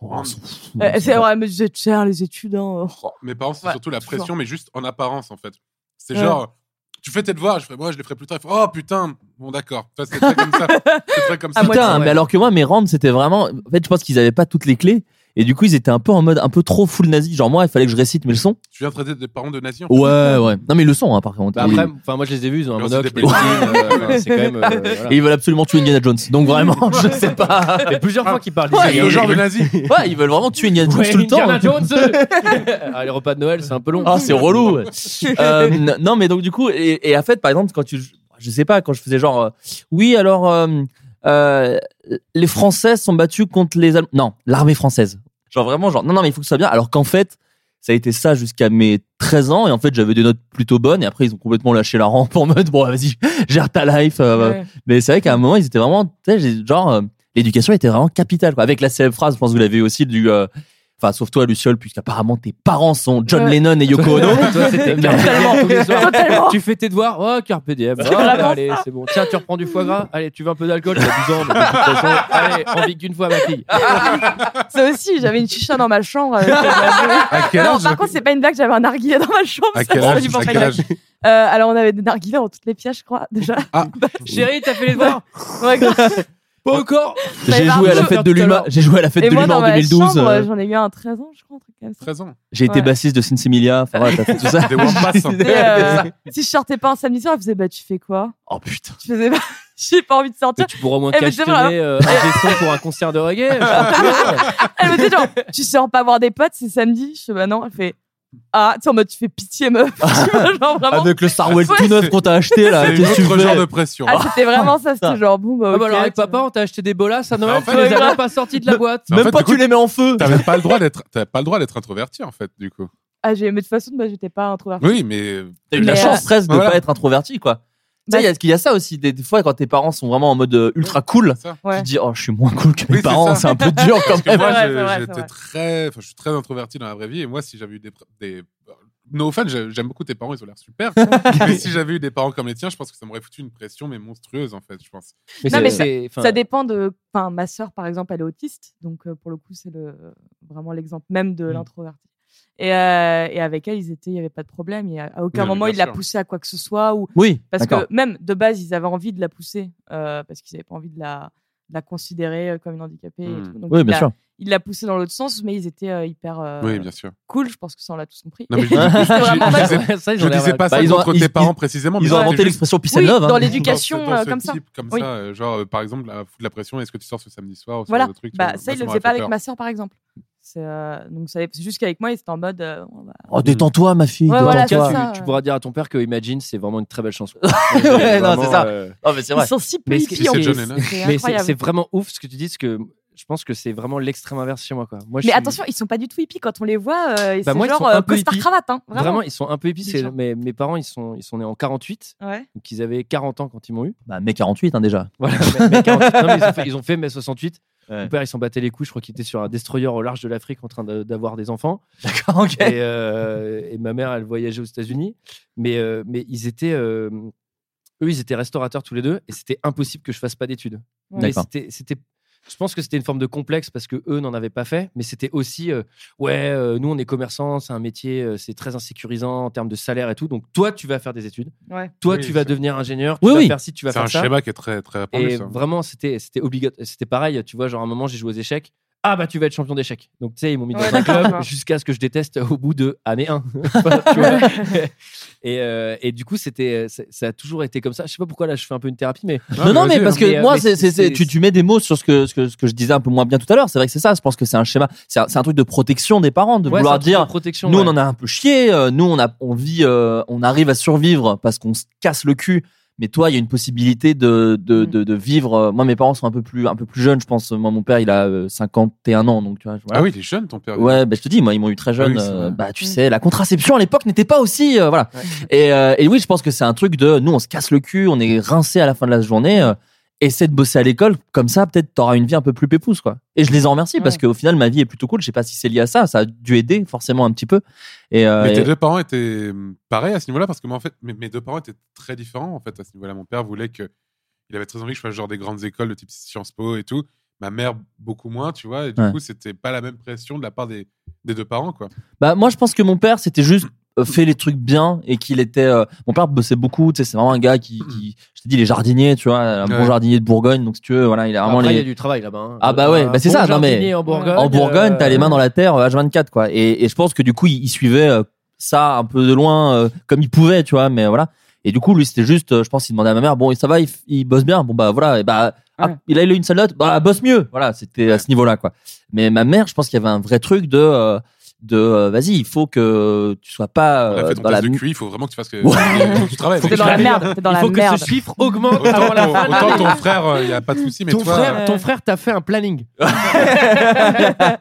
Oh, on s'en fout. Euh, elle faisait, ouais, mais c'est cher les études. hein, oh. Mes parents, c'est Ouais, surtout la toujours. pression, mais juste en apparence, en fait. C'est Ouais. genre, tu fais tes devoirs. Je fais, moi, je les ferai plus tard. Il fait, oh putain, bon, d'accord. Ça, c'est très comme ça. C'est très comme ça. Putain, mais alors que moi, mes rands, c'était vraiment. En fait, je pense qu'ils avaient pas toutes les clés. Et du coup, ils étaient un peu en mode un peu trop full nazi. Genre, moi, il fallait que je récite mes leçons. Tu viens traiter des parents de nazis en fait. Ouais, ouais. Non, mais ils le sont, hein, par contre. Bah Ils- après, enfin, moi je les ai vus, ils ont un Leur, c'est monocle, des des jeans, euh, enfin, c'est quand même. euh, voilà. Et ils veulent absolument tuer Indiana Jones. Donc vraiment, je sais pas. Il y a plusieurs fois qu'ils parlent Ouais, d'Israël. le genre de nazi. Ouais, ils veulent vraiment tuer Indiana Jones Ouais, tout le temps. Indiana Jones Ah, Les repas de Noël, c'est un peu long. Ah, c'est relou. ouais. Euh, n- non, mais donc du coup, et, et en fait, par exemple, quand tu, je sais pas, quand je faisais genre, euh, oui, alors, euh, euh, les Françaises sont battues contre les Allemands. Non, l'armée française. Genre vraiment, genre, non, non, mais il faut que ce soit bien. Alors qu'en fait, ça a été ça jusqu'à mes 13 ans, et en fait, j'avais des notes plutôt bonnes, et après, ils ont complètement lâché la rampe en mode, bon, vas-y, gère ta life. euh, Ouais. Mais c'est vrai qu'à un moment, ils étaient vraiment, tu sais, j'ai- genre, euh, l'éducation était vraiment capitale, quoi. Avec la célèbre phrase, je pense que vous l'avez eu aussi, du, euh, Enfin, sauf toi, Luciole, puisqu'apparemment tes parents sont John Ouais. Lennon et Yoko Ono. Toi, c'était Mais- Carpe Diem tous les soirs. Totalement. Tu fais tes devoirs, oh, carpe diem. C'est Oh, vraiment bah, allez, c'est bon. Tiens, tu reprends du foie gras. Allez, tu veux un peu d'alcool T'as 12 ans. mais de toute façon, allez, envie qu'une fois, ma fille. Ça aussi, j'avais une chicha dans ma chambre. euh, que j'avais- À quel non, âge par contre, c'est pas une blague, j'avais un narguilé dans ma chambre. À ça, quel ça, âge j'y pense À pas quel que- âge Euh, alors, on avait des narguilés dans toutes les pièces, je crois, déjà. Chérie, t'as fait les devoirs Ouais, grave. Pas encore J'ai joué à la fête de l'UMA. J'ai joué à la fête Et de moi, l'UMA dans en ma 2012. chambre, euh, j'en ai eu un 13 ans, je crois, un truc comme ça. 13 ans. J'ai été Ouais. bassiste de Sin Similia. Enfin, voilà, t'as fait tout ça. Des Wampas. hein. Et, euh, si je sortais pas un samedi soir, elle faisait bah tu fais quoi Oh putain. Je faisais bah j'ai pas envie de sortir. Mais tu pourras au moins Eh, mais c'est vrai, hein. cachetonner euh, un gestion pour un concert de reggae. Elle me disait genre tu sors pas voir des potes c'est samedi. Je fais bah non. Elle fait ah tu sais en mode tu fais pitié meuf. Tu vois, genre vraiment. Avec le Starwell Ouais. tout neuf qu'on t'a acheté là. C'est Qu'est-ce que tu l'autre fais genre de pression. Ah c'était vraiment ça putain. c'était genre bon bah, Ah ok, bah alors avec tu- papa, on t'a acheté des bolas à Noël, En fait, tu les as grave. même pas sortis de la boîte. Mais en Même fait, pas du coup, tu les mets en feu. T'avais pas le droit d'être, t'avais pas le droit d'être introverti en fait, du coup. Ah j'ai mais de toute façon bah j'étais pas introvertie. Oui, mais T'as eu la Mais, chance presque de voilà. pas être introverti quoi. Tu Bah, sais, il y a- il y a ça aussi. Des des fois, quand tes parents sont vraiment en mode euh, ultra cool, c'est ça. tu Ouais. te dis Oh, je suis moins cool que Oui, mes c'est parents, ça. c'est un peu dur Parce quand que même. moi, vrai, je- c'est vrai, c'est j'étais vrai. très, enfin, je suis très introverti dans la vraie vie. Et moi, si j'avais eu des, des no offense, j'ai- j'aime beaucoup tes parents, ils ont l'air super. mais si j'avais eu des parents comme les tiens, je pense que ça m'aurait foutu une pression mais monstrueuse en fait, je pense. Non, mais c'est- enfin, Ça dépend de. Enfin, ma sœur, par exemple, elle est autiste, donc euh, pour le coup, c'est le vraiment l'exemple même Mm. de l'introverti. Et, euh, et avec elle, ils étaient, il n'y avait pas de problème. Et à à aucun Oui, moment, bien il l'a sûr. poussée à quoi que ce soit ou Oui, parce d'accord. que même de base, ils avaient envie de la pousser euh, parce qu'ils n'avaient pas envie de la, de la considérer euh, comme une handicapée. Mm. Et tout. Donc, Oui, il bien l'a- sûr. Il l'a poussée dans l'autre sens, mais ils étaient euh, hyper euh, Oui, bien sûr. cool. Je pense que ça, on l'a tous compris. Non, mais je, Et je- c'était vraiment je- je pas- disais, ça, ils je ont l'air- disais pas Bah, ça ils ont- contre ils- tes parents ils- précisément. mais Ils ont c'était inventé juste l'expression pisse Oui, and love. hein. dans l'éducation dans ce- dans euh, ce comme ça. type, comme Oui. ça, euh, genre euh, par exemple, la, foutre la pression. Est-ce que tu sors ce samedi soir ou ce Voilà. genre de truc, tu Bah, vois, ça, moi, il le m'aurait faisait pas fait avec peur. ma sœur, par exemple. C'est, euh, donc, ça- c'est juste qu'avec moi, ils étaient en mode. euh, Bon, bah, Oh, détends-toi, ma fille. Ouais, voilà, Toi, Détends-toi. c'est ça. tu, tu pourras dire à ton père que Imagine, c'est vraiment une très belle chanson. Ouais, non, c'est ça. euh, Oh, mais c'est vrai. Ils sont si peu Mais ce qui- hippies en c'est plus. John Lennon. C'est mais c'est- c'est incroyable. vraiment ouf ce que tu dis, parce que je pense que c'est vraiment l'extrême inverse chez moi. Quoi. Moi, je Mais suis- attention, ils sont pas du tout hippies quand on les voit. euh, et Bah, c'est moi, ils sont genre un euh, peu costard hippies. cravate, hein, vraiment, vraiment. ils sont un peu épicés. Méchants. Mes, mes parents, ils sont, ils sont nés en 48, Ouais. donc ils avaient 40 ans quand ils m'ont eu. Bah, mais 48 hein, déjà. Voilà, mais- mais 48, non, mais ils, ont fait, ils ont fait mai 68. Ouais. Mon père, il s'en battait les couilles. Je crois qu'il était sur un destroyer au large de l'Afrique en train de- d'avoir des enfants. D'accord, ok. et, euh, et ma mère, elle voyageait aux États-Unis. Mais, euh, mais ils étaient. euh, eux, ils étaient restaurateurs tous les deux et c'était impossible que je fasse pas d'études. Mais Ouais. D'accord. c'était- c'était. Je pense que c'était une forme de complexe parce que eux n'en avaient pas fait, mais c'était aussi euh, ouais, euh, nous on est commerçants, c'est un métier, euh, c'est très insécurisant en termes de salaire et tout. Donc toi tu vas faire des études, Ouais. toi Oui, tu vas c'est- devenir ingénieur, tu Oui, vas oui. faire ci, tu vas C'est bah, un faire ça. schéma qui est très très répandu. Et Ah, ça. vraiment, c'était c'était obligatoire. C'était pareil, tu vois, genre à un moment, j'ai joué aux échecs. Ah bah tu vas être champion d'échecs. Donc tu sais, ils m'ont mis dans Ouais, un club d'accord. jusqu'à ce que je déteste au bout de année 1. et, euh, et du coup, c'était ça- ça a toujours été comme ça. Je sais pas pourquoi là, je fais un peu une thérapie, mais Non, non, mais parce que Mais, euh, moi, mais c'est, c'est- c'est- c'est- tu, tu mets des mots sur ce que, ce, que, ce que je disais un peu moins bien tout à l'heure. C'est vrai que c'est ça. Je pense que c'est un schéma. C'est un, c'est un truc de protection des parents, de Ouais, c'est un vouloir truc de dire protection. nous, ouais. on en a un peu chié. euh, nous, on, a, on vit, euh, on arrive à survivre parce qu'on se casse le cul. Mais toi, il y a une possibilité de, Mm. de, de, de vivre. euh, Moi, mes parents sont un peu plus, un peu plus jeunes, je pense. Moi, mon père, il a euh, 51 ans. Donc, tu vois, voilà. Ah oui, il est jeune ton père. Ouais, bah, je te dis, moi, ils m'ont eu très jeune. Ah oui, c'est euh, vrai. bah, tu Mm. sais, la contraception à l'époque n'était pas aussi. euh, voilà. Et, euh, et oui, je pense que c'est un truc de nous, on se casse le cul, on est rincé à la fin de la journée. euh, essaie de bosser à l'école, comme ça, peut-être t'auras une vie un peu plus pépouse, quoi. Et je les en remercie parce Ouais. qu'au final, ma vie est plutôt cool. Je sais pas si c'est lié à ça, ça a dû aider forcément un petit peu. Et, euh, Mais et- tes deux parents étaient hum, pareils à ce niveau-là parce que moi, en fait, mes, mes deux parents étaient très différents en fait à ce niveau-là. Mon père voulait que il avait très envie que je fasse genre des grandes écoles de type Sciences Po et tout. Ma mère beaucoup moins, tu vois. Et du Ouais. coup, c'était pas la même pression de la part des, des deux parents, quoi. bah, moi, je pense que mon père, c'était juste euh, fait les trucs bien et qu'il était. euh, Mon père bossait beaucoup, tu sais, c'est vraiment un gars qui, qui- Je t'ai dit, les jardiniers, tu vois, un bon Ouais. jardinier de Bourgogne, donc si tu veux, voilà, il a vraiment Après, les. il y a du travail là-bas. hein. Ah bah ouais, Un bah c'est bon ça, non mais jardinier En Bourgogne, en Bourgogne, t'as euh, les mains dans la terre euh, H24 quoi. Et, et je pense que du coup, il, il suivait euh, ça un peu de loin euh, comme il pouvait, tu vois, mais voilà. Et du coup, lui, c'était juste, euh, je pense, il demandait à ma mère, bon, et ça va, il, f- il bosse bien, bon bah voilà, et bah ah, il a eu une salotte, bah bosse mieux, voilà, c'était à ce niveau-là quoi. Mais ma mère, je pense qu'il y avait un vrai truc de euh, de euh, vas-y, il faut que tu sois pas On a euh, fait ton dans la test de mu- QI, il faut vraiment que tu fasses que, faut Ouais. que tu travailles. Faut que T'es dans tu la travailles. merde, t'es dans Il la faut que merde. ce chiffre augmente Autant, avant la fin ton, de l'année. autant ton frère, il n'y a pas de souci, mais ton, toi. frère, euh, ton frère t'a fait un planning. tu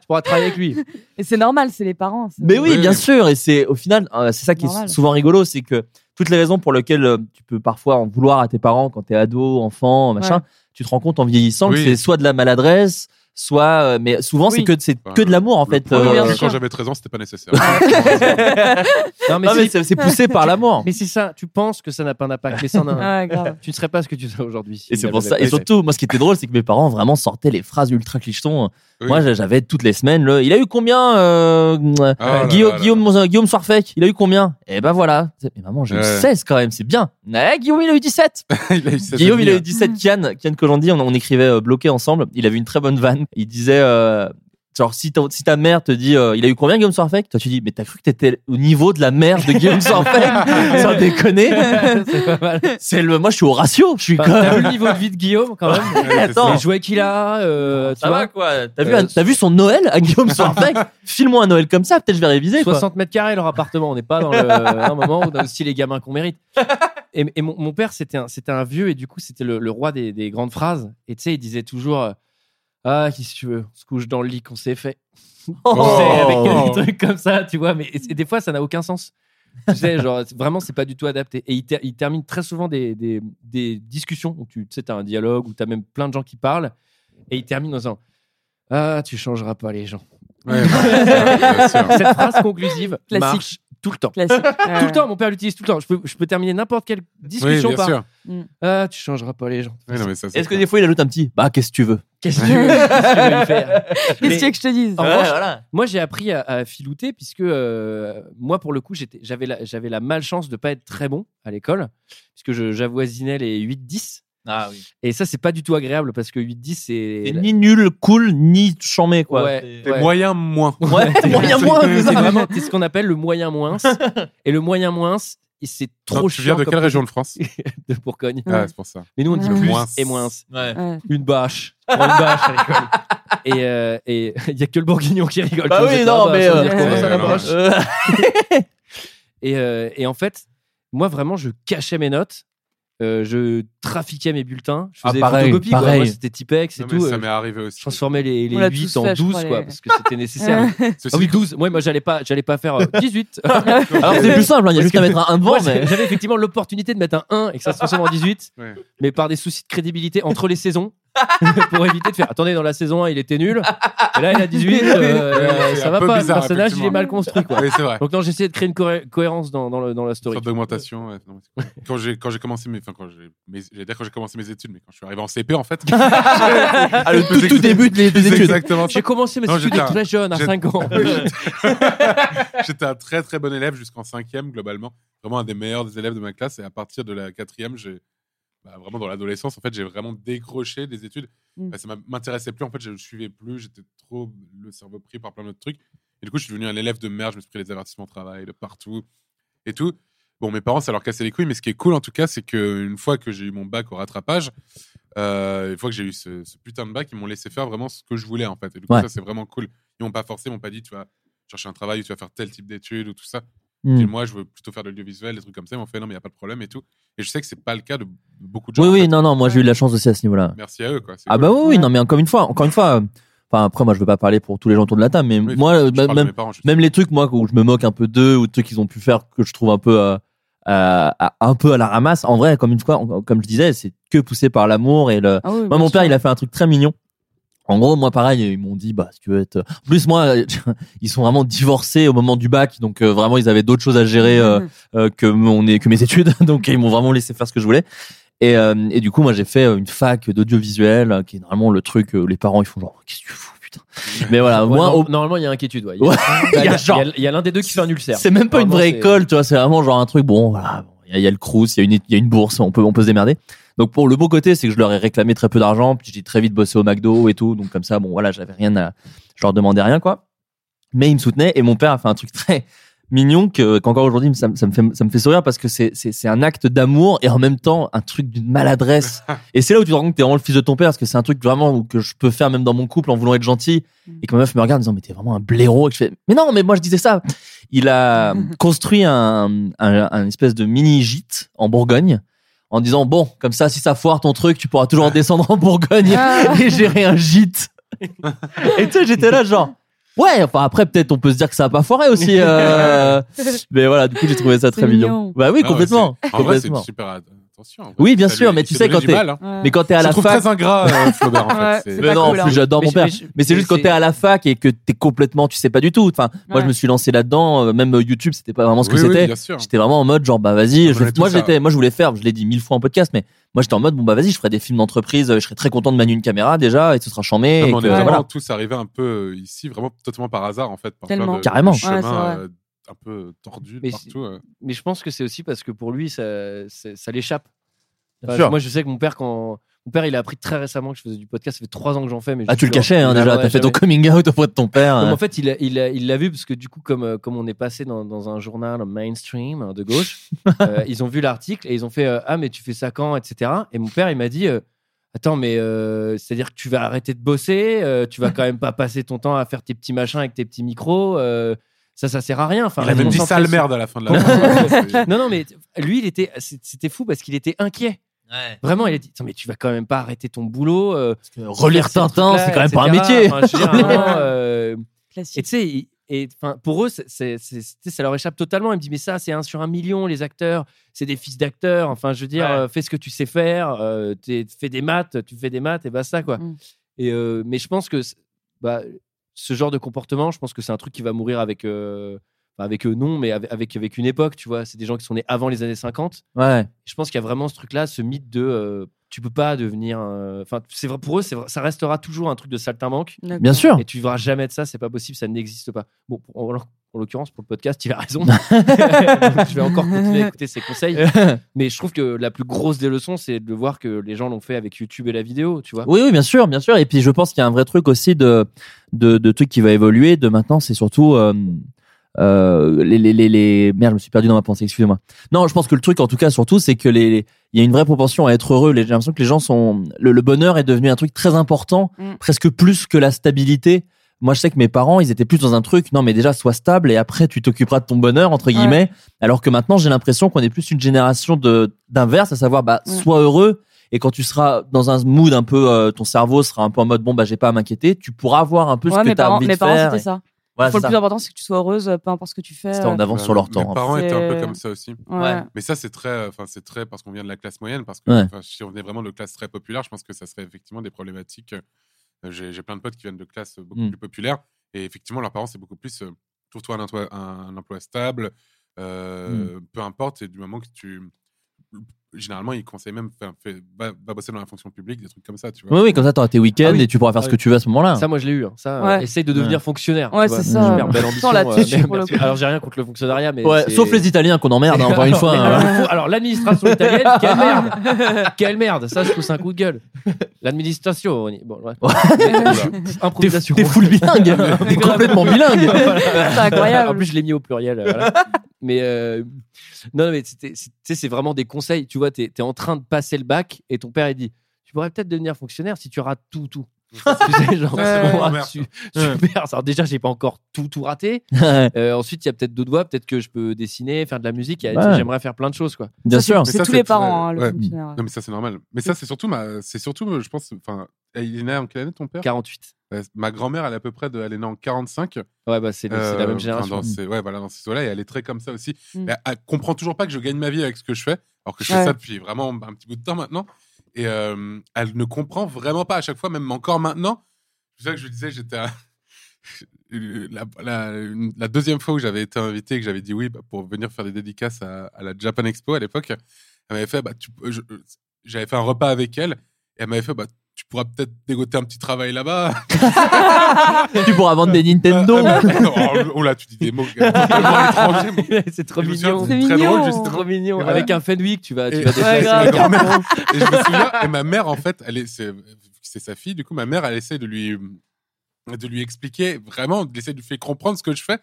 pourras travailler avec lui. Et c'est normal, c'est les parents. c'est- Mais oui, bien sûr. Et c'est au final, euh, c'est ça qui Normal. est souvent rigolo, c'est que toutes les raisons pour lesquelles euh, tu peux parfois en vouloir à tes parents quand t'es ado, enfant, machin, Ouais. tu te rends compte en vieillissant que Oui. c'est soit de la maladresse, soit. euh, mais souvent, c'est Oui. que c'est que de l'amour en fait. le euh, premier jeu, quand j'avais 13 ans, c'était pas nécessaire. Non, Non, mais c'est- c'est poussé par l'amour. Mais c'est ça, tu penses que ça n'a pas d'impact. mais ça en a un. Ouais, grave. Tu ne serais pas ce que tu serais aujourd'hui. Et s'il c'est pour avait ça. pas Et été. surtout, moi, ce qui était drôle, c'est que mes parents vraiment sortaient les phrases ultra clichons. Oui. Moi, j'avais toutes les semaines. Le, il a eu combien, euh, euh, là Guillaume, là Guillaume, Guillaume Soirfec Il a eu combien Et ben voilà. Mais maman, j'ai eu Ouais. 16 quand même, c'est bien. Eh, Guillaume, il a eu 17. Guillaume, il a eu Mm. hein. 17. Kian, Kian Kojandi, on, on écrivait euh, bloqué ensemble. Il avait une très bonne vanne. Il disait, euh, genre, si ta, si ta mère te dit, euh, il a eu combien Guillaume Soirfec Toi, tu dis, mais t'as cru que t'étais au niveau de la mère de Guillaume Soirfec Sans déconner. C'est pas mal. C'est le, moi, je suis au ratio. Je suis Bah, quand T'as même- vu le niveau de vie de Guillaume quand même Ouais, attends. Les jouets qu'il a, euh, tu Ça vois va quoi T'as vu, t'as vu son Noël à Guillaume Soirfec Filmons un Noël comme ça, peut-être je vais réviser. quoi. 60 mètres carrés leur appartement. On n'est pas dans le, un moment où on a aussi les gamins qu'on mérite. Et, et mon, mon père, c'était un, c'était un vieux et du coup, c'était le, le roi des, des grandes phrases. Et tu sais, il disait toujours euh, Ah, qu'est-ce que tu veux On se couche dans le lit qu'on s'est fait. Oh. Tu sais, avec des trucs comme ça, tu vois. Mais et- et des fois, ça n'a aucun sens. Tu sais, genre, c'est- vraiment, c'est pas du tout adapté. Et il, ter- il termine très souvent des, des, des discussions où tu tu sais, t'as un dialogue, où t'as même plein de gens qui parlent. Et il termine en disant Ah, tu changeras pas les gens. Oh, Ouais, bien sûr. Cette phrase conclusive Classique. marche tout le temps. Classique. tout le temps, mon père l'utilise tout le temps. Je peux, je peux terminer n'importe quelle discussion Oui, bien par sûr. Ah, tu changeras pas les gens. Ouais, non, mais ça, c'est Est-ce que des fois il ajoute un petit Bah, qu'est-ce que tu veux Qu'est-ce que tu veux Qu'est-ce que tu veux y faire Qu'est-ce que Mais- tu veux que je te dise en Ouais, revanche, voilà. Moi, j'ai appris à, à filouter puisque euh, moi, pour le coup, j'étais- j'avais la, j'avais la malchance de pas être très bon à l'école puisque je- j'avoisinais les 8-10. Ah oui. Et ça, c'est pas du tout agréable parce que 8-10, c'est. T'es ni nul, cool, ni chambé quoi. Ouais, T'es ouais. moyen moins. Ouais, T'es- moyen t'es- moins, t'es c'est ça. vraiment- T'es ce qu'on appelle le moyen moins. Et le moyen moins, et c'est trop Non, tu chiant. viens de comme quelle truc. région de France De Bourgogne. Ah, c'est pour ça. Mais nous, on dit Le plus moins. et moins. Ouais. Ouais. Une bâche. On prend Une bâche à l'école. Et euh, et il y a que le bourguignon qui rigole. Bah Vous oui, êtes non, là-bas, mais, ça veut euh, dire qu'on euh, va à la non. broche. Euh. et, euh, et en fait, moi, vraiment, je cachais mes notes. Euh, je trafiquais mes bulletins, je Ah, faisais des pareil, photocopies, quoi. pareil. Moi, c'était Tipex et Non, mais tout. ça Euh, m'est arrivé aussi. Je transformais les, les On l'a 8 tous en fait, je 12, crois, quoi, les- parce que c'était nécessaire. Ceci ah oui, dit- 12. Moi, moi j'allais pas, j'allais pas faire euh, 18. Alors, c'est plus simple, hein, il y a Parce juste que- à mettre un un devant, moi, j'ai- mais- J'avais effectivement l'opportunité de mettre un 1 et que ça se transforme en 18, Ouais. mais par des soucis de crédibilité entre les saisons. pour éviter de faire attendez dans la saison 1 il était nul et là il a 18 euh, Ouais, c'est ça un va peu pas bizarre, le personnage il effectivement. est mal construit quoi. Oui, c'est vrai. donc non j'essayais de créer une cohé- cohérence dans, dans, le, dans la story Sorte d'augmentation. ouais. Non, mais c'est- Quand j'ai quand j'ai commencé mes, enfin quand j'ai, mes- j'allais dire quand j'ai commencé mes études, mais quand je suis arrivé en CP en fait. ah, le tout- tout début de les- des études. Exactement. j'ai commencé mes Non, études j'étais un- très jeune à j'étais- 5 ans J'étais un très très bon élève jusqu'en cinquième globalement, vraiment un des meilleurs des élèves de ma classe. Et à partir de la quatrième, j'ai bah, vraiment dans l'adolescence en fait, j'ai vraiment décroché des études. Mm. Bah, ça m'a- m'intéressait plus en fait, je ne suivais plus, j'étais trop le cerveau pris par plein d'autres trucs. Et du coup, je suis devenu un élève de merde. Je me suis pris des avertissements de travail de partout et tout. Bon, mes parents, ça leur cassait les couilles, mais ce qui est cool en tout cas, c'est qu'une fois que j'ai eu mon bac au rattrapage, euh, une fois que j'ai eu ce, ce putain de bac, ils m'ont laissé faire vraiment ce que je voulais en fait. Et du coup, Ouais. ça c'est vraiment cool. Ils m'ont pas forcé, ils m'ont pas dit tu vas chercher un travail ou tu vas faire tel type d'études ou tout ça. Mm. Et moi, je veux plutôt faire de l'audiovisuel, des trucs comme ça. Ils m'ont fait non, mais il n'y a pas de problème et tout. Et je sais que c'est pas le cas de beaucoup de gens. Oui, en oui, fait. non, non, moi j'ai eu de la chance aussi à ce niveau-là. Merci à eux quoi. C'est Ah cool. bah oui, oui, non, mais encore une fois, encore une fois. euh, Enfin, après, moi, je veux pas parler pour tous les gens autour de la table, mais moi, euh, parle de même, mes parents, je Ah même les trucs, moi, où je me moque un peu d'eux, ou de trucs qu'ils ont pu faire que je trouve un peu, euh, euh, à- un peu à la ramasse. En vrai, comme une fois, on- comme je disais, c'est que poussé par l'amour et le. Ah oui, moi, bien mon père, sûr. il a fait un truc très mignon. En gros, moi, pareil, ils m'ont dit, bah, si tu veux être. En plus, moi, euh, ils sont vraiment divorcés au moment du bac, donc euh, vraiment, ils avaient d'autres choses à gérer euh, Mmh. euh, que mon que mes études, donc ils m'ont vraiment laissé faire ce que je voulais. Et, euh, et du coup, moi, j'ai fait euh, une fac d'audiovisuel, euh, qui est normalement le truc euh, où les parents ils font genre, qu'est-ce que tu fous, putain. Mais voilà, Ouais, moi, non, au- Normalement, il y a inquiétude. ouais. Il y a- Ouais, il y a- il y a genre- il y a- il y a l'un des deux qui fait un ulcère. c'est même pas une Vraiment, vraie c'est- école, tu vois. C'est vraiment genre un truc, bon, voilà, bon, il y, a- il y a le Crous, il y, a une- il y a une bourse, on peut, on peut se démerder. Donc, pour le beau côté, c'est que je leur ai réclamé très peu d'argent, puis j'ai très vite bossé au McDo et tout. Donc, comme ça, bon, voilà, j'avais rien à. Je leur demandais rien, quoi. Mais ils me soutenaient et mon père a fait un truc très mignon que qu'encore aujourd'hui ça, me- ça me fait ça me fait sourire parce que c'est c'est c'est un acte d'amour et en même temps un truc d'une maladresse et c'est là où tu te rends compte que t'es vraiment le fils de ton père parce que c'est un truc vraiment où- que je peux faire même dans mon couple en voulant être gentil et que ma meuf me regarde en disant mais t'es vraiment un blaireau et que je fais mais non mais moi je disais ça il a construit un un, un espèce de mini gîte en Bourgogne en disant bon comme ça si ça foire ton truc tu pourras toujours descendre en Bourgogne Ah. et gérer un gîte et tu sais, j'étais là, genre. Ouais, enfin après peut-être on peut se dire que ça a pas foiré aussi. euh, Mais voilà, du coup j'ai trouvé ça très C'est mignon. mignon. Bah oui, Ah ouais, complètement. c'est- en vrai, c'est complètement. une super attention. en vrai. Oui, bien Ça sûr, lui- mais tu il sais s'est quand donné t'es du mal, hein. mais quand t'es à Je la trouve fac très ingrat euh, Flaubert en Ouais, fait. c'est C'est- Mais non, en plus, j'adore mon père. Mais, c'est juste quand t'es à la fac et que t'es complètement, tu sais pas du tout. Enfin, moi, Ouais. je me suis lancé là-dedans. euh, Même euh, YouTube, c'était pas vraiment ce que Oui, oui, c'était. bien sûr. j'étais vraiment en mode genre, bah vas-y. je- j'en ai moi, tous, ça. j'étais, moi, je voulais faire. Je l'ai dit mille fois en podcast, mais moi, j'étais en mode, bon bah vas-y, je ferai des films d'entreprise. euh, Je serais très content de manier une caméra déjà et ce sera chambé. Non, mais et on que, est vraiment voilà. tous arrivés un peu euh, ici, vraiment totalement par hasard en fait. Par plein Tellement. de- Carrément. de Ouais, chemins, c'est vrai. euh, un peu tordus Mais partout. euh. mais je pense que c'est aussi parce que pour lui, ça, c'est- ça l'échappe. Bien Bah, Enfin, sûr. Moi, je sais que mon père, quand mon père, il a appris très récemment que je faisais du podcast. Ça fait trois ans que j'en fais. Mais Ah, je- tu le cachais hein, Ah, déjà. ouais, T'as fait ton j'avais- coming out auprès de ton père. Non, mais hein. en fait, il l'a il a- il l'a vu parce que du coup, comme, euh, comme on est passé dans, dans un journal mainstream hein, de gauche, euh, ils ont vu l'article et ils ont fait euh, Ah, mais tu fais ça quand etc. Et mon père, il m'a dit euh, Attends, mais euh, c'est-à-dire que tu vas arrêter de bosser, euh, tu vas quand même pas passer ton temps à faire tes petits machins avec tes petits micros, euh, ça, ça sert à rien. Enfin, Il a même dit concentre-toi sale sur- merde à la fin de la. non, non, mais lui, il était, c'est- c'était fou parce qu'il était inquiet. Vraiment, il a dit Attends, mais tu vas quand même pas arrêter ton boulot. euh, relire faire ces Tintin, trucs-là, c'est quand même pas un etc.. métier. Enfin, je veux dire, à un moment, Relire. euh, Classique. et tu sais, il- et, enfin, pour eux, c'est- c'est- c'est- tu sais, ça leur échappe totalement. Ils me disent Mais ça, c'est un sur un million, les acteurs, c'est des fils d'acteurs. Enfin, je veux dire, euh, fais ce que tu sais faire, euh, t'es- fais des maths, tu fais des maths, et basta, quoi. Et, euh, mais je pense que c'est- bah, ce genre de comportement, je pense que c'est un truc qui va mourir avec. euh, enfin, avec eux, non, mais avec, avec, avec une époque, tu vois. C'est des gens qui sont nés avant les années 50. Ouais. Je pense qu'il y a vraiment ce truc-là, ce mythe de euh, tu peux pas devenir. euh, Enfin, c'est vrai pour eux, c'est vrai- ça restera toujours un truc de saltimbanque. D'accord. Bien sûr. Et tu vivras jamais de ça, c'est pas possible, ça n'existe pas. Bon, pour- en, en l'occurrence, pour le podcast, il a raison. je vais encore continuer à écouter ses conseils. Euh. Mais je trouve que la plus grosse des leçons, c'est de voir que les gens l'ont fait avec YouTube et la vidéo, tu vois. Oui, oui, bien sûr, bien sûr. Et puis je pense qu'il y a un vrai truc aussi de de, de truc qui va évoluer. De maintenant, c'est surtout euh, euh, les, les les les merde, je me suis perdu dans ma pensée. Excusez-moi. Non, je pense que le truc, en tout cas, surtout, c'est que les les- il y a une vraie propension à être heureux. Les- J'ai l'impression que les gens sont le, le bonheur est devenu un truc très important, presque plus que la stabilité. Moi, je sais que mes parents, ils étaient plus dans un truc. Non, mais déjà, sois stable et après, tu t'occuperas de ton bonheur entre guillemets. Alors que maintenant, j'ai l'impression qu'on est plus une génération de d'inverse, à savoir, bah, sois heureux. Et quand tu seras dans un mood un peu, euh, ton cerveau sera un peu en mode bon bah j'ai pas à m'inquiéter, tu pourras voir un peu Ouais, ce que mes t'as parents, envie mes de faire. parents, c'était et- ça. Voilà, Faut c'est le ça. plus important, c'est que tu sois heureuse, peu importe ce que tu fais. C'était en avance sur leur temps. hein, Mes en parents fait. étaient un peu C'est- comme ça aussi. Ouais. Mais ça, c'est très, enfin, c'est très parce qu'on vient de la classe moyenne, parce que Ouais. enfin, si on venait vraiment de classe très populaire, je pense que ça serait effectivement des problématiques. Euh, J'ai j'ai plein de potes qui viennent de classes beaucoup Mm. plus populaires, et effectivement, leurs parents, c'est beaucoup plus euh, trouve-toi un, emploi- un- un emploi stable, euh, Mm. peu importe, et du moment que tu. Généralement, ils conseillent même, enfin, fais- va, va bosser dans la fonction publique, des trucs comme ça, tu vois. Oui, oui, comme ça t'auras tes week-ends Ah oui. et tu pourras Ah faire ce oui. que tu veux à ce moment-là. Ça, moi, je l'ai eu. hein. Ça, euh, Ouais. essaye de devenir Ouais. fonctionnaire. tu Ouais, vois. c'est ça. Super belle Tant ambition. euh, là-dessus, je suis mais pour le merci. Alors, j'ai rien contre le fonctionnariat, mais. Ouais, c'est- sauf les Italiens qu'on emmerde hein, encore une fois. hein. Alors, alors, l'administration italienne, quelle merde Quelle merde Ça, je trouve c'est un coup de gueule. L'administration. on y- Bon, ouais. T'es Improvisation. t'es full bilingue, t'es complètement bilingue. C'est incroyable. En plus, je l'ai mis au pluriel. euh, voilà. mais euh, non, non, mais c'était- c'est- tu sais, c'est vraiment des conseils. Tu vois, t'es es en train de passer le bac et ton père il dit, tu pourrais peut-être devenir fonctionnaire si tu rates tout, tout. tu sais, genre, Ouais, c'est ouais, bon, ouais. ah, su- super. Alors déjà, j'ai pas encore tout, tout raté. Ouais, Euh, ensuite, il y a peut-être d'autres voies. Peut-être que je peux dessiner, faire de la musique. Il y a- Ouais. J'aimerais faire plein de choses, quoi. Bien sûr. Mais C'est ça, tous les parents, très- hein, le ouais. fonctionnaire. ouais. Non, mais ça, c'est normal. Mais ça, c'est surtout, ma... c'est surtout, je pense, enfin, il est né en quelle année ton père 48. Euh, Ma grand-mère, elle est à peu près de, elle est née en 45. Ouais, bah, c'est le- c'est la Euh, même enfin, génération. dans ces- ouais, voilà, dans ces eaux-là, et elle est très comme ça aussi. ah, Mm. Elle, elle comprend toujours pas que je gagne ma vie avec ce que je fais, alors que je fais Ouais. ça depuis vraiment un petit bout de temps maintenant. Et euh, elle ne comprend vraiment pas à chaque fois, même encore maintenant. C'est pour ça que je lui disais, j'étais à- la, la- une- la deuxième fois où j'avais été invité et que j'avais dit oui bah, pour venir faire des dédicaces à, à la Japan Expo à l'époque, elle m'avait fait, bah, tu peux- je- j'avais fait un repas avec elle et elle m'avait fait, bah, tu pourras peut-être dégoter un petit travail là-bas. tu pourras vendre des Nintendo. oh, oh là, tu dis des mots totalement étrangers. moi. c'est trop Je me mignon. souviens, très drôle, juste- trop mignon. Ouais. Avec un Fenwick, tu vas, bah, tu Et- vas Ouais, déplacer grave. le Ma grand-mère- carton. Et je me souviens, et ma mère, en fait, elle est, c'est, c'est sa fille, du coup, ma mère, elle essaie de lui, de lui expliquer, vraiment, d'essayer de lui faire comprendre ce que je fais.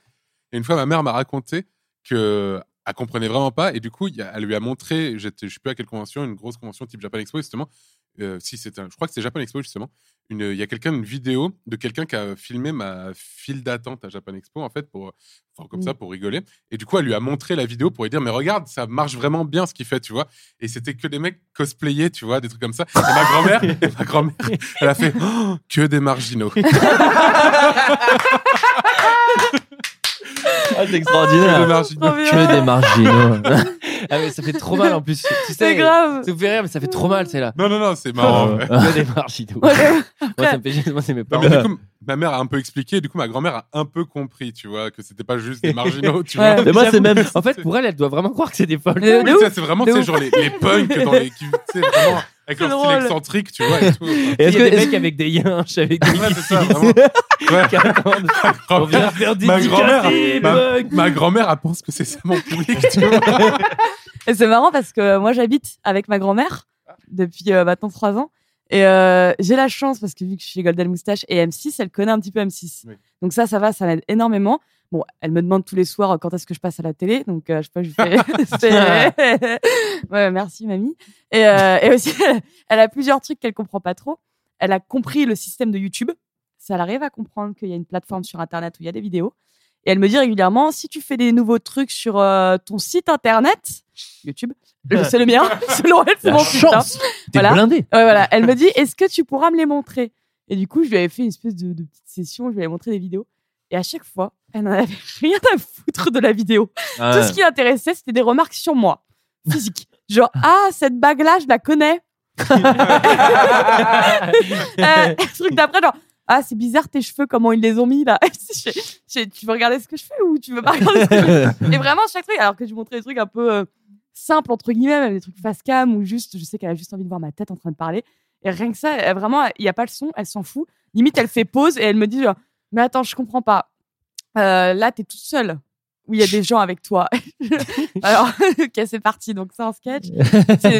Et une fois, ma mère m'a raconté que elle comprenait vraiment pas, et du coup, il y a- elle lui a montré, j'étais, je sais plus à quelle convention, une grosse convention type Japan Expo, justement. Euh, si c'est un- je crois que c'est Japan Expo justement. Une, il y a quelqu'un une vidéo de quelqu'un qui a filmé ma file d'attente à Japan Expo en fait pour, enfin, comme Mm. ça pour rigoler. Et du coup, elle lui a montré la vidéo pour lui dire mais regarde, ça marche vraiment bien ce qu'il fait, tu vois. Et c'était que des mecs cosplayés, tu vois, des trucs comme ça. Et ma grand-mère, et ma grand-mère, elle a fait Oh, que des marginaux. Ah, c'est extraordinaire. Que des marginaux. Trop bien. Que des marginaux. ah, mais ça fait trop mal en plus. Tu sais, C'est grave. Ça vous fait rire, mais ça fait trop mal, c'est là. Non non non, c'est Oh. marrant. ouais. Que des marginaux. Moi, ça me fait chier, moi, c'est mes Non, parents. mais du coup, ma mère a un peu expliqué, et du coup, ma grand-mère a un peu compris, tu vois, que c'était pas juste des marginaux, tu vois. Mais moi, c'est même. En fait, pour elle, elle doit vraiment croire que c'est des folles. De- Oui, de ça, ouf. c'est vraiment De tu sais, ouf. genre les, les punks dans les qui tu sais, vraiment avec C'est leur style drôle. excentrique tu vois et tout Et est-ce Il y a des que- est-ce mecs que- avec des yinches, avec des Ouais, c'est ça, kikis. vraiment. Ouais. qui attendent. Ma Oh, On vient faire des ma dédicaces, des grand-mère ma, bugs. ma grand-mère elle pense que c'est ça mon public tu vois Et c'est marrant parce que moi, j'habite avec ma grand-mère depuis euh, maintenant trois ans. Et euh, j'ai la chance parce que vu que je suis Golden Moustache et M6, elle connaît un petit peu M6. Oui. Donc ça, ça va, ça m'aide énormément. Bon, elle me demande tous les soirs euh, quand est-ce que je passe à la télé. Donc, euh, je sais pas, je lui fais... c'est- ouais, merci, mamie. Et, euh, et aussi, elle a plusieurs trucs qu'elle comprend pas trop. Elle a compris le système de YouTube. Ça, elle arrive à comprendre qu'il y a une plateforme sur Internet où il y a des vidéos. Et elle me dit régulièrement, si tu fais des nouveaux trucs sur euh, ton site Internet, YouTube, euh, c'est le mien, selon elle, c'est La mon site, hein. chance. T'es blindé. Ouais, voilà. Elle me dit, est-ce que tu pourras me les montrer Et du coup, je lui avais fait une espèce de, de petite session, je lui avais montré des vidéos. Et à chaque fois, elle n'en avait rien à foutre de la vidéo. Ah Tout ouais. ce qui l'intéressait, c'était des remarques sur moi, physique. Genre, ah, cette bague-là, je la connais. Euh, le truc d'après, genre, ah, c'est bizarre tes cheveux, comment ils les ont mis là. Je- je- tu veux regarder ce que je fais ou tu veux pas regarder ce que je fais Et vraiment, chaque truc, alors que je montrais des trucs un peu euh, simples, entre guillemets, même des trucs face cam ou juste, je sais qu'elle a juste envie de voir ma tête en train de parler. Et rien que ça, elle- vraiment, il n'y a pas le son, elle s'en fout. Limite, elle fait pause et elle me dit genre, Mais attends, je comprends pas. Euh, là, t'es toute seule. Ou il y a des gens avec toi. alors, ok, c'est parti. Donc, c'est un sketch. C'est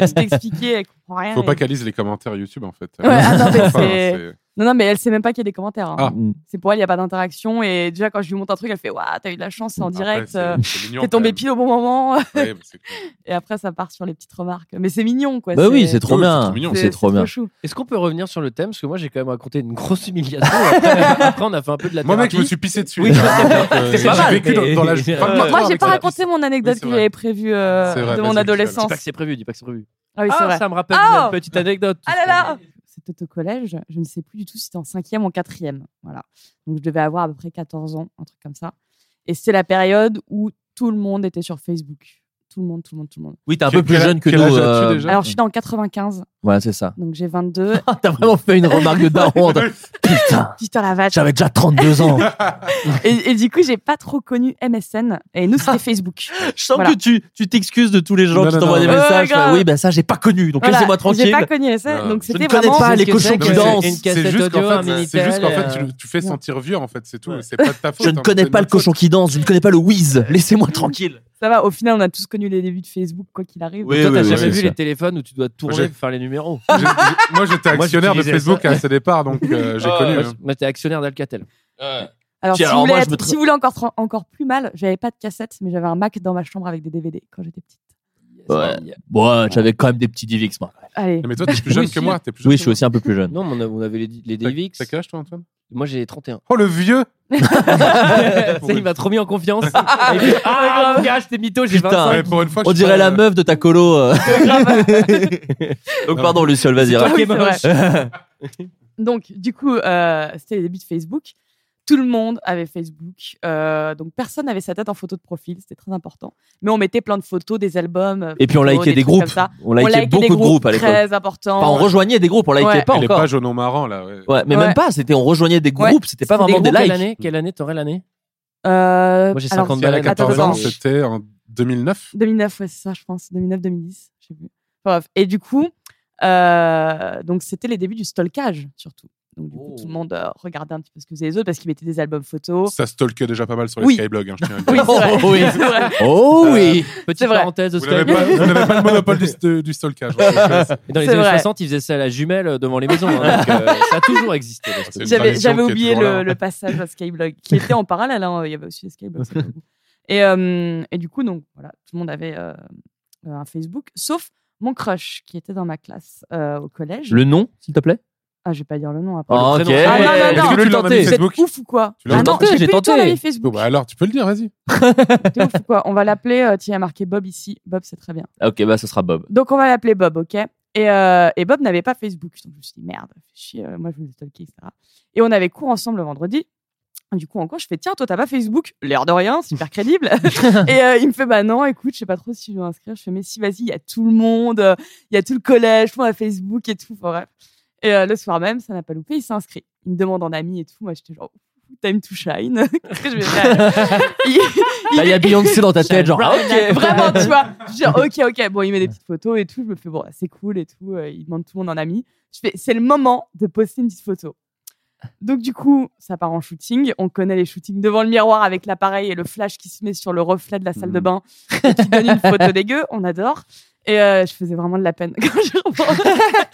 de tout expliquer, elle comprend rien. faut Et- pas qu'elle lise les commentaires YouTube en fait Ouais, ah non, mais Enfin, c'est- non, non, mais elle sait même pas qu'il y a des commentaires. hein. Ah. C'est pour elle, il n'y a pas d'interaction. Et déjà, quand je lui montre un truc, elle fait Waouh, t'as eu de la chance, c'est en Après, direct. c'est- euh, c'est mignon, T'es quand tombé même. pile au bon moment. Ouais, bah, c'est clair. et après, ça part sur les petites remarques. Mais c'est mignon, quoi. Bah oui, c'est trop Oui, c'est bien. trop mignon. C'est trop bien. chou. Est-ce qu'on peut revenir sur le thème Parce que moi, j'ai quand même raconté une grosse humiliation. Après, après, on a fait un peu de la moi mec thérapie. je me suis pissé dessus Oui, là. c'est Donc, pas euh, mal, j'ai vécu mais- dans, dans la mais- pas de Moi, temps Moi, j'ai avec pas la raconté mon anecdote Oui, c'est que vrai. j'avais prévue euh, C'est vrai, de bah, mon c'est Dis adolescence. pas que c'est prévu, dis pas que c'est prévu. Ah oui, c'est vrai. ça me rappelle Ah Oh une petite anecdote. Ah là là C'était au collège, je ne sais plus du tout si c'était en cinquième ou en quatrième. Voilà. Donc je devais avoir à peu près 14 ans, un truc comme ça. Et c'était la période où tout le monde était sur Facebook. Tout le monde, tout le monde, tout le monde. Oui, t'es un Quel- peu plus quel- jeune que quel nous. âge as-tu euh, déjà Alors je suis dans le 95, Ouais, c'est ça. Ah, donc j'ai 22. T'as vraiment fait une remarque de daron. t'as- Putain, Putain la vache. j'avais déjà 32 ans. Et, et du coup, j'ai pas trop connu MSN. Et nous, Ah. c'était Facebook. Je sens Voilà. que tu tu t'excuses de tous les gens Non, qui non, t'envoient non. des Ouais, Oh messages. grave. bah, oui, bah ça, j'ai pas connu, donc Voilà. laissez-moi J'ai tranquille. Euh, pas connu MSN, Ouais. donc Je c'était ne connais vraiment. pas c'est les que cochons c'est qui que- dansent. une c'est cassette juste audio, qu'en un fait, c'est Minitel, juste qu'en fait, euh, tu, tu fais sentir vieux en fait, c'est tout. C'est pas de ta faute. Je ne hein, connais c'est pas le notre faute. cochon qui danse, je ne connais pas le whiz. Laissez-moi tranquille. Ça va, au final, on a tous connu les débuts de Facebook, quoi qu'il arrive. Oui, Toi, t'as oui, jamais oui, vu c'est les ça. téléphones où tu dois tourner Moi, j'ai- pour faire les numéros J'ai- j'ai- Moi, j'étais Moi, actionnaire de j'utilisais Facebook ça. à ses départs, donc euh, j'ai Ah, connu. ouais. hein. Moi, t'es actionnaire d'Alcatel. Alors, Tiens, si, alors vous voulez moi, je être- me tra- si vous voulez encore, tra- encore plus mal, j'avais pas de cassette, mais j'avais un Mac dans ma chambre avec des DVD quand j'étais petite. Ouais. Bon, j'avais quand même des petits DVX, moi. Allez. Mais toi, t'es plus jeune que moi. t'es plus jeune Oui, que je suis aussi un peu plus jeune. Non, mais on, a- on avait les, les moi. DVX. T'as quel âge toi, Antoine Moi, j'ai 31. Oh, le vieux Ah, Tu sais, il m'a trop mis en confiance. Il fait, ah, mon gars, je t'ai mytho, j'ai Putain. 25. Ouais, Pour une fois, je On suis dirait pas, la euh, meuf de ta colo. euh. Donc, pardon, Luciole, vas-y. Ah oui, raconte. c'est vrai. Donc, du coup, euh, c'était les débuts de Facebook. Tout le monde avait Facebook. Euh, donc, personne n'avait sa tête en photo de profil. C'était très important. Mais on mettait plein de photos, des albums. euh, Et puis, on photos, likait des trucs groupes. comme ça. On likait beaucoup de groupes à l'époque. Très important. Enfin, on rejoignait des groupes, on likait Ouais. pas Et les encore. pages au nom marrant là. ouais. Ouais, mais Ouais. même pas, c'était on rejoignait des Ouais. groupes, c'était pas Des vraiment des gros, Quelle likes. année, quelle année t'aurais l'année Euh, Moi, j'ai alors, 50 Et elle a balles. 14 ans, Attends, c'était en 2009. 2009, ouais, c'est ça, je pense. 2009-2010, je sais plus. Enfin, bref. Et du coup, Euh, donc, c'était les débuts du stalkage, surtout. Donc, du Oh. coup, tout le monde euh, regardait un petit peu ce que faisaient les autres parce qu'ils mettaient des albums photos. Ça stalkait déjà pas mal sur les Oui. skyblogs. hein, je tiens à le Oui, dire. c'est vrai. C'est oui. vrai. Oh Euh, oui C'est Petite vrai. parenthèse de Vous n'avez pas, vous n'avez pas le monopole du, st- du stalkage. hein. C'est- Et Dans les C'est années vrai. 60, ils faisaient ça à la jumelle devant les maisons. hein, donc, euh, ça a toujours existé. le C'est une J'avais tradition j'avais qui est oublié toujours le, là. le passage à Skyblog qui était en parallèle. hein, Il y avait aussi les Skyblogs. c'est pas beaucoup. et, euh, et du coup, donc, voilà, tout le monde avait euh, un Facebook, sauf mon crush qui était dans ma classe euh, au collège. Le nom, s'il te plaît Ah, je vais pas dire le nom après. Ah, Le ok. prénom. Ah, Est-ce non, non, que non. tu Vous l'as êtes nommé Facebook ouf ou quoi Tu l'as Ah non, tenté, j'ai plus le temps tenté. d'aller Bon, Facebook. bah alors, tu peux le dire, vas-y. T'es ouf ou quoi On va l'appeler, euh, tiens, il y a marqué Bob ici. Bob, c'est très bien. Ah, Ok, bah ce sera Bob. Donc on va l'appeler Bob, ok et, euh, et Bob n'avait pas Facebook. Donc je me suis dit, merde, fais chier, euh, moi je voulais le stalker, etc. Et on avait cours ensemble le vendredi. Du coup, en cours, je fais, tiens, toi, t'as pas Facebook L'air de rien, super crédible. et euh, il me fait, bah non, écoute, je sais pas trop si je dois inscrire. Je fais, mais si, vas-y, il y a tout le monde, euh, il y a tout le collège, tout le monde a Facebook et tout, enfin, bref. Et euh, le soir même, ça n'a pas loupé, il s'inscrit. Il me demande en ami et tout. Moi, j'étais genre, time to shine. Qu'est-ce que je vais faire Il- Là, il y a Beyoncé dans ta tête, genre. ah, ok, vraiment, tu vois. Je dis, ok, ok. Bon, il met des petites photos et tout. Je me fais, bon, c'est cool et tout. euh, Il demande tout le monde en ami. Je fais, c'est le moment de poster une petite photo. Donc, du coup, ça part en shooting. On connaît les shootings devant le miroir avec l'appareil et le flash qui se met sur le reflet de la salle de Hmm. bain et qui donne une photo dégueu. On adore. Et euh, je faisais vraiment de la peine quand je repense.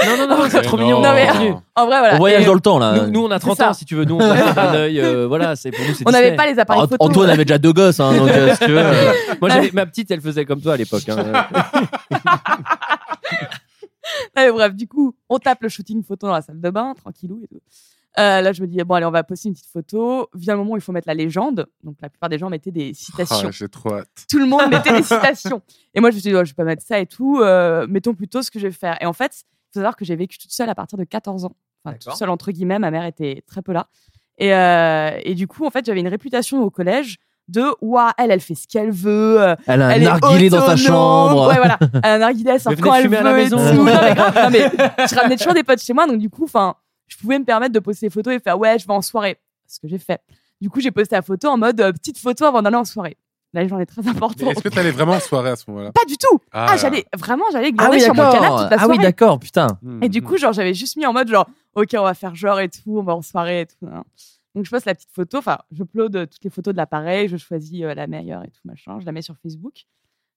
Non, non, non, c'est trop Mais mignon. non. Non, mais Continue. en vrai, voilà. Oh. On voyage Et dans le temps, là. Ah, Nous, nous, on a 30 C'est ça. ans, si tu veux. Nous, on passe un œil. euh, voilà, c'est pour nous, c'est on n'avait Disney. pas les appareils Alors, photo. Ah, Antoine avait déjà deux gosses, hein, donc euh, si tu veux. euh, Moi, j'avais- ma petite, elle faisait comme toi à l'époque. hein. Non, mais bref, du coup, on tape le shooting photo dans la salle de bain, tranquillou et tout. Euh, là, je me dis, bon, allez, on va poster une petite photo. Vient le moment où il faut mettre la légende. Donc, la plupart des gens mettaient des citations. Ah, J'ai trop hâte. tout le monde mettait des citations. Et moi, je me suis dit, oh, je vais pas mettre ça et tout. euh, mettons plutôt ce que je vais faire. Et en fait, il faut savoir que j'ai vécu toute seule à partir de 14 ans. Enfin, toute seule, entre guillemets. Ma mère était très peu là. Et, euh, et du coup, en fait, j'avais une réputation au collège de, ouah, elle, elle fait ce qu'elle veut. euh, Elle a un elle est narguilé dans sa autonome. chambre. Ouais, voilà. Elle a un narguilé, elle sort venez quand elle fumer veut. à la et maison. tout. Non, mais grave. Non, mais je ramenais toujours des potes chez moi, donc du coup, enfin, je pouvais me permettre de poster des photos et faire ouais, je vais en soirée. Ce que j'ai fait. Du coup, j'ai posté la photo en mode euh, petite photo avant d'aller en soirée. Là, j'en ai très Mais important. Est-ce que t'allais vraiment en soirée à ce moment-là Pas du tout. Ah, Ah, là. j'allais vraiment, j'allais glander sur mon canapé toute la Ah oui, soirée. d'accord, putain. Hmm. et du coup, genre, j'avais juste mis en mode genre, ok, on va faire genre et tout, on va en soirée et tout. hein. Donc, je poste la petite photo. Enfin, je upload euh, toutes les photos de l'appareil, je choisis euh, la meilleure et tout machin. Je la mets sur Facebook.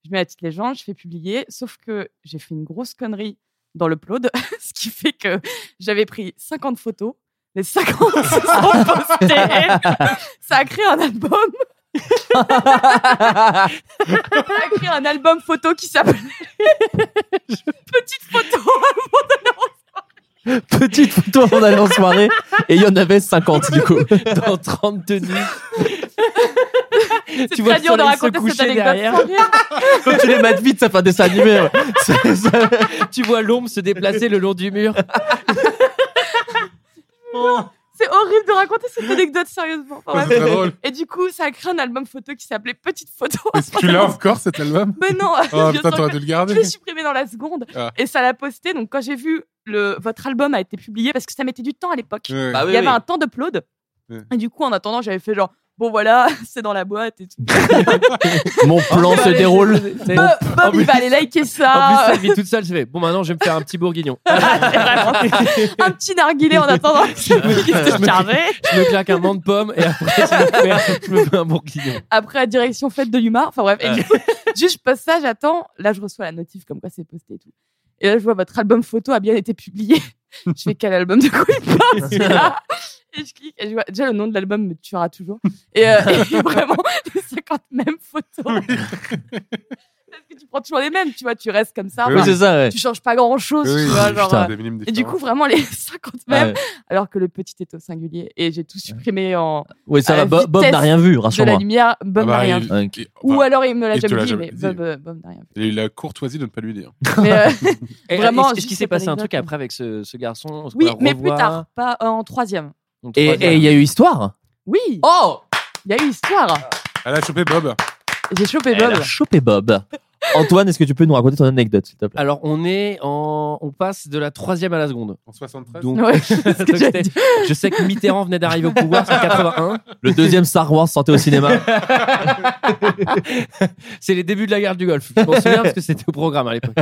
Je mets la petite légende, je fais publier. Sauf que j'ai fait une grosse connerie dans l'upload, ce qui fait que j'avais pris 50 photos. Les 50 se sont postées. Ça a créé un album. Ça a créé un album photo qui s'appelle Petite photo. Petite photo avant d'aller en soirée. Et il y en avait 50, du coup. Dans 30 tenues. C'est vois très le dur de soleil se raconter cette coucher anecdote derrière. sans rire. Quand tu les mates vite, ça fait un dessin animé. ouais. C'est- ça- tu vois l'ombre se déplacer le long du mur. C'est horrible de raconter cette anecdote sérieusement. Enfin, C'est bref. très drôle. Et du coup, ça a créé un album photo qui s'appelait Petite photo. Est-ce que tu l'as encore cet album Mais non, Oh bien putain, sûr t'aurais que- dû le je garder. l'ai supprimé dans la seconde. Ah. Et ça l'a posté. Donc, quand j'ai vu le... votre album a été publié, parce que ça mettait du temps à l'époque, Ouais. Bah oui, il y avait oui. un temps d'upload. Ah Ouais. Et du coup, en attendant, j'avais fait genre, bon voilà, c'est dans la boîte et tout. Bob, Mon plan Ah, se déroule. Bob, il va aller liker En plus, ça. elle vit toute seule. Je fais bon, maintenant, je vais me faire un petit bourguignon. un petit narguilé en attendant que ça puisse se charger. Je me claque un man de pomme et après, je me fais, je me fais un bourguignon. après la direction faite de Yuma. Enfin bref, et du coup, juste je passe ça, j'attends. Là, je reçois la notif comme quoi c'est posté et tout. Et là, je vois votre album photo a bien été publié. je fais quel album de quoi il parle celui-là Et je clique. Et je vois, déjà, le nom de l'album me tuera toujours. Et, euh, et vraiment, les 50 mêmes photos. Parce que tu prends toujours les mêmes, tu vois, tu restes comme ça. Oui, Enfin, c'est ça, ouais. Tu changes pas grand-chose, Oui, tu oui, vois. oui, Genre, putain, euh, des minimes et du coup, différents. vraiment, les 50 Ah mêmes, ouais. alors que le petit est au singulier. Et j'ai tout supprimé en Oui, ça à va. la Bob Bob vitesse n'a rien vu, de la rassure-moi. lumière. Bob Ah n'a bah, rien il- Ouais. il- ou enfin, alors il me l'a il te jamais l'a dit, jamais mais dit. Bob, euh, Bob n'a rien fait. Il a courtoisie de ne pas lui dire. Mais, euh, Et Vraiment, Est-ce juste qu'il s'est cette passé un truc anecdote. après avec ce, ce garçon On se oui, pourra mais plus revoir tard, pas euh, en troisième. Donc, Et troisième. et il y a eu histoire. Oui, il Oh y a eu histoire. Elle a chopé Bob. J'ai chopé Elle Bob. a chopé Bob. Antoine, est-ce que tu peux nous raconter ton anecdote, s'il te plaît Alors, on est en. On passe de la troisième à la seconde. En 73. Donc, Ouais, c'est ce que Donc, j'allais c'était- dire. je sais que Mitterrand venait d'arriver au pouvoir, c'est en 81. Le deuxième Star Wars sortait au cinéma. C'est les débuts de la guerre du Golfe. Je m'en souviens parce que c'était au programme à l'époque.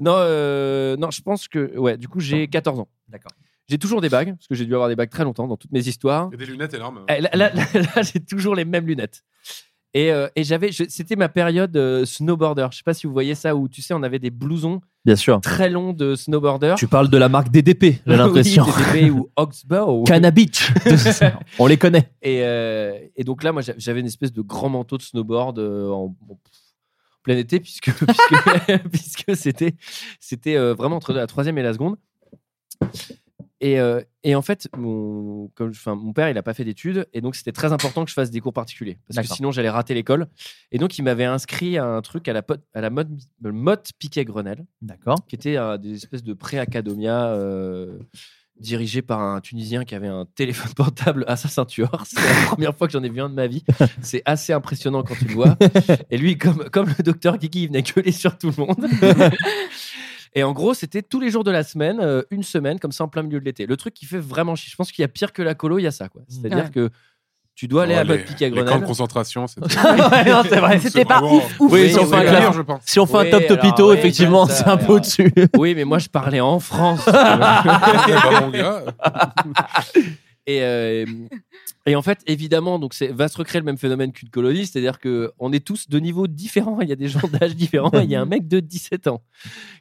Non, euh, non, je pense que. Ouais, du coup, j'ai 14 ans. D'accord. J'ai toujours des bagues, parce que j'ai dû avoir des bagues très longtemps dans toutes mes histoires. Et des lunettes énormes. Eh, Là, là- là- là, j'ai toujours les mêmes lunettes. Et, euh, et j'avais, je- c'était ma période euh, snowboarder. Je sais pas si vous voyez ça, où tu sais, on avait des blousons Bien sûr. très longs de snowboarder. Tu parles de la marque DDP, j'ai l'impression. Oui, DDP ou Oxbow. Cana Beach. On les connaît. Et, euh, et donc là, moi, j'a- j'avais une espèce de grand manteau de snowboard euh, en bon, pff, plein été, puisque, puisque, puisque c'était, c'était euh, vraiment entre la troisième et la seconde. Et, euh, et en fait, mon, comme, je- 'fin, mon père, il n'a pas fait d'études, et donc c'était très important que je fasse des cours particuliers, parce que D'accord. sinon j'allais rater l'école. Et donc, il m'avait inscrit à un truc à la, pot- à la mode, mode Piquet-Grenelle, D'accord. qui était un- des espèces de pré-academia euh, dirigé par un Tunisien qui avait un téléphone portable à sa ceinture. C'est la première fois que j'en ai vu un de ma vie. C'est assez impressionnant quand tu le vois. Et lui, comme, comme le docteur Guigui, il venait gueuler sur tout le monde. Et en gros, c'était tous les jours de la semaine, euh, une semaine, comme ça, en plein milieu de l'été. Le truc qui fait vraiment chier. Je pense qu'il y a pire que la colo, il y a ça. quoi. C'est-à-dire Ouais. que tu dois aller Oh, à les- Botpic à les camps de Grenade. concentration, c'était- Ouais, non, c'est vrai. C'était pas vraiment- ouf, ouf. Oui, Oui, si on c'est fait un clair, classe- je pense. si on fait un Oui, top top alors, hito, oui, effectivement, ça, c'est un alors. peu au-dessus. Oui, mais moi, je parlais en France. pas mon gars. et, euh, et en fait, évidemment, donc c'est va se recréer le même phénomène qu'une colonie, c'est-à-dire que on est tous de niveaux différents. Il y a des gens d'âge différents. et Il y a un mec de 17 ans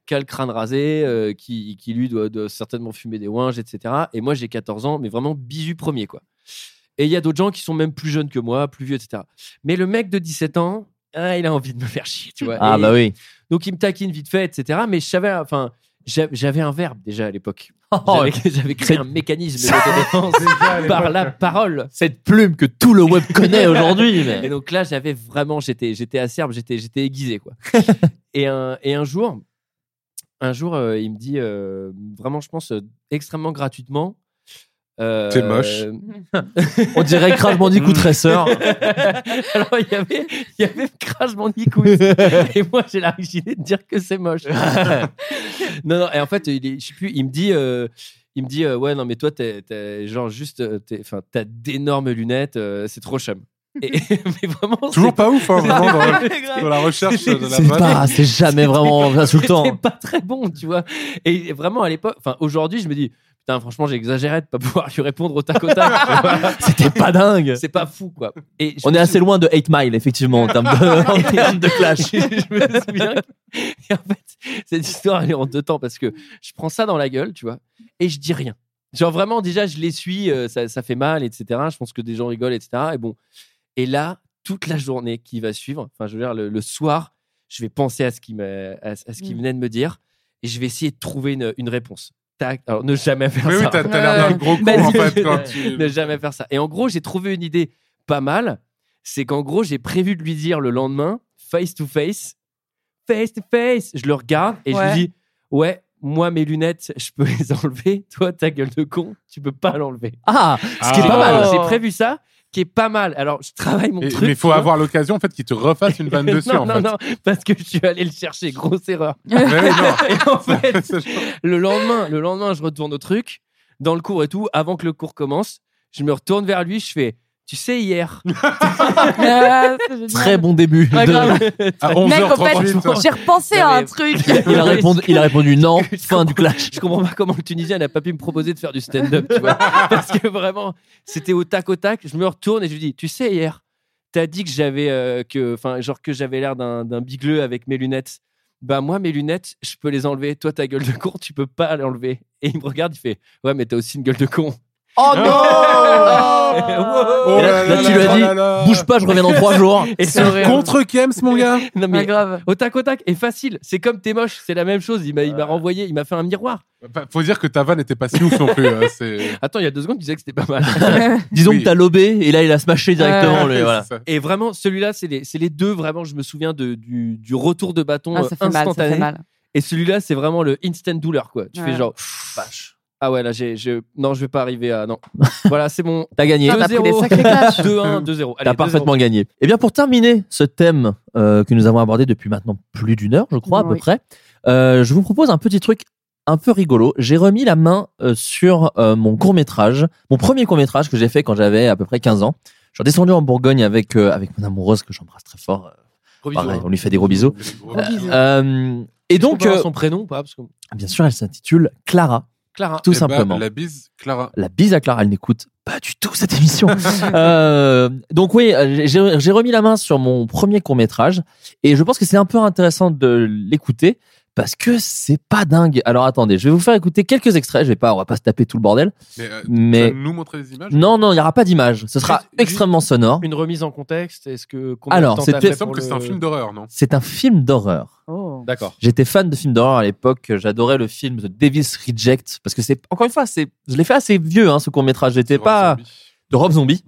qui a le crâne rasé, euh, qui, qui lui doit, doit certainement fumer des ouinges, etc. Et moi, j'ai 14 ans, mais vraiment bisu premier, quoi. Et il y a d'autres gens qui sont même plus jeunes que moi, plus vieux, etc. Mais le mec de 17 ans, ah, il a envie de me faire chier, tu vois. Ah, Et- bah oui. donc il me taquine vite fait, etc. Mais je savais, enfin, j'a- j'avais un verbe déjà à l'époque. Oh, J'avais- J'avais créé c'est- un mécanisme d'autodéfense par la parole. Cette plume que tout le web connaît aujourd'hui. mais- Et donc là, j'avais vraiment, j'étais, j'étais acerbe, j'étais, j'étais aiguisé quoi. et un, et un jour, un jour, euh, il me dit euh, vraiment, je pense euh, extrêmement gratuitement. euh, T'es moche. On dirait Crash Bandicoot Racer. Alors, il y avait, il y avait Crash Bandicoot. et moi, j'ai la rigidité de dire que c'est moche. non, non, et en fait, il, est- je sais plus, il me dit. euh, il me dit euh, ouais non mais toi t'es, t'es- genre juste euh, t'es- enfin t'as d'énormes lunettes euh, c'est trop chum et, mais vraiment Toujours c'est- pas ouf, hein, vraiment, dans, Grave. dans la recherche de la C'est vanne. pas, c'est jamais vraiment insultant. C'était pas très bon, tu vois. Et vraiment, à l'époque, enfin, aujourd'hui, je me dis, putain, franchement, j'exagérais de pas pouvoir lui répondre au tac au tac. tu vois. C'était pas dingue. C'est pas fou, quoi. Et je On me est sou- assez loin de 8 Mile, effectivement, en termes de, en termes de clash. je me souviens. que- Et en fait, cette histoire, elle est en deux temps parce que je prends ça dans la gueule, tu vois, et je dis rien. Genre vraiment, déjà, je l'essuie, euh, ça, ça fait mal, etc. Je pense que des gens rigolent, etc. Et bon. Et là, toute la journée qui va suivre, enfin, je veux dire, le, le soir, je vais penser à ce qu'il m'a- à, ce à ce qu'il Mm. venait de me dire et je vais essayer de trouver une, une réponse. Tac. Alors, ne jamais faire Mais oui, ça. t'as t'as l'air d'un gros con, en Vas-y. fait, quand tu. ne jamais faire ça. Et en gros, j'ai trouvé une idée pas mal. C'est qu'en gros, j'ai prévu de lui dire le lendemain, face to face, face to face. Je le regarde et Ouais. je lui dis Ouais, moi, mes lunettes, je peux les enlever. Toi, ta gueule de con, tu peux pas l'enlever. Ah, ce qui est Ah. pas mal. Oh. J'ai prévu ça, qui est pas mal. Alors, je travaille mon Et- truc. mais il faut tu vois. avoir l'occasion, en fait, qu'il te refasse une vanne dessus, non, en non, fait. non, parce que je suis allé le chercher. Grosse erreur. Mais oui, non. Et en fait, Ça, je- le lendemain, le lendemain, je retourne au truc, dans le cours et tout, avant que le cours commence, je me retourne vers lui, je fais, tu sais, hier. Ah, c'est génial. Très bon début. Ouais, de- grave. À Mec, en fait, 11h38. j'ai repensé Non, à un mais- truc. Il a répondu, il a répondu non. Fin du clash. Je comprends pas comment le Tunisien n'a pas pu me proposer de faire du stand-up, tu vois. Parce que vraiment, c'était au tac au tac. Je me retourne et je lui dis, tu sais, hier, t'as dit que j'avais, euh, que, enfin, genre que j'avais l'air d'un, d'un bigleux avec mes lunettes. Bah, moi, mes lunettes, je peux les enlever. Toi, ta gueule de con, tu peux pas l'enlever. Et il me regarde, il fait, ouais, mais t'as aussi une gueule de con. Oh non Oh Et là, là, tu lui as dit, Bouge pas, je reviens dans trois jours. Et ça- Contre Kems, mon gars non, Pas mais grave. au tac au tac, et facile. C'est comme t'es moche, c'est la même chose. Il m'a, il m'a renvoyé, il m'a fait un miroir. Bah, Faut dire que ta vanne n'était pas si ouf non plus. hein, c'est- Attends, il y a deux secondes, tu disais que c'était pas mal. Disons Oui. que t'as lobé et là il a smashé directement. Ouais, le- c'est voilà. ça. Et vraiment, celui-là, c'est les, c'est les deux, vraiment, je me souviens de, du, du retour de bâton Ah, euh, ça fait mal, ça instantané. fait mal. Et celui-là, c'est vraiment le instant douleur, quoi. Tu fais Ouais. genre, pff, vache. Ah ouais, là, j'ai, je... non, je vais pas arriver à. Non. voilà, c'est mon. T'as gagné. Putain, t'as pris des 2-0. sacrés clashs. 2-1, 2-0. Allez, T'as 2-0. parfaitement gagné. Et bien pour terminer ce thème euh, que nous avons abordé depuis maintenant plus d'une heure, je crois à Oui. peu près, euh, je vous propose un petit truc un peu rigolo. J'ai remis la main euh, sur euh, mon court métrage, mon premier court métrage que j'ai fait quand j'avais à peu près 15 ans. Je suis descendu en Bourgogne avec, euh, avec mon amoureuse que j'embrasse très fort. Gros bisous, Pareil, hein. Euh, eh ben, on lui fait des gros bisous. Gros Euh, Et donc, euh, son prénom ou pas Parce que- bien sûr, elle s'intitule Clara. Clara. Tout Eh ben, simplement. la bise, Clara. La bise à Clara, elle n'écoute pas du tout cette émission. Euh, donc oui, euh, j'ai j'ai remis la main sur mon premier court métrage et je pense que c'est un peu intéressant de l'écouter parce que c'est pas dingue. Alors attendez, je vais vous faire écouter quelques extraits. Je vais pas, on va pas se taper tout le bordel. Mais, euh, Mais- tu vas nous montrer les images Non, non, il n'y aura pas d'image. Ce sera extrêmement sonore. Une remise en contexte Est-ce que combien Alors, de temps t'as c'était- fait Il me semble pour que c'est le- un film d'horreur, non C'est un film d'horreur. Oh. D'accord. J'étais fan de films d'horreur à l'époque. J'adorais le film The Devil's Reject parce que c'est encore une fois, c'est je l'ai fait assez vieux hein, ce court métrage. J'étais pas de Rob Zombie.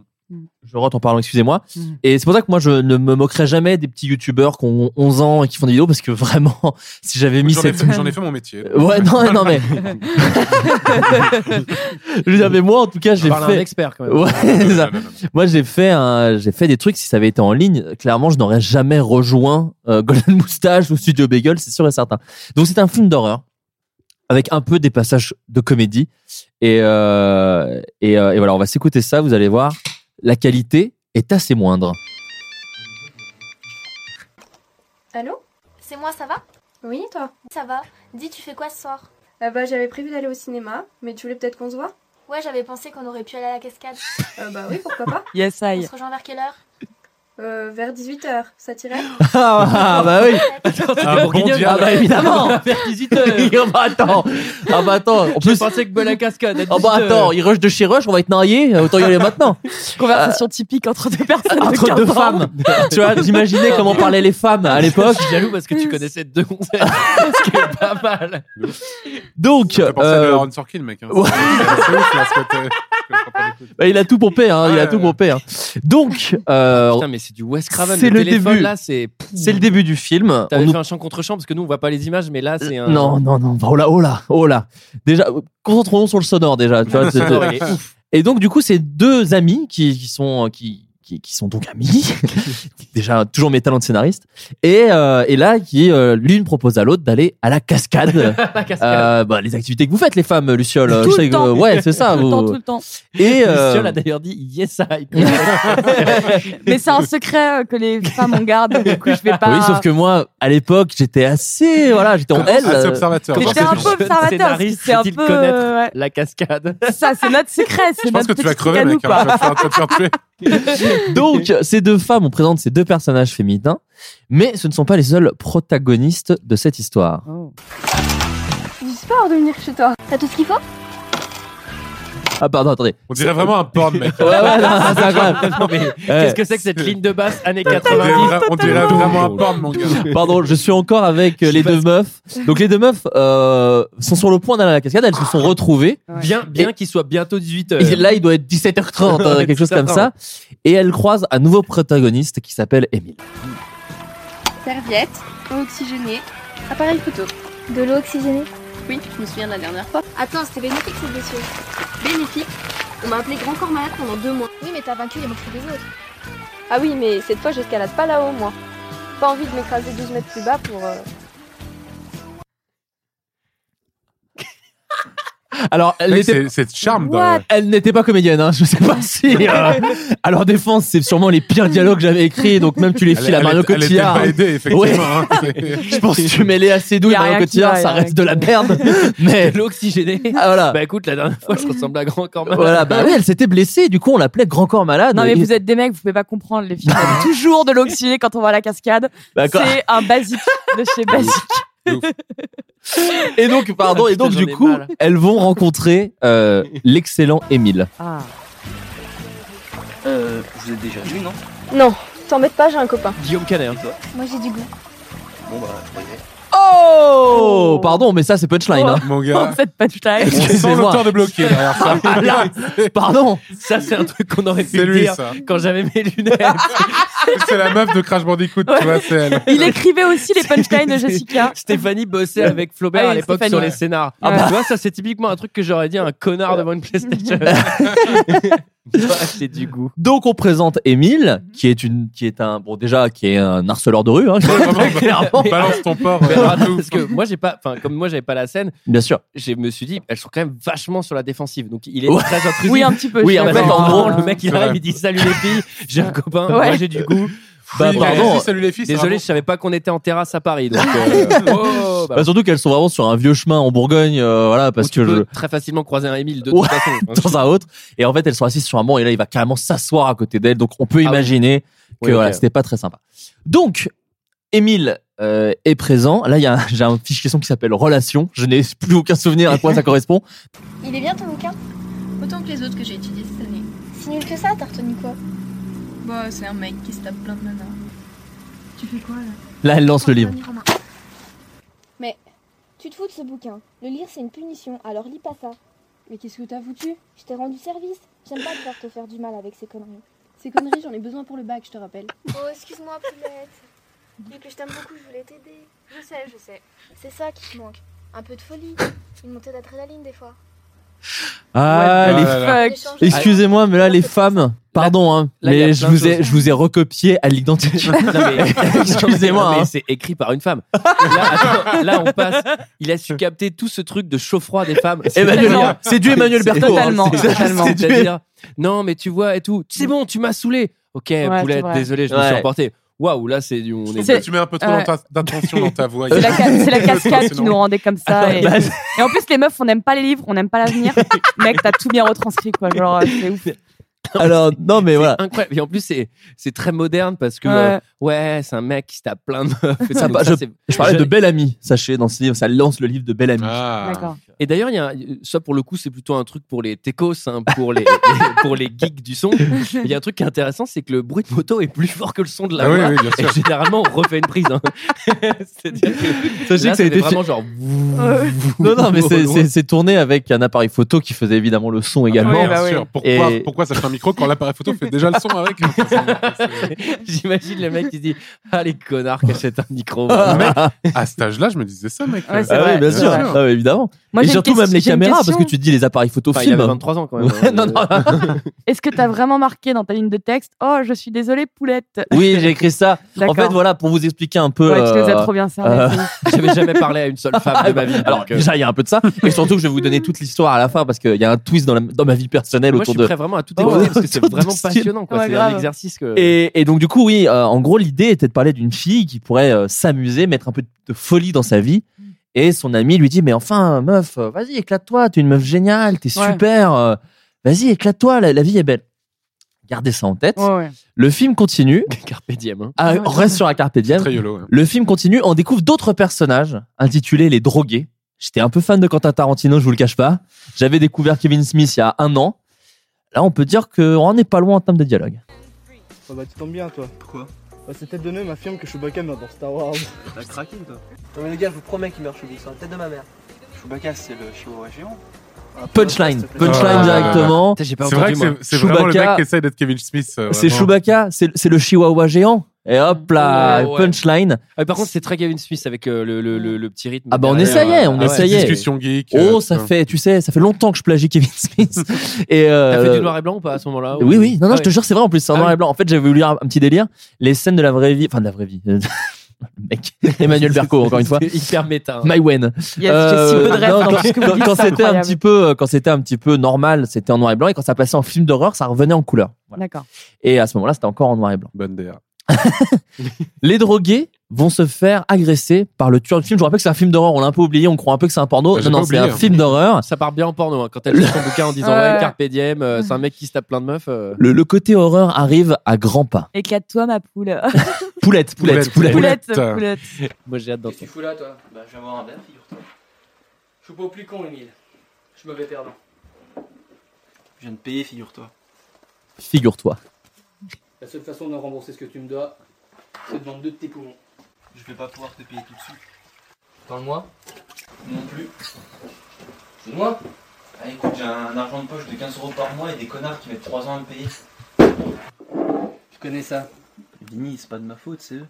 Je rote en parlant, excusez-moi. Mhm. Et c'est pour ça que moi, je ne me moquerai jamais des petits youtubeurs qui ont 11 ans et qui font des vidéos parce que vraiment, si j'avais mis J'en ai, cette. fait, j'en ai fait mon métier. Ouais, non, non, mais. je veux dire, mais moi, en tout cas, j'ai parle à un fait. expert, quand même. Ouais, c'est ça. Moi, j'ai fait, un... j'ai fait des trucs. Si ça avait été en ligne, clairement, je n'aurais jamais rejoint euh, Golden Moustache ou Studio Bagel, c'est sûr et certain. Donc, c'est un film d'horreur avec un peu des passages de comédie. Et, euh, et, euh, et voilà, on va s'écouter ça. Vous allez voir, la qualité est assez moindre. Allô C'est moi, ça va Oui, toi Ça va. Dis, tu fais quoi ce soir Ah bah j'avais prévu d'aller au cinéma, mais tu voulais peut-être qu'on se voit Ouais, j'avais pensé qu'on aurait pu aller à la cascade. Euh, Bah oui, pourquoi pas Yes, On I. se rejoint vers quelle heure euh, Vers 18h, ça t'irait ah bah oui Ah, bourguignonne. Ah bah évidemment Vers 18h. Ah bah attends Ah bah attends En J'ai plus pensé que Bella Cascade. à Ah bah 18, euh, attends, il rush de chez Rush, on va être mariés, euh, autant y aller maintenant. Conversation typique entre deux personnes. Entre deux femmes. tu vois, j'imaginais comment parlaient les femmes à l'époque. Je suis jaloux parce que tu connaissais deux concepts. ce qui est pas mal. Donc, T'as pensé euh, à Aaron Sorkin, mec. Hein. Ouais. C'est ouf, là, ce côté. bah, il a tout pompé, hein, il a tout pompé. hein. Donc, euh, Putain, mais c'est du Wes Craven. c'est le téléphone, début. Là, c'est. c'est le début du film. On T'avais nous- euh, fait un champ contre champ parce que nous on voit pas les images, mais là c'est un. Non, non, non. Oh là, oh là, oh là. Déjà, euh, concentrons-nous sur le sonore déjà. Tu vois, Le c'est- sonore, il est ouf. Et donc, du coup, ces deux amis qui, qui sont euh, qui, qui, qui sont donc amis, déjà toujours mes talents de scénariste, et, euh, et là, qui euh, l'une propose à l'autre d'aller à la cascade. La cascade. Euh, bah, les activités que vous faites, les femmes, Luciole. Tout Je sais le que- temps. ouais, c'est ça. Tout le vous- temps, tout le temps. Et euh, Christian a d'ailleurs dit yes I. Mais c'est un secret euh, que les femmes en gardent, du coup je vais pas. oui, sauf que moi, à l'époque, j'étais assez, voilà, j'étais en L. Assez euh, observateur. T'étais un peu observateur, scénariste, c'est un faut-il peu. connaître euh, ouais. La cascade. Ça, c'est notre secret, c'est Je pense notre que tu vas petit crever, truc à mec. hein, Tu nous, vas quoi. te faire- tu vas te faire tuer. Donc, ces deux femmes, on présente ces deux personnages féminins, mais ce ne sont pas les seuls protagonistes de cette histoire. Oh. J'ai peur de venir chez toi. T'as tout ce qu'il faut Ah, pardon, attendez. On dirait vraiment un porn, mec. Ouais, ouais, non, c'est incroyable. Non, mais qu'est-ce que c'est que cette ligne de basse années 90 On dirait- On dirait vraiment un porn, mon gars. Pardon, je suis encore avec euh, les deux meufs. Donc, les deux meufs euh, sont sur le point d'aller à la cascade, elles se sont retrouvées. Bien, bien qu'il soit bientôt 18 h Et là, il doit être 17h30, hein, quelque chose comme ça. Et elles croisent un nouveau protagoniste qui s'appelle Émile. Serviette, eau oxygénée, appareil photo. De l'eau oxygénée Oui, je me souviens de la dernière fois. Attends, c'était bénéfique cette blessure. Bénéfique On m'a appelé grand corps malade pendant deux mois. Oui, mais t'as vaincu les moqueries des autres. Ah oui, mais cette fois j'escalade pas là-haut, moi. Pas envie de m'écraser 12 mètres plus bas pour... euh, Alors, elle Mec, n'était C'est c'est charme. dans- What Elle n'était pas comédienne, hein, je sais pas si. euh, à leur défense, c'est sûrement les pires dialogues que j'avais écrits, donc même tu les files à Mario elle, était Cotillard. pas aidée, Ouais. effectivement. hein. C'est- Je pense que tu mets les assez doux Y et a Mario rien qui Cotillard, va, y ça a rien reste de qui la va. merde. Mais L'oxygéné. ah, voilà. Bah écoute, la dernière fois, je ressemble à grand euh, corps malade. voilà, bah oui, elle s'était blessée, du coup on l'appelait grand corps malade. Non, mais Et- vous êtes des mecs, vous pouvez pas comprendre. Les filles mettent toujours de l'oxygène quand on voit la cascade. Ah. D'accord. Ah. C'est un basique de chez Basique. Et donc, pardon, Ah, et donc putain, du j'en ai coup, mal. elles vont rencontrer euh, l'excellent Émile. Ah. Euh, vous êtes déjà vu, non Non, t'embête pas, j'ai un copain. Guillaume Canet. hein, Moi j'ai du goût. Bon, bah, voyez. Oh, pardon, mais ça c'est punchline. hein. Mon Oh, gars. cette punchline. On sent Excusez-moi. l'auteur de bloquer Oh. derrière ça. Ah, Là, pardon. Ça, c'est un truc qu'on aurait pu C'est lui, dire ça. quand j'avais mes lunettes. C'est la meuf de Crash Bandicoot, tu vois, c'est elle. Il écrivait aussi les punchlines de Jessica. Stéphanie bossait avec Flaubert Ah oui, à l'époque Stéphanie, sur ouais. les scénars. Ah bah. Tu vois, ça, c'est typiquement un truc que j'aurais dit à un connard devant une PlayStation. c'est du goût. Donc on présente Émile, qui est une, qui est un, bon déjà, qui est un harceleur de rue, hein, Vraiment, bah, clairement. Balance ton porc. Mais euh, alors, partout. parce que moi, j'ai pas, enfin, comme moi, j'avais pas la scène, Bien sûr. je me suis dit, elles sont quand même vachement sur la défensive. Donc, il est Ouais. très intrusif. Oui, un petit peu. Oui, je suis en fait, d'accord. en en gros, gros, le mec, il Ouais. arrive, il dit salut les filles, j'ai un copain, Ouais. moi j'ai du goût. Bah, Oui, pardon. mais- hein. Désolé, je savais pas qu'on était en terrasse à Paris. Donc, euh, oh, bah, Bah, surtout qu'elles sont vraiment sur un vieux chemin en Bourgogne, euh, voilà, parce que tu je. peux très facilement croiser un Émile de Ouais, toute façon. dans un autre. Et en fait, elles sont assises sur un banc et là, il va carrément s'asseoir à côté d'elles. Donc, on Ah peut imaginer que Oui, ok. voilà, c'était pas très sympa. Donc, Émile euh, est présent. Là, il y a un- j'ai un fichier question qui s'appelle Relations. Je n'ai plus aucun souvenir à quoi ça correspond. Il est bien ton bouquin Autant que les autres que j'ai étudiés cette année. Si nul que ça, t'as retenu quoi Bah, c'est un mec qui se tape plein de nanas. Tu fais quoi là Là, elle lance le livre. Mais tu te fous de ce bouquin. Le lire, c'est une punition, alors lis pas ça. Mais qu'est-ce que t'as foutu Je t'ai rendu service. J'aime pas devoir te faire du mal avec ces conneries. Ces conneries, j'en ai besoin pour le bac, je te rappelle. Oh, excuse-moi, Poulette. Vu que je t'aime beaucoup, je voulais t'aider. Je sais, je sais. C'est ça qui te manque. Un peu de folie, une montée d'adrénaline des fois. Ah, Ouais, les ah là là. Fuck. Excusez-moi, mais là, les femmes, pardon, hein, là, il y a mais plein je de vous, ai, choses. je vous ai recopié à l'identique. Non, Excusez-moi. mais hein. c'est écrit par une femme. Là, attends, là, on passe. Il a su capter tout ce truc de chaud-froid des femmes. Eh ben, Emmanuel, C'est-à-dire- Oh, c'est du Emmanuel C'est- Berthaud, hein. Totalement. C'est- totalement. c'est du- C'est-à-dire, non, mais tu vois et tout. C'est bon, tu m'as saoulé. Ok, c'est boulette, vrai. désolé, je me Ouais. suis emporté. Waouh, là, c'est du. on Je est- trouve que tu mets un peu trop Ouais. d'at- d'attention dans ta voix. C'est la, ca- c'est la Sinon- cascade qui nous rendait comme ça. Et, Bah, et en plus, les meufs, on n'aime pas les livres, on n'aime pas l'avenir. Mec, t'as tout bien retranscrit, quoi. Genre, euh, c'est ouf. Alors, non, mais voilà. Incroyable. Et en plus, c'est c'est très moderne parce que Ouais. euh, ouais, c'est un mec qui se tape plein de meufs. et Ça tout. va, Donc ça, je, c'est- je parlais je- de Belle Amie, sachez, dans ce livre, ça lance le livre de Belle Amie. Ah. Et d'ailleurs, il y a un- ça pour le coup, c'est plutôt un truc pour les techos, hein, pour les, les- pour les geeks du son. Il y a un truc qui est intéressant, c'est que le bruit de moto est plus fort que le son de la Ah oui, voix. oui, bien sûr. Et généralement, on refait une prise. hein. C'est-à-dire que là, Sachez que ça a c'était été vraiment fait- genre. Non, non, mais c'est- c'est c'est tourné avec un appareil photo qui faisait évidemment le son également. bah bien sûr. Pourquoi, Et- pourquoi ça fait un micro quand l'appareil photo fait déjà le son avec J'imagine le mec qui se dit Ah, les connards qui achètent un micro. Mec, à cet âge-là, je me disais ça, mec. Ouais, c'est Ah vrai, oui, bien c'est sûr, vrai. Ah oui, évidemment. Moi, et j'ai une surtout question- même les j'ai une caméras, parce question. que tu te dis les appareils photo Enfin, il film. avait 23 ans, quand même. euh, Ouais, non, non. Est-ce que t'as vraiment marqué dans ta ligne de texte Oh, je suis désolée, poulette. Oui, j'ai écrit ça. En D'accord. fait, voilà, pour vous expliquer un peu. Ouais, tu nous as euh, trop bien servi, euh, J'avais jamais parlé à une seule femme de ma vie. Ah, Alors, donc, euh, déjà, il y a un peu de ça. Et surtout, je vais vous donner toute l'histoire à la fin parce qu'il y a un twist dans, la- dans ma vie personnelle Moi, je autour suis de. prêt vraiment à tout écouter parce que c'est autour de vraiment ce film. passionnant. quoi. Ouais, C'est un grave. exercice que. Et, et donc du coup, oui, euh, en gros, l'idée était de parler d'une fille qui pourrait euh, s'amuser, mettre un peu de folie dans sa vie. Et son ami lui dit, mais enfin, meuf, euh, vas-y, éclate-toi, t'es une meuf géniale, t'es Ouais. super, euh, vas-y, éclate-toi, la, la vie est belle. Gardez ça en tête. Ouais, ouais. Le film continue. Carpe diem. hein. Ah, on reste sur la carte diem. Très yolo, ouais. Le film continue, on découvre d'autres personnages intitulés Les Drogués. J'étais un peu fan de Quentin Tarantino, je vous le cache pas. J'avais découvert Kevin Smith il y a un an. Là, on peut dire qu'on n'est pas loin en termes de dialogue. Oh bah tu tombes bien toi. Pourquoi Bah cette tête de nœud m'affirme que Chewbacca meurt dans Star Wars. T'as craqué ou toi Non mais les gars, je vous promets qu'il meurt Chewbacca, sur la tête de ma mère. Chewbacca, c'est le Chihuahua géant. Punchline, Ah, punchline directement. Putain, j'ai C'est vrai que c'est- c'est vraiment le Chewbacca, mec qui essaye d'être Kevin Smith. euh, C'est vraiment. Chewbacca, c'est c'est le chihuahua géant. Et hop là, Ouais, ouais. punchline. Ah, par contre, c'est très Gavin Smith avec euh, le, le, le, le petit rythme. Ah bah on derrière. essayait, on Ah ouais. essayait. euh, Oh, ça fait, tu sais, ça fait longtemps que je plagie Kevin Smith. Et T'as euh, fait du noir et blanc ou pas à ce moment-là Oui, oui. Non, non, Ah je te ouais. jure, c'est vrai en plus, c'est en Ah noir oui. et blanc. En fait, j'avais voulu lire un petit délire. Les scènes de la vraie vie, enfin de la vraie vie. Le Mec, Emmanuel Berco, encore une fois. C'est hyper méta. hein. Mywen. y a- j'ai si peu de rêves dans ce que vous dites, Euh, quand c'est c'était un incroyable. petit peu, quand c'était un petit peu normal, c'était en noir et blanc, et quand ça passait en film d'horreur, ça revenait en couleur. D'accord. Et à ce moment-là, c'était encore en noir et blanc. Bonne DA. Les drogués vont se faire agresser par le tueur du film. Je vous rappelle que c'est un film d'horreur. On l'a un peu oublié. On croit un peu que c'est un porno. Bah, j'ai non, pas non, c'est oublié, un hein. film d'horreur. Ça part bien en porno hein, quand elle fait son bouquin en disant Ouais. ouais, Carpe diem, euh, c'est un mec qui se tape plein de meufs. euh. Le, le côté horreur arrive à grands pas. Éclate-toi, ma poule. Poulette, poulette, poulette. Poulette, poulette. Moi j'ai hâte d'entendre. Tu fous là toi Bah je vais avoir un verre, figure-toi. Je suis pas au plus con, Emile. Je suis mauvais perdant. Je viens de payer, figure-toi. Figure-toi. La seule façon de rembourser ce que tu me dois, c'est de vendre deux de tes poumons. Je vais pas pouvoir te payer tout de suite. Parle-moi Non plus. Moi Ah écoute, j'ai un argent de poche de 15 euros par mois et des connards qui mettent 3 ans à me payer. Je connais ça. Vini, c'est pas de ma faute, c'est eux.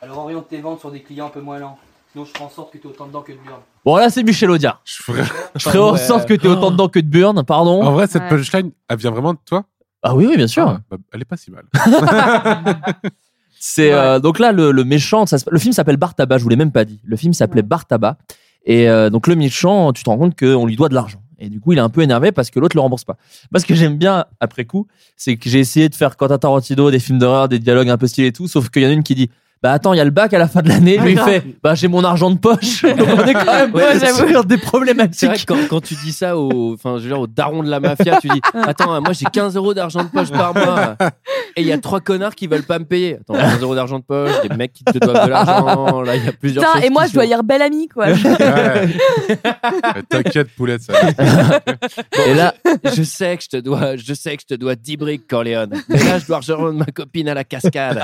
Alors oriente tes ventes sur des clients un peu moins lents. Sinon je ferai en sorte que t'es autant dedans que de burn. Bon, là, c'est Michel Audiard. Je ferai, en sorte que t'es autant dedans que de Burn, Oh, pardon. Oh. En vrai, cette punchline, elle vient vraiment de toi Ah oui, oui, bien sûr. Ah, bah, Elle est pas si mal. C'est euh, donc là le, le méchant. ça s'appelle- le film s'appelle Bar Tabac. Je vous l'ai même pas dit. Le film s'appelait Bar Tabac. Et euh, donc le méchant, tu te rends compte qu'on lui doit de l'argent. Et du coup, il est un peu énervé parce que l'autre le rembourse pas. Moi, ce que j'aime bien après coup, c'est que j'ai essayé de faire Quentin Tarantino, des films d'horreur, des dialogues un peu stylés et tout, sauf qu'il y en a une qui dit Bah attends, il y a le bac à la fin de l'année. Ah, Lui, il grave. fait Bah j'ai mon argent de poche. Donc on est quand même Ouais, j'avoue. sur des problématiques. C'est vrai que quand, quand tu dis ça au, enfin, je veux dire, au daron de la mafia, tu dis Attends, hein, moi j'ai 15 euros d'argent de poche par mois et il y a trois connards qui veulent pas me payer. Attends, 15 euros d'argent de poche, des mecs qui te doivent de l'argent, là il y a plusieurs Putain, choses et moi, qui je dois sont- y rebelle amie, quoi. Euh, T'inquiète, poulette, ça. et là, je sais que je te dois, je sais que je te dois 10 briques, Corleone. Mais là, je dois rejoindre ma copine à la cascade.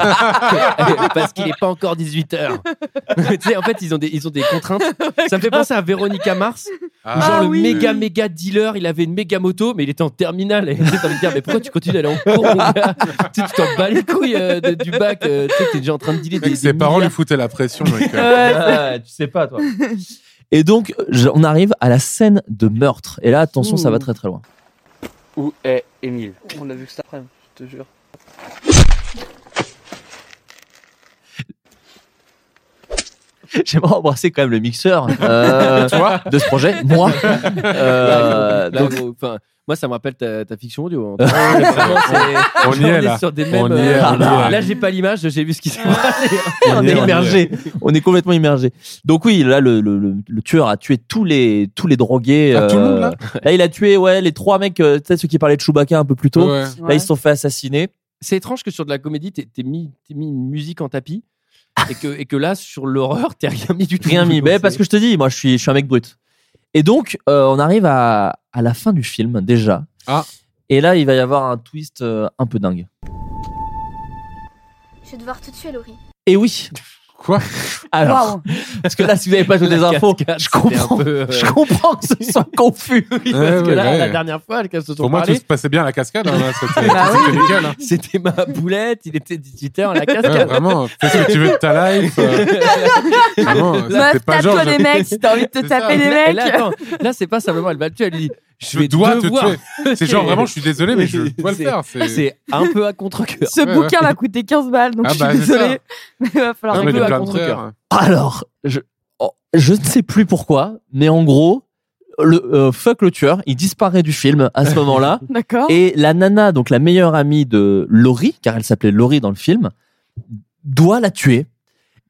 Parce qu'il n'est pas encore 18 heures. tu sais, en fait, ils ont des, ils ont des contraintes. Ça me fait penser à Véronica Mars. où Ah. genre, Ah le oui. méga, méga dealer, il avait une méga moto, mais il était en terminale. Et tu sais, t'as envie de dire, mais pourquoi tu continues d'aller en cours, mon gars Tu sais, tu t'en bats les couilles euh, de- du bac. euh, tu sais, t'es déjà en train de dealer des, des Ses parents lui milliards. foutaient la pression. mec. Euh. Ah, Ouais, tu sais pas, toi. Et donc, je- on arrive à la scène de meurtre. Et là, attention, ça va très très loin. Où est Émile On l'a vu cet après-midi, je te jure. J'aimerais embrasser quand même le mixeur euh, Toi de ce projet, moi. Là, gros, là, Euh, donc, gros, enfin, moi, ça me rappelle ta, ta fiction audio. hein. Ouais, Vraiment, c'est- on y est, est là. sur des On mêmes, y est, euh, on y est. Là, j'ai pas l'image, j'ai vu ce qui s'est passé. on est immergé. On est complètement immergé. Donc oui, là, le, le- le- le tueur a tué tous les tous les drogués. Ah, tout le euh, monde, là il a tué ouais les trois mecs, euh, tu sais ceux qui parlaient de Chewbacca un peu plus tôt. Ouais. Là, Ouais. euh, ils se sont fait assassiner. C'est étrange que sur de la comédie, t'aies t'aies mis, t'aies mis une musique en tapis et que, et que là, sur l'horreur, t'es rien mis du tout. Rien mis. Ben, parce que je te dis, moi, je suis je suis un mec brut. Et donc, euh, on arrive à à la fin du film déjà. Ah. Et là, il va y avoir un twist euh, un peu dingue. Je vais devoir te tuer, Laurie. Et oui. Quoi Alors, parce que là, si vous n'avez pas toutes les infos, je comprends. euh, Je comprends que ce soit confus. parce que ouais, là, ouais. Eh. la dernière fois, elles se sont Pour moi, parlé. tout se passait bien à la cascade. hein, là, C'était Bah c'était oui. nickel. hein. C'était ma boulette, il était 18h à la Ouais, cascade. vraiment, fais ce que tu veux de ta life. euh. Vraiment, Meuf, c'était pas tape-toi Georges. des mecs si t'as envie de te C'est ça. taper des mecs. là, c'est pas simplement elle va le tuer, elle lui dit Je dois te devoir- tuer. C'est genre vraiment, je suis désolé, mais je dois le C'est- faire. c'est un peu à contre-cœur. Ce Ouais, bouquin ouais. m'a coûté 15 balles, donc Ah je bah, suis c'est désolée. ça. Mais il va falloir Non, mais un il y a peu plein à de hein. contre frères. Alors, je, oh, je ne sais plus pourquoi, mais en gros, le euh, fuck le tueur, il disparaît du film à ce moment-là. D'accord. Et la nana, donc la meilleure amie de Laurie, car elle s'appelait Laurie dans le film, doit la tuer.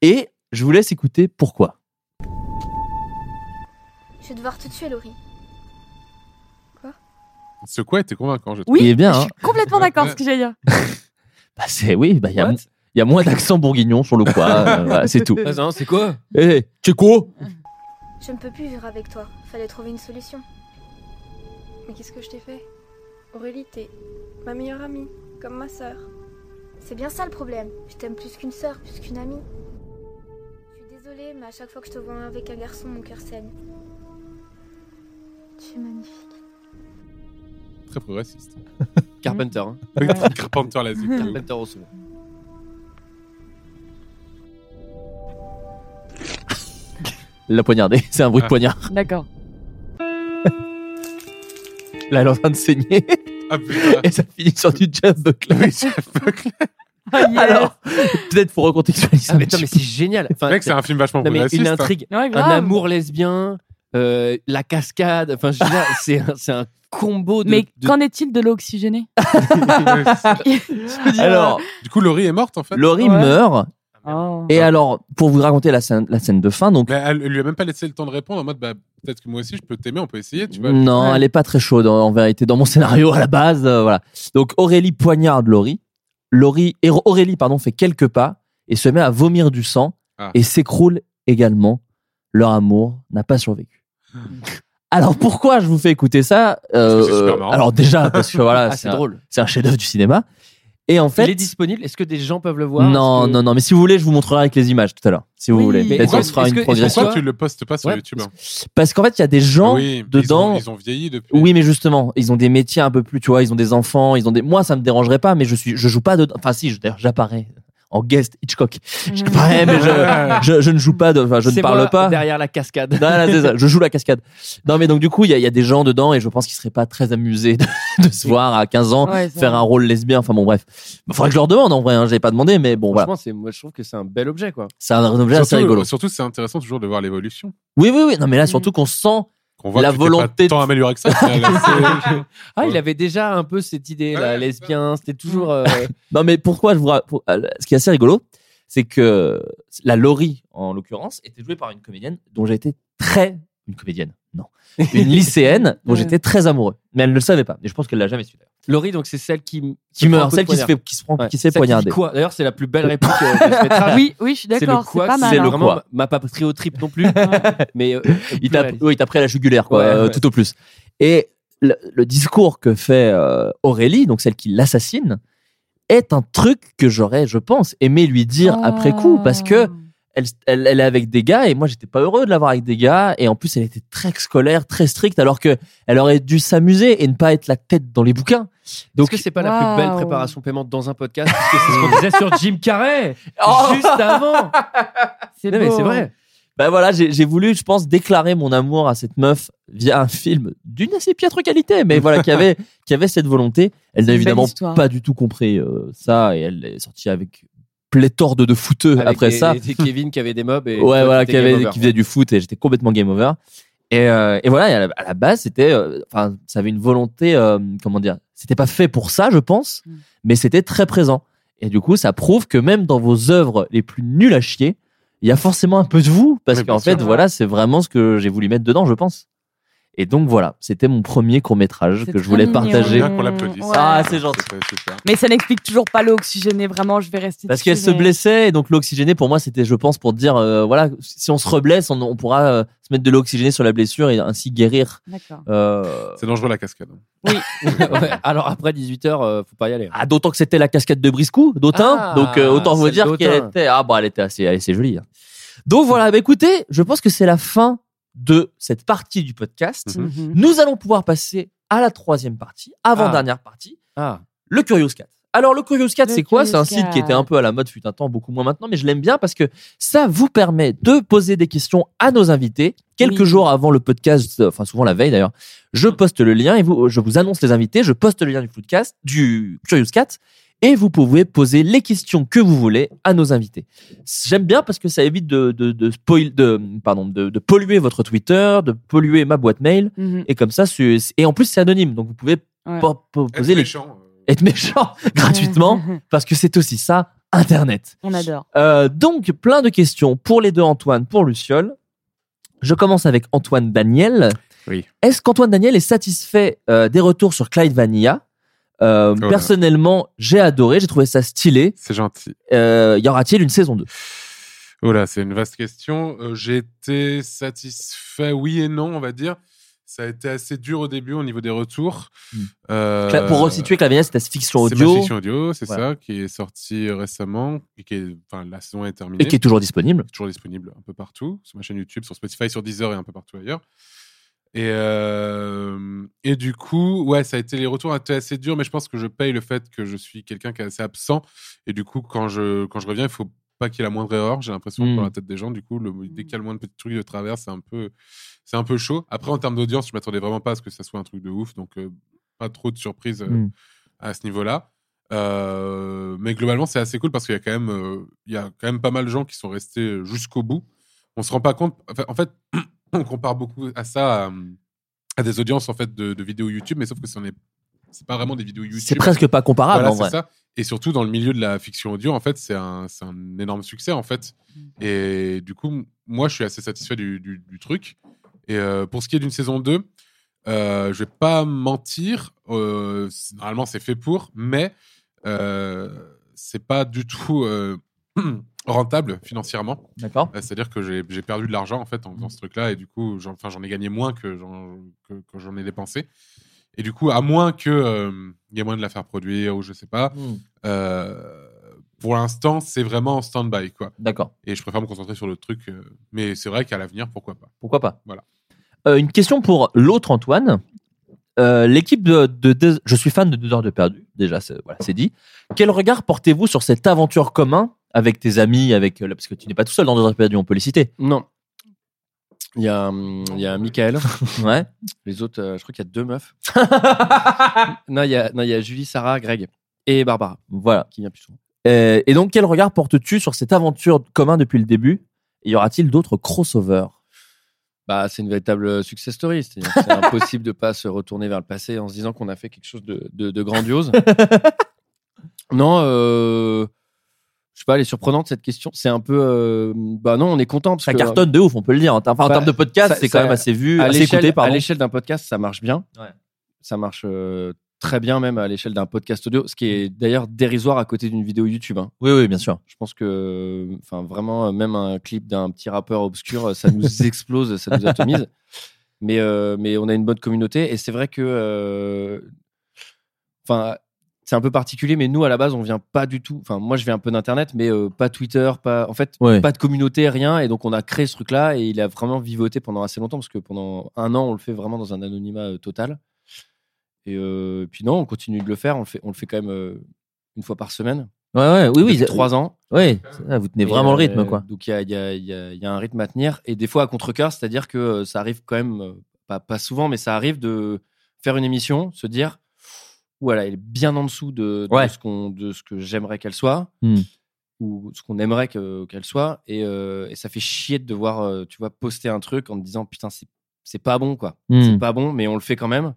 Et je vous laisse écouter pourquoi. Je vais devoir te tuer, Laurie. Ce quoi était convaincant, je trouve. Oui, Il est bien, je hein. suis complètement d'accord ce que j'allais dire. Bah c'est oui, bah il y a mo- il y a moins d'accent bourguignon sur le quoi, euh, voilà, c'est tout. Ah non, c'est quoi Eh, c'est quoi Je ne peux plus vivre avec toi. Fallait trouver une solution. Mais qu'est-ce que je t'ai fait Aurélie, t'es ma meilleure amie, comme ma sœur. C'est bien ça le problème. Je t'aime plus qu'une sœur, plus qu'une amie. Je suis désolée, mais à chaque fois que je te vois avec un garçon, mon cœur saigne. Tu es magnifique. Très progressiste. Carpenter. hein. Carpenter là-dessus. Carpenter au second. La poignardée, c'est un bruit Ah. de poignard. D'accord. Là, elle est en train de saigner. Ah, Et ça finit sur du Jeff Buckley. Alors, peut-être faut recontextualiser. Ah, mais attends, mais c'est génial. Enfin, Mec, c'est un film vachement non, mais progressiste, Une hein. intrigue, Ouais, un grave. amour lesbien, euh, la cascade. Enfin, je veux dire, c'est un- c'est un combo de. Mais de- qu'en est-il de l'eau oxygénée Alors, hein. du coup, Laurie est morte en fait. Laurie meurt. Et Ah. alors, pour vous raconter la scène, la scène de fin, donc Mais elle elle lui a même pas laissé le temps de répondre en mode bah, peut-être que moi aussi je peux t'aimer, on peut essayer, tu vois. Mm. non, elle est pas très chaude en, en vérité dans mon scénario à la base, euh, voilà. Donc Aurélie poignarde Laurie. Laurie et Aurélie pardon fait quelques pas et se met à vomir du sang Ah. et s'écroule également. Leur amour n'a pas survécu. Alors pourquoi je vous fais écouter ça Euh, Parce que c'est super euh, marrant. Alors déjà parce que voilà, Ah, c'est un- drôle. c'est un chef-d'œuvre du cinéma. Et en fait, il est disponible. Est-ce que des gens peuvent le voir non, Est-ce que- non, non. Mais si vous voulez, je vous montrerai avec les images tout à l'heure. Si vous Oui. voulez, Mais peut-être pourquoi- on se fera est-ce une que- est-ce que progression. Pourquoi tu le postes pas sur Ouais, YouTube hein Ah Parce qu'en fait, il y a des gens Oui, mais dedans. Ils ont, ils ont vieilli depuis. Oui, mais justement, ils ont des métiers un peu plus, tu vois, ils ont des enfants, ils ont des. Moi, ça me dérangerait pas, mais je suis, je joue pas dedans. Enfin, si, je- d'ailleurs, j'apparais en guest Hitchcock. J'apparais, mais je, je, je ne joue pas, de... enfin, je ne C'est parle moi pas. Derrière la cascade. Non, non, c'est ça, je joue la cascade. Non, mais donc du coup, il y, a- il y a des gens dedans et je pense qu'ils seraient pas très amusés de, de se voir à 15 ans Ouais, c'est faire vrai. un rôle lesbien. Enfin bon, bref. Faudrait que je leur demande en vrai, hein, j'ai pas demandé, mais bon, Franchement, voilà. c'est- moi, je trouve que c'est un bel objet, quoi. C'est un objet assez Surtout- rigolo. euh, Surtout, c'est intéressant toujours de voir l'évolution. Mhm. Oui, oui, oui. Non, mais là, surtout qu'on sent on voit La que tu t'es volonté de- pas tant amélioré que ça. c'est- c'est- Ah, il avait déjà un peu cette idée, là, lesbien, c'était toujours. euh, Non, mais pourquoi je vous ra- pour- euh, Ce qui est assez rigolo, c'est que la Laurie, en l'occurrence, était jouée par une comédienne dont j'ai été très. Une comédienne, non. Une lycéenne dont j'étais très amoureux. Mais elle ne le savait pas. Et je pense qu'elle l'a jamais su. Laurie, donc c'est celle qui. m- Qui prend meurt, un coup de celle qui se poignard. fait- qui se prend- qui s'est Celle dit poignardée. quoi D'ailleurs, c'est la plus belle réplique euh, que je fais très- Ah Oui, oui, je suis le d'accord, c'est quoi, pas mal, C'est hein. le Vraiment, quoi. M'a pas pris au trip non plus. mais. euh, il plus t'a réaliste. oui, il t'a pris à la jugulaire, quoi, Ouais, euh, ouais. tout au plus. Et le, le discours que fait euh, Aurélie, donc celle qui l'assassine, est un truc que j'aurais, je pense, aimé lui dire après coup, parce que elle, elle, elle est avec des gars et moi j'étais pas heureux de l'avoir avec des gars et en plus elle était très scolaire, très stricte, alors que elle aurait dû s'amuser et ne pas être la tête dans les bouquins. Donc Est-ce que c'est pas la plus belle Waouh. préparation paiement dans un podcast Parce que c'est ce qu'on disait sur Jim Carrey Oh. juste avant. C'est Non, mais c'est vrai. Ben voilà, j'ai j'ai voulu, je pense, déclarer mon amour à cette meuf via un film d'une assez piètre qualité, mais voilà, qui avait, qui avait cette volonté. Elle C'est une n'a belle évidemment histoire. pas du tout compris euh, ça, et elle est sortie avec pléthore de, de fouteux Euh, Avec après des- ça. des Kevin qui avait des mobs et toi, ouais, voilà, t'étais qui, avait, game over. qui faisait du foot, et j'étais complètement game over. Et, euh, et voilà, et à la, à la base, c'était, euh, enfin, ça avait une volonté, euh, comment dire, c'était pas fait pour ça, je pense, mais c'était très présent. Et du coup, ça prouve que même dans vos œuvres les plus nulles à chier, il y a forcément un peu de vous, parce qu'en fait, voilà, c'est vraiment ce que j'ai voulu mettre dedans, je pense. Et donc voilà, c'était mon premier court métrage que je voulais mignon. partager. Bien qu'on l'applaudisse. Ah, Ouais. c'est gentil. Mais ça n'explique toujours pas l'eau oxygénée, vraiment, je vais rester. Parce dessus, qu'elle se mais- blessait, et donc l'oxygéné, pour moi, c'était, je pense, pour dire, euh, voilà, si on se reblesse, on, on pourra euh, se mettre de l'oxygéné sur la blessure et ainsi guérir. euh, D'accord. C'est dangereux la cascade. Oui. Alors après 18h, faut pas y aller. hein. Ah, d'autant que c'était la cascade de Briscou, d'Autun. Ah, donc, euh, autant vous celle dire qu'elle d'Autun. était. Ah, bon, elle était assez, assez jolie. hein. Donc, voilà. Bah, écoutez, je pense que c'est la fin de cette partie du podcast. Mhm. Nous allons pouvoir passer à la troisième partie, Ah. avant-dernière partie, le Curious Cat. Alors, le Curious Cat, c'est quoi C'est un Curious site qui Cat. était un peu à la mode fut un temps, beaucoup moins maintenant, mais je l'aime bien parce que ça vous permet de poser des questions à nos invités quelques jours avant le podcast, euh, enfin souvent la veille d'ailleurs. Je poste le lien et vous, je vous annonce les invités, je poste le lien du podcast, du Curious Cat, et vous pouvez poser les questions que vous voulez à nos invités. J'aime bien parce que ça évite de, de, de spoil, de, pardon, de, de polluer votre Twitter, de polluer ma boîte mail, Mhm. et comme ça, c'est- et en plus c'est anonyme, donc vous pouvez Ouais. po- po- poser les méchant. euh. être méchant gratuitement parce que c'est aussi ça Internet. On adore. Euh, donc, plein de questions pour les deux Antoine, pour Luciole. Je commence avec Antoine Daniel. Oui. Est-ce qu'Antoine Daniel est satisfait euh, des retours sur Clyde Vanilla Euh, Oh là. Personnellement, j'ai adoré, j'ai trouvé ça stylé. Euh, C'est gentil. y aura-t-il une saison 2 Voilà, c'est une vaste question. Euh, J'ai été satisfait, oui et non, on va dire. Ça a été assez dur au début au niveau des retours. Euh, Hmm. Cla- Pour resituer, Clyde Vanilla, c'est ta fiction c'est ma audio. fiction audio, c'est Voilà. ça, qui est sortie récemment et qui est, enfin, la saison est terminée. Et qui est toujours disponible. Toujours disponible un peu partout, sur ma chaîne YouTube, sur Spotify, sur Deezer et un peu partout ailleurs. Et, euh, et du coup, ouais, ça a été les retours étaient assez durs, mais je pense que je paye le fait que je suis quelqu'un qui est assez absent. Et du coup, quand je, quand je reviens, il faut pas qu'il y ait la moindre erreur. J'ai l'impression que Mm. dans la tête des gens, du coup, le, dès qu'il y a le moindre petit truc de travers, c'est un peu, c'est un peu chaud. Après, en termes d'audience, je m'attendais vraiment pas à ce que ça soit un truc de ouf, donc euh, pas trop de surprises euh, Mm. à ce niveau-là. Euh, mais globalement, c'est assez cool parce qu'il y a quand même, euh, il y a quand même pas mal de gens qui sont restés jusqu'au bout. On se rend pas compte. enfin, En fait, on compare beaucoup à ça à, à des audiences en fait de, de vidéos YouTube, mais sauf que ce n'est c'est pas vraiment des vidéos YouTube. C'est presque pas comparable, Voilà, en c'est vrai. ça. Et surtout dans le milieu de la fiction audio, en fait, c'est un, c'est un énorme succès en fait. Et du coup, m- moi, je suis assez satisfait du, du- du truc. Et euh, pour ce qui est d'une saison 2, euh, je vais pas mentir. euh, c- normalement, c'est fait pour, mais euh, c'est pas du tout euh, rentable financièrement. D'accord. Euh, C'est-à-dire que j'ai j'ai perdu de l'argent en fait en faisant ce truc-là et du coup, j'en enfin, j'en ai gagné moins que j'en que- que j'en ai dépensé. Et du coup, à moins que euh, il y ait moyen de la faire produire ou je sais pas, Mm. euh, pour l'instant, c'est vraiment en stand-by quoi. D'accord. Et je préfère me concentrer sur le truc. euh, mais c'est vrai qu'à l'avenir, pourquoi pas. Pourquoi pas Voilà. Euh, une question pour l'autre Antoine. Euh, L'équipe de, de- de- Je suis fan de Deux heures de perdu, déjà, c'est voilà, c'est dit. Quel regard portez-vous sur cette aventure commun avec tes amis, avec, euh, parce que tu n'es pas tout seul dans Deux heures de perdu, on peut les citer. Non. Il y a, hum, il y a Michael. ouais. Les autres, euh, je crois qu'il y a deux meufs. non, il y a, non, il y a Julie, Sarah, Greg et Barbara. Voilà. Qui vient plus souvent. Euh, et donc, quel regard portes-tu sur cette aventure commun depuis le début Y aura-t-il d'autres crossovers bah, c'est une véritable success story. C'est-à-dire que C'est impossible de pas se retourner vers le passé en se disant qu'on a fait quelque chose de, de- de grandiose. non, euh, je sais pas, elle est surprenante cette question. C'est un peu, euh, bah non, on est content parce Ça que cartonne de ouf, on peut le dire. Enfin, en Bah, termes de ça- podcast, c'est quand ça- même assez vu, à assez l'échelle- écouté, pardon. À l'échelle d'un podcast, ça marche bien. Ça marche euh, très bien, même à l'échelle d'un podcast audio, ce qui est d'ailleurs dérisoire à côté d'une vidéo YouTube. hein. Oui, oui, bien sûr. Je pense que, enfin, vraiment, euh, même un clip d'un petit rappeur obscur, euh, ça nous explose, ça nous atomise. Mais, euh, mais on a une bonne communauté et c'est vrai que, euh, enfin, c'est un peu particulier, mais nous à la base, on vient pas du tout. Enfin, moi, je viens un peu d'internet, mais euh, pas Twitter, pas, en fait, Ouais. pas de communauté, rien. Et donc, on a créé ce truc-là et il a vraiment vivoté pendant assez longtemps parce que pendant un an, on le fait vraiment dans un anonymat euh, total. Et euh, puis non, on continue de le faire. On le fait, on le fait quand même euh, une fois par semaine. Ouais, ouais, oui, euh, oui. Depuis trois ans. Oui, vous tenez Et, vraiment le euh, rythme, quoi. Donc il y a, il y a- il y a- il y a un rythme à tenir. Et des fois à contre-cœur, c'est-à-dire que euh, ça arrive quand même, euh, pas, pas souvent, mais ça arrive de faire une émission, se dire, voilà, elle est bien en dessous de, de Ouais. ce, qu'on- de ce que j'aimerais qu'elle soit, Hmm. ou ce qu'on aimerait que- qu'elle soit. Et, euh, et ça fait chier de devoir, euh, tu vois, poster un truc en te disant, putain, c'est c'est pas bon, quoi. Hmm. C'est pas bon, mais on le fait quand même.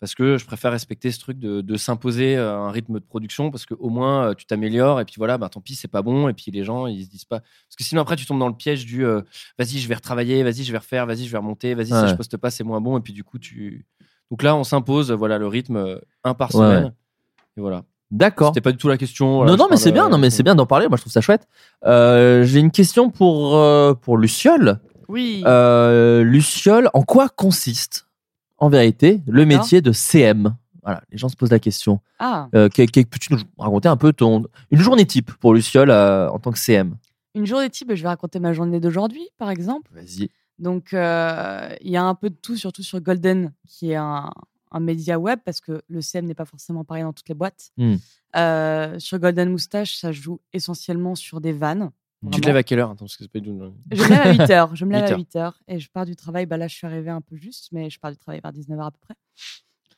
Parce que je préfère respecter ce truc de, de s'imposer euh, un rythme de production, parce qu'au moins euh, tu t'améliores, et puis voilà, bah, tant pis, c'est pas bon, et puis les gens, ils se disent pas. Parce que sinon, après, tu tombes dans le piège du euh, vas-y, je vais retravailler, vas-y, je vais refaire, vas-y, je vais remonter, vas-y, Ouais. si je poste pas, c'est moins bon, et puis du coup, tu. Donc là, on s'impose, euh, voilà, le rythme, euh, un par Ouais, semaine. ouais. Et voilà. D'accord. C'était pas du tout la question. voilà, non, je non, mais parle, c'est bien, euh, non, mais c'est bien d'en parler. Moi, je trouve ça chouette. Euh, J'ai une question pour euh, pour Luciole. Oui. Euh, Luciole, en quoi consiste, en vérité, le D'accord. métier de CM Voilà, les gens se posent la question. Ah. Euh, que- que- Peux-tu nous raconter un peu ton une journée type pour Luciole euh, en tant que CM Une journée type, je vais raconter ma journée d'aujourd'hui, par exemple. Vas-y. Donc, euh, il y a un peu de tout, surtout sur Golden, qui est un, un média web, parce que le CM n'est pas forcément pareil dans toutes les boîtes. Mm. Hmm. Euh, sur Golden Moustache, ça joue essentiellement sur des vannes. Tu te Vraiment. lèves à quelle heure Attends, parce que c'est pas du tout- Je me lève à 8 heures. Je me lève à 8 heures. 8 heures et je pars du travail. Bah là, je suis arrivée un peu juste, mais je pars du travail vers 19 h à peu près.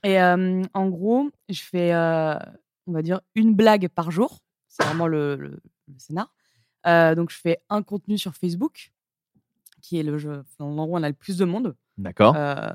Et euh, en gros, je fais, euh, on va dire, une blague par jour. C'est vraiment le, le, le scénar. Euh, donc, je fais un contenu sur Facebook, qui est le jeu, l'endroit où on a le plus de monde. D'accord. Euh,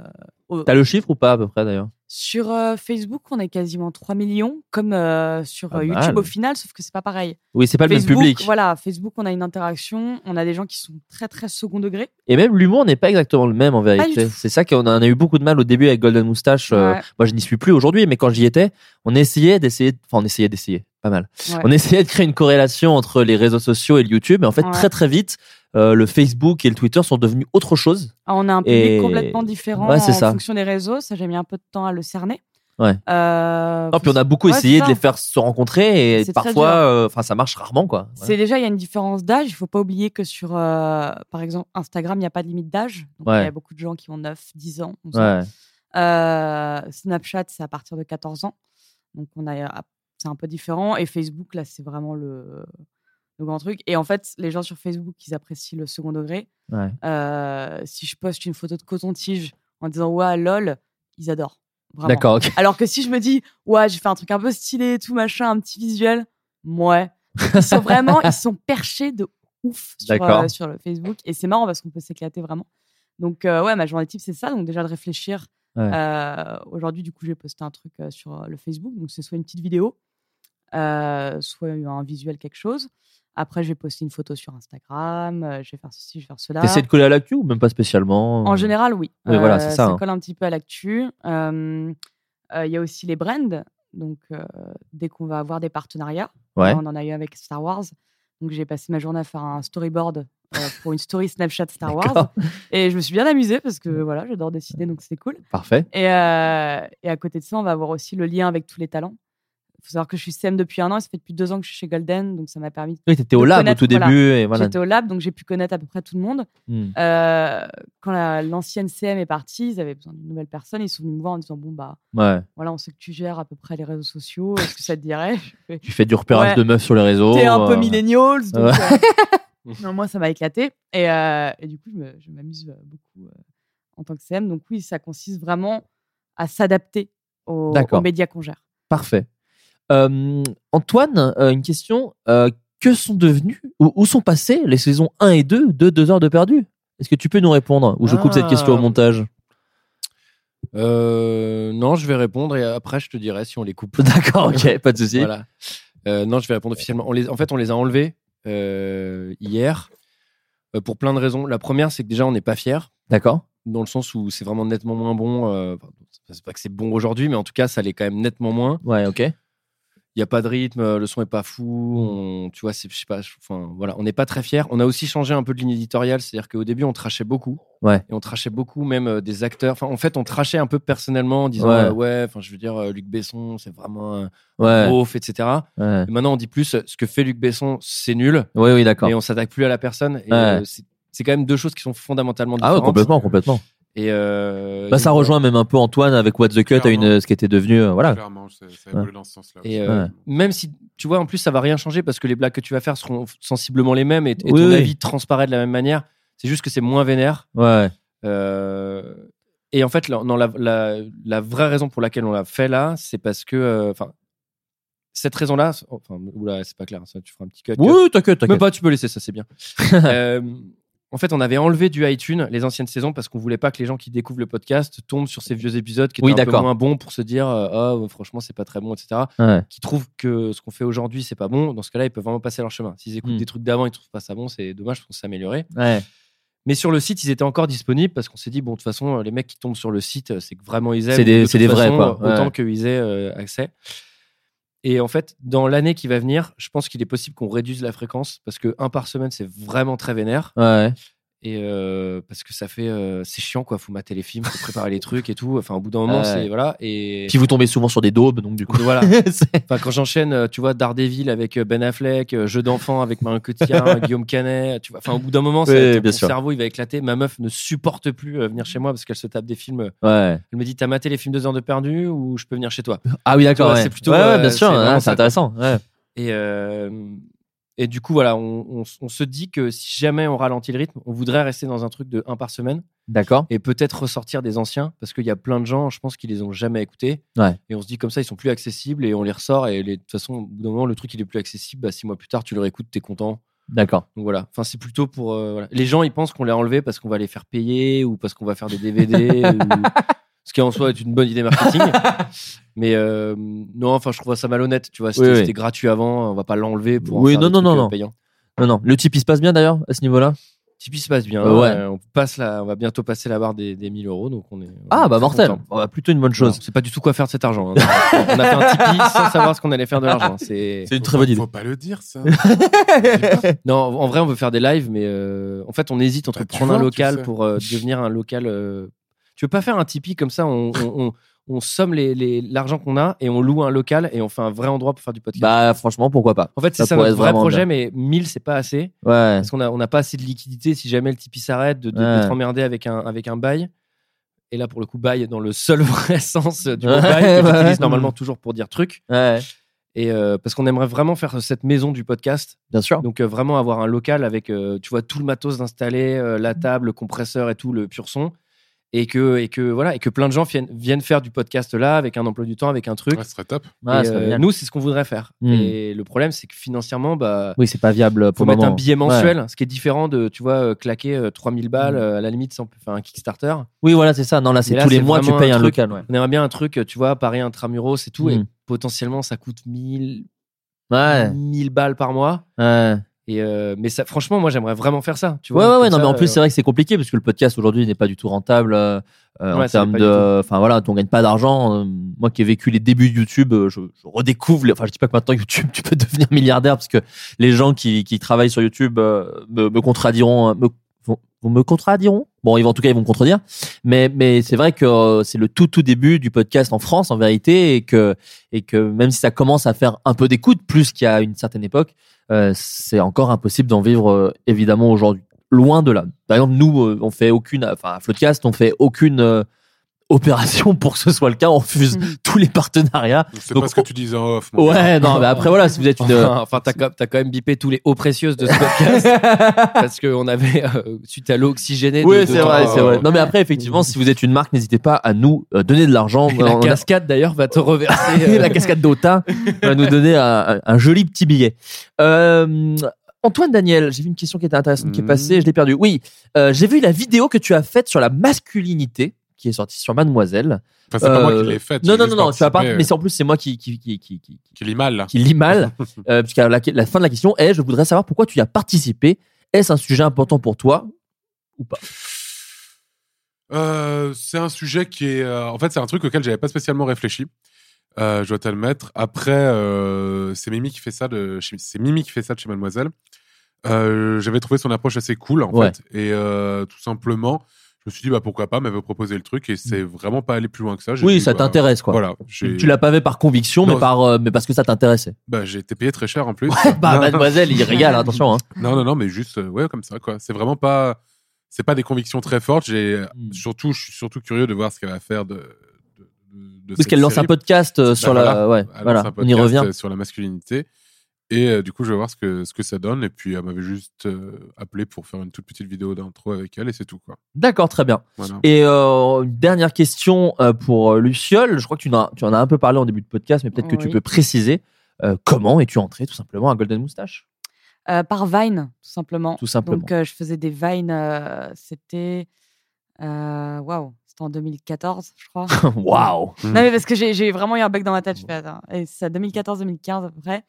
au- Oh. T'as le chiffre ou pas à peu près d'ailleurs sur euh, Facebook, on est quasiment 3 millions, comme euh, sur Pas euh, YouTube mal. au final, sauf que c'est pas pareil. Oui, c'est pas le même Facebook, public. Voilà, Facebook, on a une interaction, on a des gens qui sont très très second degré. Et même l'humour n'est pas exactement le même en Pas du vérité. tout. C'est ça qu'on a, on a eu beaucoup de mal au début avec Golden Moustache. Euh, Ouais. moi, je n'y suis plus aujourd'hui, mais quand j'y étais, on essayait d'essayer, enfin, on essayait d'essayer, pas mal. Ouais. On essayait de créer une corrélation entre les réseaux sociaux et le YouTube. Et en fait, Ouais. très très vite, euh, le Facebook et le Twitter sont devenus autre chose. Ah, On a un public Et- complètement différent Ouais, en c'est ça. fonction des réseaux. Ça, j'ai mis un peu de temps à le cerner. Ouais. Euh, Non, puis on a beaucoup ouais, essayé c'est de ça. les faire se rencontrer et C'est très parfois, dur. euh, enfin, ça marche rarement quoi. Ouais. C'est déjà, il y a une différence d'âge. Il faut pas oublier que sur, euh, par exemple, Instagram, il n'y a pas de limite d'âge. Donc, Il y Ouais. a beaucoup de gens qui ont 9, 10 ans. 11 Ouais. ans. Euh, Snapchat, c'est à partir de 14 ans. Donc, on a, ah, c'est un peu différent. Et Facebook, là, c'est vraiment le, le grand truc. Et en fait, les gens sur Facebook, ils apprécient le second degré. Ouais. Euh, si je poste une photo de coton-tige en disant ouais, lol, ils adorent. Vraiment. D'accord, ok. Alors que si je me dis ouais, j'ai fait un truc un peu stylé, et tout machin, un petit visuel, ouais. Ils sont vraiment, ils sont perchés de ouf sur, D'accord. euh, sur le Facebook. Et c'est marrant parce qu'on peut s'éclater vraiment. Donc, euh, ouais, ma journée type, c'est ça. Donc, déjà de réfléchir. Ouais. Euh, Aujourd'hui, du coup, j'ai posté un truc euh, sur euh, le Facebook. Donc, c'est soit une petite vidéo, euh, soit un visuel, quelque chose. Après, je vais poster une photo sur Instagram. euh, je vais faire ceci, je vais faire cela. T'essayes de coller à l'actu ou même pas spécialement euh, En général, oui. Mmh. Euh, Oui, voilà, c'est ça, hein. colle un petit peu à l'actu. Euh, euh, Il y a aussi les brands. Donc, euh, dès qu'on va avoir des partenariats, euh, Ouais. on en a eu avec Star Wars. Donc, j'ai passé ma journée à faire un storyboard euh, pour une story Snapchat Star Wars. D'accord. Mmh. Et je me suis bien amusée parce que voilà, j'adore dessiner, donc c'était cool. Parfait. Et, euh, et à côté de ça, on va avoir aussi le lien avec tous les talents. Il faut savoir que je suis CM depuis un an et ça fait depuis deux ans que je suis chez Golden, donc ça m'a permis. Oui, t'étais de au lab au connaître- tout début et voilà. J'étais au lab, donc j'ai pu connaître à peu près tout le monde. Hmm. Euh, quand la- l'ancienne CM est partie, ils avaient besoin d'une nouvelle personne. Ils sont venus me voir en disant Bon, bah, Ouais. voilà, on sait que tu gères à peu près les réseaux sociaux. Est-ce que ça te dirait Tu fais du repérage Ouais. de meufs sur les réseaux. T'es un peu euh, millennials. donc, Ouais. euh, non, moi, ça m'a éclaté. Et, euh, et du coup, je me- je m'amuse euh, beaucoup euh, en tant que CM. Donc, oui, ça consiste vraiment à s'adapter aux, D'accord. aux médias qu'on gère. Parfait. Euh, Antoine, euh, une question. Euh, que sont devenus ou où sont passées les saisons 1 et 2 de 2 heures de perdu Est-ce que tu peux nous répondre Ou je coupe cette Ah. question au montage Euh, non, je vais répondre et après je te dirai si on les coupe. D'accord, ok, pas de souci. Voilà. Euh, non, je vais répondre officiellement. On les, en fait, on les a enlevés euh, hier euh, pour plein de raisons. La première, c'est que déjà on n'est pas fiers. D'accord. Dans le sens où c'est vraiment nettement moins bon. euh, enfin, c'est pas que c'est bon aujourd'hui, mais en tout cas, ça l'est quand même nettement moins. Ouais, ok. Il n'y a pas de rythme, euh, le son est pas fou. Mm. on- tu vois, c'est, je sais pas. je- Enfin, voilà, on n'est pas très fiers. On a aussi changé un peu de ligne éditoriale, c'est-à-dire qu'au début, on trashait beaucoup. Ouais. Et on trachait beaucoup, même euh, des acteurs. Enfin, en fait, on trachait un peu personnellement en disant Ouais. euh, ouais, enfin, je veux dire, euh, Luc Besson, c'est vraiment un Ouais. Oh. beauf, etc. Ouais. Et maintenant, on dit plus euh, ce que fait Luc Besson, c'est nul. Oui, oui, d'accord. Et on s'attaque plus à la personne. Et Ouais. euh, c'est- c'est quand même deux choses qui sont fondamentalement Ah différentes. ouais, complètement, complètement. Et euh, Bah, ça donc, rejoint même un peu Antoine avec What the Cut à une, ce qui était devenu. euh, voilà. Clairement, ça, ça Ouais. évolue dans ce sens-là. Et euh, Ouais. même si, tu vois, en plus, ça va rien changer parce que les blagues que tu vas faire seront sensiblement les mêmes et, et Oui, ton oui. avis transparaît de la même manière. C'est juste que c'est moins vénère. Ouais. Euh, et en fait, la, non, la, la- la vraie raison pour laquelle on l'a fait là, c'est parce que. euh, Enfin, cette raison-là. Enfin, oula, c'est pas clair, ça, tu feras un petit cut. Oui, cut. oui, t'inquiète, t'inquiète. Même pas, tu peux laisser ça, c'est bien. Euh, en fait, on avait enlevé du iTunes les anciennes saisons parce qu'on voulait pas que les gens qui découvrent le podcast tombent sur ces vieux épisodes qui étaient Oui, un peu d'accord. moins bons pour se dire euh, Ah, ouais, franchement, c'est pas très bon, etc. Ouais. Qui trouvent que ce qu'on fait aujourd'hui, c'est pas bon. Dans ce cas-là, ils peuvent vraiment passer leur chemin. S'ils écoutent Hmm. des trucs d'avant, ils trouvent pas ça bon, c'est dommage, parce qu'on s'est amélioré. Ouais. Mais sur le site, ils étaient encore disponibles parce qu'on s'est dit, bon, de toute façon, les mecs qui tombent sur le site, euh, c'est que vraiment ils aiment. C'est des- de c'est toute des vrais, façon, quoi. Ouais. Autant qu'ils aient euh, accès. Et en fait, dans l'année qui va venir, je pense qu'il est possible qu'on réduise la fréquence parce que un par semaine, c'est vraiment très vénère. Ouais. Et euh, parce que ça fait. euh, c'est chiant, quoi. Faut mater les films, faut préparer les trucs et tout. Enfin, au bout d'un moment, Ouais. c'est. Voilà. Et. Puis vous tombez souvent sur des daubes, donc du coup. Voilà. Enfin, quand j'enchaîne, euh, tu vois, Daredevil avec euh, Ben Affleck, euh, Jeu d'enfant avec Marion Cotillard, Guillaume Canet, tu vois. Enfin, au bout d'un moment, ça- Oui, ton bien sûr. cerveau, il va éclater. Ma meuf ne supporte plus euh, venir chez moi parce qu'elle se tape des films. euh, Ouais. Elle me dit, t'as maté les films deux heures de perdu ou je peux venir chez toi Ah oui, d'accord. Tu vois, ouais. C'est plutôt. Ouais, ouais, euh, bien sûr, vraiment hein, ça, c'est quoi. intéressant. ouais. Et, euh, et du coup, voilà, on, on s- on se dit que si jamais on ralentit le rythme, on voudrait rester dans un truc de 1 par semaine. D'accord. Et peut-être ressortir des anciens, parce qu'il y a plein de gens, je pense, qui les ont jamais écoutés. Ouais. Et on se dit comme ça, ils sont plus accessibles et on les ressort. Et les- de toute façon, au bout d'un moment, le truc, il est plus accessible. Bah, six mois plus tard, tu le réécoutes, t'es content. D'accord. Donc voilà. Enfin, c'est plutôt pour. euh, voilà. Les gens, ils pensent qu'on l'a enlevé parce qu'on va les faire payer ou parce qu'on va faire des DVD. ou- Ce qui en soi est une bonne idée marketing. Mais euh, non, enfin, je trouve ça malhonnête. Tu vois, c'était Oui, oui. c'était gratuit avant. On va pas l'enlever pour. en oui, faire non, des non, trucs, non, euh, non. payants. Non, non. Le Tipeee se passe bien d'ailleurs à ce niveau-là Tipeee se passe bien. Euh, ouais. Euh, on, passe la, on va bientôt passer la barre des, des 1000 euros. Donc on est, on Ah, est bah très mortel. content. Bah, plutôt une bonne On chose. sait pas du tout quoi faire de cet argent. hein. On a fait un Tipeee sans savoir ce qu'on allait faire de l'argent. hein. C'est C'est une très bonne idée. Faut pas le dire, ça. Non, en vrai, on veut faire des lives, mais euh, en fait, on hésite entre Bah, tu prendre un vois, tu local sais. pour euh, devenir un local. euh, Tu veux pas faire un Tipeee comme ça On, on, on- on somme les- les- l'argent qu'on a et on loue un local et on fait un vrai endroit pour faire du podcast. Bah, franchement, pourquoi pas en fait, c'est ça pourrait notre être vrai vraiment projet, mais bien. 1000, c'est pas assez. Ouais. Parce qu'on n'a on n'a pas assez de liquidité si jamais le Tipeee s'arrête, de, de- Ouais. d'être emmerdé avec un, avec un bail. Et là, pour le coup, bail dans le seul vrai sens du mot Ouais, bail, que ouais. j'utilise normalement toujours pour dire truc. Ouais. Et euh, parce qu'on aimerait vraiment faire cette maison du podcast. Bien sûr. Donc euh, vraiment avoir un local avec, euh, tu vois, tout le matos installé, euh, Mmh. la table, le compresseur et tout, le pur son. Et que, et que, voilà, et que plein de gens viennent, viennent faire du podcast là, avec un emploi du temps, avec un truc. Ouais, ce serait top. Et, Ouais, ce Ah, serait euh, génial. nous, c'est ce qu'on voudrait faire. Mm. Et le problème, c'est que financièrement, bah, Oui, c'est pas viable euh, faut pour mettre le un moment. billet Ouais. mensuel, ce qui est différent de, tu vois, euh, claquer euh, 3000 Mmh. balles, euh, à la limite, ça, on peut faire un Kickstarter. Oui, voilà, c'est ça. Non, là, c'est Mais là, tous les c'est mois, tu vraiment payes un, truc- local. Ouais. On aimerait bien un truc, euh, tu vois, Paris intramuros c'est tout, et Mm. potentiellement, ça coûte 1000, Ouais. 1000 balles par mois. Ouais. Et euh, mais ça, franchement, moi, j'aimerais vraiment faire ça. Tu vois, ouais, ouais, ouais, Comme non, ça, mais en plus, euh, c'est vrai que c'est compliqué parce que le podcast aujourd'hui n'est pas du tout rentable euh, euh, Ouais, en ça l'est termes pas du de. Enfin, voilà, on gagne pas d'argent. Euh, moi qui ai vécu les débuts de YouTube, euh, je, je redécouvre. les- Enfin, je dis pas que maintenant YouTube, tu peux devenir milliardaire parce que les gens qui, qui travaillent sur YouTube euh, me, me contradiront. euh, Me, vont, vont me contradiront. Bon, ils vont, en tout cas, ils vont me contredire. Mais, mais c'est vrai que euh, c'est le tout, tout début du podcast en France, en vérité, et que, et que même si ça commence à faire un peu d'écoute, plus qu'il y a une certaine époque, euh, c'est encore impossible d'en vivre euh, évidemment aujourd'hui. Loin de là. Par exemple, nous, euh, on fait aucune, enfin, à Floodcast, on fait aucune euh, opération pour que ce soit le cas. On refuse tous les partenariats. C'est Donc, oh, pas ce que tu disais en off. mon Ouais, gars. non, mais après, voilà, si vous êtes une. euh, Enfin, enfin, t'as quand, t'as quand même bipé tous les eaux précieuses de ce podcast parce qu'on avait euh, suite à l'eau oxygénée. de- de Oui, c'est temps vrai, en c'est vrai. temps. Non, mais après, effectivement, si vous êtes une marque, n'hésitez pas à nous euh, donner de l'argent. Et la On a- cascade d'ailleurs va te reverser. Et euh, la cascade d'Ota va nous donner un, un- un joli petit billet. Euh, Antoine Daniel, j'ai vu une question qui était intéressante qui est passée, je l'ai perdue. Oui, euh, j'ai vu la vidéo que tu as faite sur la masculinité qui est sortie sur Mademoiselle. Enfin, c'est pas moi qui l'ai faite, Non, j'ai non, non, juste non, tu as pas- participé, euh. mais c'est en plus, c'est moi qui, qui, qui, qui, qui, Qui lit mal. qui lit mal, euh, puisque la, la fin de la question est je voudrais savoir pourquoi tu y as participé. Est-ce un sujet important pour toi Euh, c'est un sujet qui est. euh, en fait, c'est un truc auquel j'avais pas spécialement réfléchi. Euh, je dois t'admettre. Après, euh, c'est Mimi qui fait ça de. chez- C'est Mimi qui fait ça de chez Mademoiselle. Euh, j'avais trouvé son approche assez cool en Ouais. fait, et euh, tout simplement, je me suis dit bah pourquoi pas. M'avait proposé le truc et c'est vraiment pas allé plus loin que ça. J'ai Oui, dit, ça bah, t'intéresse, quoi. Voilà. j'ai- Tu l'as pas fait par conviction, mais, Non. par, euh, mais parce que ça t'intéressait. Bah, j'ai été payé très cher en plus. bah, Non. mademoiselle, il régale, attention, hein. Non, non, non, mais juste, euh, ouais, comme ça, quoi. C'est vraiment pas. C'est pas des convictions très fortes. J'ai Hmm. surtout, je suis surtout curieux de voir ce qu'elle va faire de. de- de Parce cette qu'elle lance série. un podcast, euh, Bah, sur la- ouais, Elle lance voilà, un on y podcast, revient. euh, Sur la masculinité. Et euh, du coup, je vais voir ce que, ce que ça donne. Et puis, elle m'avait juste euh, appelé pour faire une toute petite vidéo d'intro avec elle et c'est tout, quoi. D'accord, très bien. Voilà. Et euh, une dernière question euh, pour euh, Luciole. Je crois que tu en, as, tu en as un peu parlé en début de podcast, mais peut-être que tu Oui. peux préciser euh, comment es-tu entré tout simplement à Golden Moustache Euh, par Vine, tout simplement. Tout simplement. Donc, euh, je faisais des Vines, euh, c'était. euh, Waouh! C'était en 2014, je crois. Mmh. Waouh. Mmh. Non, mais parce que j'ai j'ai vraiment eu un bug dans ma tête, je fais attends. Et c'est à 2014-2015 à peu près.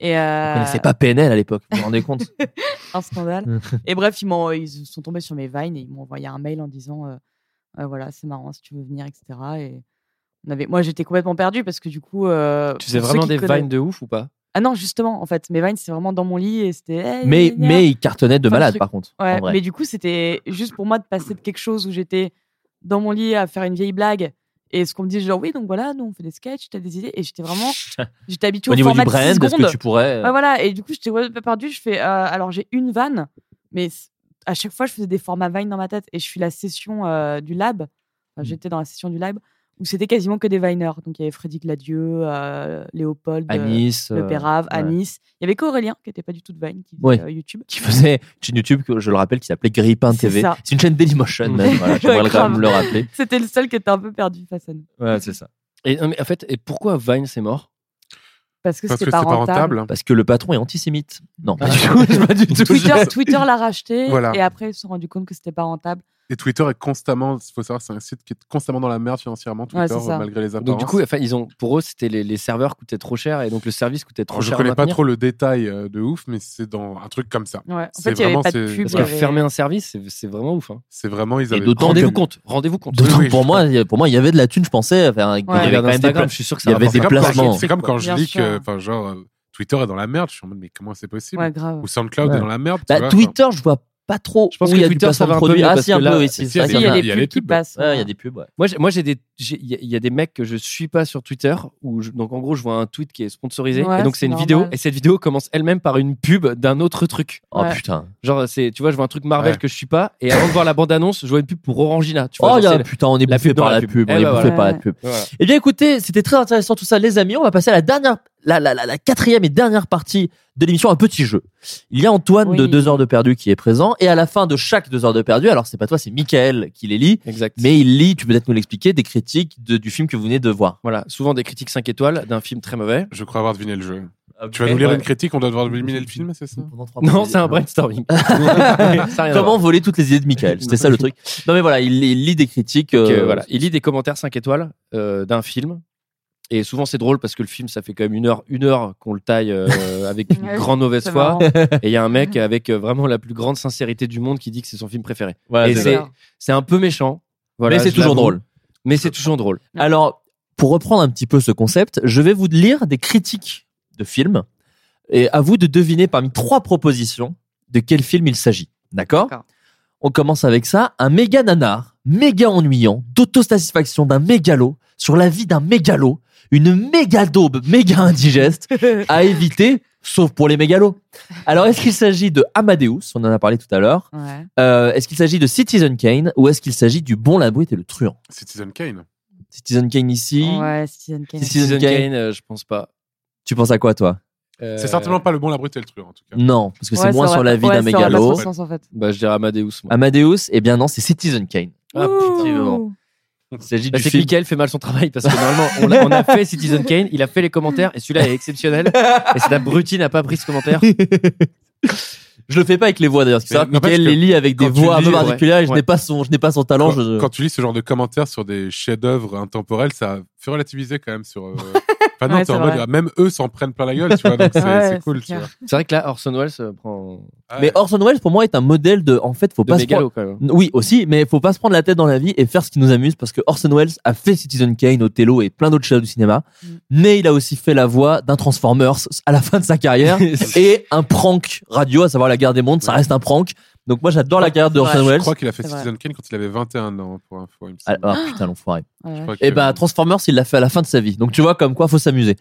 Et Je euh, connaissais pas PNL à l'époque, vous vous rendez compte un Mmh. scandale. et bref, ils, m'ont- ils sont tombés sur mes Vines et ils m'ont envoyé un mail en disant euh, Euh, voilà, c'est marrant si tu veux venir, etc. Et on avait... Moi, j'étais complètement perdue parce que du coup. euh, Tu faisais pour vraiment ceux qui des connaissent- Vines de ouf ou pas Ah non, justement, en fait, mes Vines, c'est vraiment dans mon lit et c'était. hey, Mais- gna, gna. mais ils cartonnaient de le malade, par contre, Ouais, en vrai. mais du coup, c'était juste pour moi de passer de quelque chose où j'étais dans mon lit à faire une vieille blague. Et ce qu'on me dit, genre, oui, donc voilà, nous on fait des sketchs, t'as des idées. Et j'étais vraiment. J'étais habituée Au au, niveau format du brand, de 6 est-ce que secondes. tu pourrais, euh, Ouais, voilà. Et du coup, j'étais un peu perdue. Je fais. euh, alors, j'ai une vanne, mais c- à chaque fois, je faisais des formats Vine dans ma tête. Et je suis la session euh, du lab. Mm. Enfin, j'étais dans la session du lab où c'était quasiment que des Viners. Donc, il y avait Frédéric Ladieu, euh, Léopold, euh, Anis, Le euh, Pérave, ouais. Anis. Il y avait qu'Aurélien, qui n'était pas du tout de Vine, qui faisait Ouais. euh, YouTube. Qui faisait une chaîne YouTube, que je le rappelle, qui s'appelait Gripin C'est TV. ça. Mm. C'est une chaîne Dailymotion, même. Voilà, j'aimerais Ouais, quand grave. même le rappeler. C'était le seul qui était un peu perdu face à nous. Ouais, c'est ça. Et non, mais en fait, et pourquoi Vine c'est mort Parce que Parce c'était que pas c'était pas rentable. rentable. Parce que le patron est antisémite. Non, pas Ah, du tout. pas du tout. Twitter, Twitter l'a racheté Voilà. et après ils se sont rendus compte que c'était pas rentable. Et Twitter est constamment, il faut savoir, c'est un site qui est constamment dans la merde financièrement, Ouais, Twitter, c'est ça. malgré les apparences. Donc du coup, enfin, ils ont, pour eux, c'était les, les serveurs coûtaient trop cher et donc le service coûtait trop Alors, je cher. à connais pas maintenir. trop le détail euh, de ouf, mais c'est dans un truc comme ça. Ouais. En C'est fait, il y avait pas de c'est- pub, Parce il y que avait- fermer un service, c'est vraiment ouf. hein. C'est vraiment, ils Et avaient. d'autant Rendez-vous que- compte, rendez-vous compte. D'autant Oui, oui, pour moi, il y a- pour moi, il y avait de la thune, je pensais. euh, Enfin, il y avait quand même des pla- Il y avait des C'est comme quand- placements. C'est comme quand je Bien dis sûr. que, enfin, genre, euh, Twitter est dans la merde. Je suis en mode, mais comment c'est possible Ouais, grave. Ou SoundCloud est dans la merde. tu Bah, vois, Twitter, je vois pas trop. Je pense où que il y a Twitter, du ça placement va un peu produit. mieux Ah, parce si, un que là, peu. oui, il si, y c'est a vrai des- qu'il y en a. il y a les pubs. Ouais, il y a des pubs. ouais. Moi, j'ai- moi, j'ai des, j'ai- il y, a- il y a des mecs que je suis pas sur Twitter où, je- donc en gros, je vois un tweet qui est sponsorisé Ouais, et donc c'est c'est une normal. vidéo et cette vidéo commence elle-même par une pub d'un autre truc. Oh, Ouais. putain. Genre, c'est, tu vois, je vois un truc Marvel Ouais. que je suis pas et avant de voir la bande-annonce, je vois une pub pour Orangina. Tu vois, genre, Oh, y a- c'est le- putain, on est bouffé pub dans par la pub. On est bouffé par la pub. Eh bien, écoutez, c'était très intéressant tout ça, les amis. On va passer à la dernière, la, la, la, la quatrième et dernière partie de l'émission, un petit jeu. Il y a Antoine de 2 heures de perdu qui est présent, et à la fin de chaque 2 heures de perdu, alors c'est pas toi, c'est Michael qui les lit. Exact. Mais il lit, tu peux peut-être nous l'expliquer, des critiques de- du film que vous venez de voir. Voilà, souvent des critiques 5 étoiles d'un film très mauvais. Je crois avoir deviné le jeu. Ah, Tu Ok. vas nous lire Ouais. une critique, on doit devoir éliminer le film, c'est Mmh. ça Oh, Non, c'est un brainstorming. Ça a rien à Comment voir. voler toutes les idées de Michael C'était ça le truc. Non mais voilà, il, il lit des critiques. Donc, euh, euh, voilà, il lit des commentaires 5 étoiles euh, d'un film. Et souvent, c'est drôle parce que le film, ça fait quand même une heure, une heure qu'on le taille euh, avec une Ouais, grande mauvaise c'est foi. marrant. Et il y a un mec avec euh, vraiment la plus grande sincérité du monde qui dit que c'est son film préféré. Voilà, et c'est c'est, ça. c'est un peu méchant. Voilà, Mais c'est je toujours l'avoue. drôle. Mais c'est toujours drôle. Alors, pour reprendre un petit peu ce concept, je vais vous lire des critiques de films et à vous de deviner parmi trois propositions de quel film il s'agit. D'accord On commence avec ça. Un méga nanar, méga ennuyant, d'autosatisfaction d'un mégalo, sur la vie d'un mégalo, une méga daube, méga indigeste, à éviter, sauf pour les mégalos. Alors, est-ce qu'il s'agit de Amadeus On en a parlé tout à l'heure. Ouais. Euh, est-ce qu'il s'agit de Citizen Kane ou est-ce qu'il s'agit du Bon, la brute et le truand Citizen Kane. Citizen Kane ici. Ouais, Citizen Kane. Citizen Kane, euh, je pense pas. Tu penses à quoi, toi C'est certainement pas le bon, la brute et le truc, en tout cas. Euh, Non, parce que Ouais, c'est moins ça sur aurait la pas- vie ouais, ça d'un aurait pas mégalo. trop de sens, en fait. Bah, je dirais Amadeus. moi. Amadeus, eh bien non, c'est Citizen Kane. Ah, effectivement. Il s'agit Bah, du c'est que film. Mickaël fait mal son travail parce que normalement on a, on a fait Citizen Kane, il a fait les commentaires et celui-là est exceptionnel et cet abruti n'a pas pris ce commentaire. Je le fais pas avec les voix d'ailleurs. parce que Mais ça, n'empêche Michael que les lit avec des quand tu voix un lis, peu ouais, particulières et je ouais. n'ai pas son, je n'ai pas son talent. quand, je- quand tu lis ce genre de commentaires sur des chefs-d'œuvre intemporels, ça fait relativiser quand même sur. euh, Enfin, non, Ouais, t'es en c'est mode, vrai. ah, même eux s'en prennent plein la gueule, tu vois, donc c'est Ouais, c'est c'est cool, tu Ah, clair. vois. C'est vrai que là, Orson Welles euh, prend. Mais Orson Welles pour moi est un modèle de, en fait, faut De pas se mégalo, prendre. quand même. Oui, aussi, mais faut pas se prendre la tête dans la vie et faire ce qui nous amuse parce que Orson Welles a fait Citizen Kane, Othello et plein d'autres chefs du cinéma. Mais il a aussi fait la voix d'un Transformers à la fin de sa carrière et un prank radio, à savoir la guerre des mondes, ça reste un prank. Donc moi j'adore la carrière de Orson Welles. Je crois qu'il a fait Citizen Kane quand il avait 21 ans, pour info. il me Ah, semble. ah, putain, l'enfoiré. Ah ouais. Je crois Et que- ben Transformers, il l'a fait à la fin de sa vie. Donc tu vois comme quoi, faut s'amuser.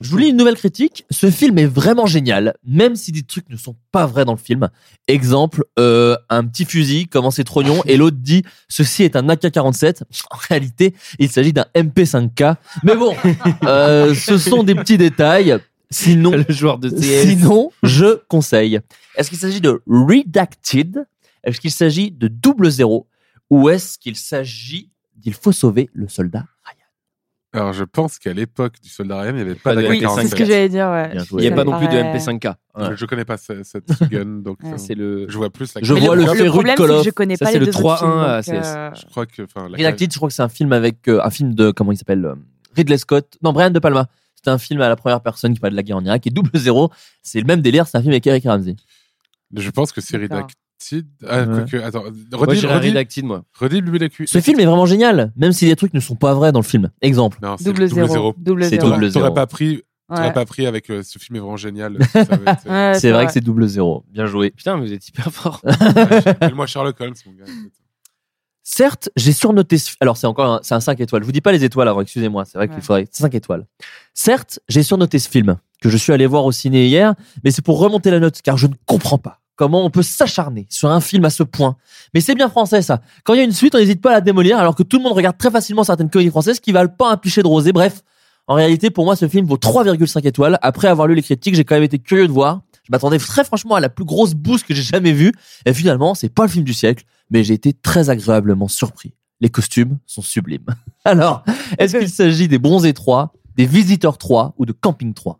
Je vous lis une nouvelle critique. Ce film est vraiment génial, même si des trucs ne sont pas vrais dans le film. Exemple, euh, un petit fusil, comment c'est trognon, et l'autre dit ceci est un AK-47. En réalité, il s'agit d'un MP5K. Mais bon, euh, ce sont des petits détails. Sinon, Sinon, je conseille. Est-ce qu'il s'agit de Redacted Est-ce qu'il s'agit de Double Zéro Ou est-ce qu'il s'agit d'Il faut sauver le soldat Alors, je pense qu'à l'époque du soldat Ryan, il n'y avait Ah, pas de d'AK-47. Oui, c'est ce que j'allais dire, ouais. Bien joué. Il y a pas non plus de MP5K. Je- Je connais pas ce- cette gun, donc Ouais. euh, C'est le- je vois plus la Je guerre. vois le, fait problème, Call c'est que of. je connais Ça, pas c'est les le deux autres 3-1 films, à donc, CS. euh, Je crois que. enfin, la- Redacted, je crois que c'est un film avec euh, un film de comment il s'appelle euh, Ridley Scott. Non, Brian De Palma. C'est un film à la première personne qui parle de la guerre en Irak. Et Double Zéro, c'est le même délire. C'est un film avec Eric Ramsey. Je pense que c'est Redacted. Ah, Ouais. quoique, attends, Moi, j'irais Redacted, moi. Redis lui la cul. Ce film est vraiment génial, même si les trucs ne sont pas vrais dans le film. Exemple. Non, c'est Double zéro. Double C'est zéro. T'aurais- Double T'aurais zéro. pas pris. t'aurais Ouais. pas pris avec euh, ce film est vraiment génial. si ça euh, avait été- Ouais, C'est c'est vrai que vrai. c'est double zéro. Bien joué. Putain, mais vous êtes hyper fort. moi Sherlock Holmes, mon gars. Certes, j'ai surnoté ce fi- Alors, c'est encore un, c'est un 5 étoiles. Je vous dis pas les étoiles avant, excusez-moi. C'est vrai qu'il Ouais. faudrait 5 étoiles. Certes, j'ai surnoté ce film, que je suis allé voir au ciné hier, mais c'est pour remonter la note, car je ne comprends pas comment on peut s'acharner sur un film à ce point. Mais c'est bien français, ça. Quand il y a une suite, on n'hésite pas à la démolir, alors que tout le monde regarde très facilement certaines comédies françaises qui valent pas un pichet de rosé. Bref, en réalité, pour moi, ce film vaut 3,5 étoiles. Après avoir lu les critiques, j'ai quand même été curieux de voir. Je m'attendais très franchement à la plus grosse bouse que j'ai jamais vue. Et finalement, c'est pas le film du siècle, mais j'ai été très agréablement surpris. Les costumes sont sublimes. Alors, est-ce qu'il s'agit des Bronzés 3, des Visiteurs 3 ou de Camping 3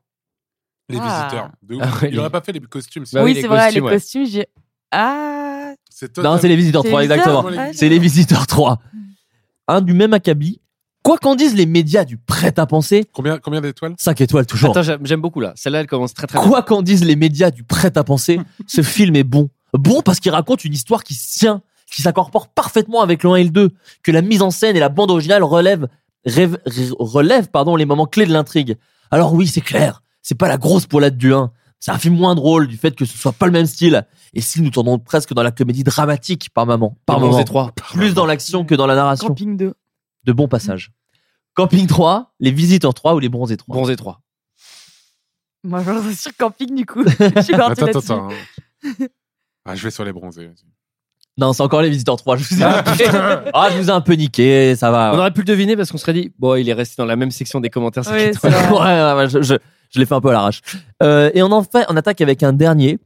Les Ah. visiteurs. De ouf. Ah ouais, il les- Bah, aurait pas fait les costumes. sinon. Oui, c'est vrai, les costumes, j'ai. Ah Non, c'est les Visiteurs 3, exactement. C'est les Visiteurs Mm. 3. Un du même acabit. Quoi qu'en disent les médias du prêt-à-penser. Combien, combien d'étoiles 5 étoiles, toujours. Attends, j'aime j'aime beaucoup là. Celle-là, elle commence très très bien. Quoi qu'en disent les médias du prêt-à-penser, ce film est bon. Bon parce qu'il raconte une histoire qui se tient, qui s'incorpore parfaitement avec le 1 et le 2, que la mise en scène et la bande originale relèvent, rêve- r- relèvent pardon, les moments clés de l'intrigue. Alors oui, c'est clair, c'est pas la grosse poilade du 1. C'est un film moins drôle du fait que ce soit pas le même style. Et si nous tournons presque dans la comédie dramatique par moment, par Les Bronzés moment, trois. plus dans l'action que dans la narration. Camping 2. De bons passages. Camping 3, les visiteurs 3 ou les bronzés 3 Bronzés 3. Moi, je suis sur camping du coup. Je suis partie Attends, attends, là-dessus. attends. hein, Ah, je vais sur les bronzés. Non, c'est encore les visiteurs 3. Je vous ai un peu- Ah, je vous ai un peu niqué, ça va. On aurait pu le deviner parce qu'on serait dit, bon, il est resté dans la même section des commentaires. cinq Ouais, étoiles. ouais, ouais, je, je- je l'ai fait un peu à l'arrache. Euh, et on en fait, on attaque avec un dernier.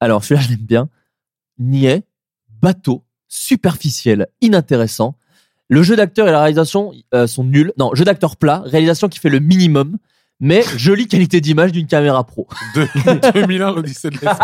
Alors celui-là, je l'aime bien. Niais, bateau, superficiel, inintéressant. Le jeu d'acteur et la réalisation euh, sont nuls. Non, jeu d'acteur plat, réalisation qui fait le minimum, mais jolie qualité d'image d'une caméra pro. 2001, l'Odyssée de l'espace.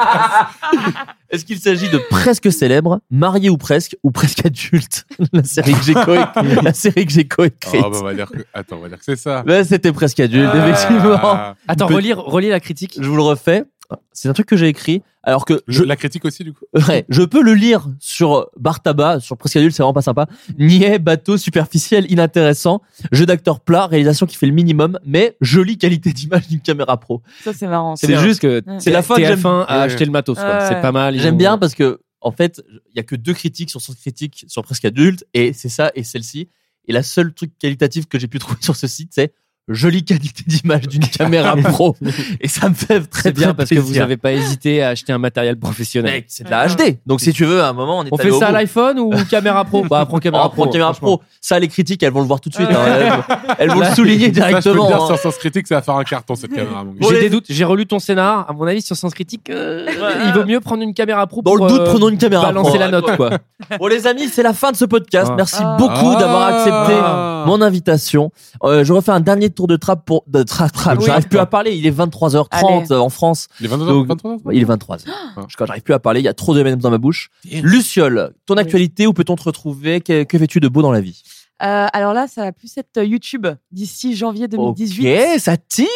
Est-ce qu'il s'agit de presque célèbre, marié ou presque, ou presque adulte La série que j'ai co- la série que j'ai coécrite. Ah, bah, on va dire que... Attends, on va dire que c'est ça. Ouais, c'était presque adulte, Ah. effectivement. Attends, relire, la critique. Je vous le refais. C'est un truc que j'ai écrit. Alors que je, la critique aussi, du coup. Ouais, je peux le lire sur Bartaba, sur presque adulte, c'est vraiment pas sympa. Niais, bateau, superficiel, inintéressant, jeu d'acteur plat, réalisation qui fait le minimum, mais jolie qualité d'image d'une caméra pro. Ça, c'est marrant. C'est juste que Ouais. c'est la fin que j'aime. TF1 a acheté le matos, quoi. Ouais. C'est pas mal, ils J'aime ont- bien parce que en fait, il y a que deux critiques sur son critique sur presque adulte et c'est ça et celle-ci. Et la seule truc qualitatif que j'ai pu trouver sur ce site, c'est jolie qualité d'image d'une caméra pro. Et ça me fait très C'est bien très parce que vous plaisir. n'avez pas hésité à acheter un matériel professionnel. Mec, c'est de la HD. Donc si tu veux, à un moment, on est On allé fait au ça à bout. l'iPhone ou caméra pro Bah, prends caméra On pro. prend caméra pro. Ça, les critiques, elles vont le voir tout de suite. hein. Elles- Elles vont Là, le souligner ça, je peux le directement. dire hein. Sur Sens Critique, ça va faire un carton, cette caméra. mon gars. J'ai des doutes, j'ai relu ton scénar. À mon avis, sur Sens Critique, euh, il vaut mieux prendre une caméra pro. euh, Dans le doute, prenons une caméra Balancer pro. la note, quoi. Bon les amis, c'est la fin de ce podcast. Merci beaucoup Ah. d'avoir accepté mon invitation. Euh, je refais un dernier de tour de trappe pour. De tra- trappe, Oui. j'arrive plus à parler. Il est 23h30 Allez. Ah. en France. Il est 23h, Donc, 23h? ouais, Il est 23h. Je- quand J'arrive plus à parler. Il y a trop de M&M dans ma bouche. Luciole, ton actualité, où peut-on te retrouver Que, que fais-tu de beau dans la vie Euh, alors là, ça va plus être euh, YouTube d'ici janvier 2018. Ok, ça tease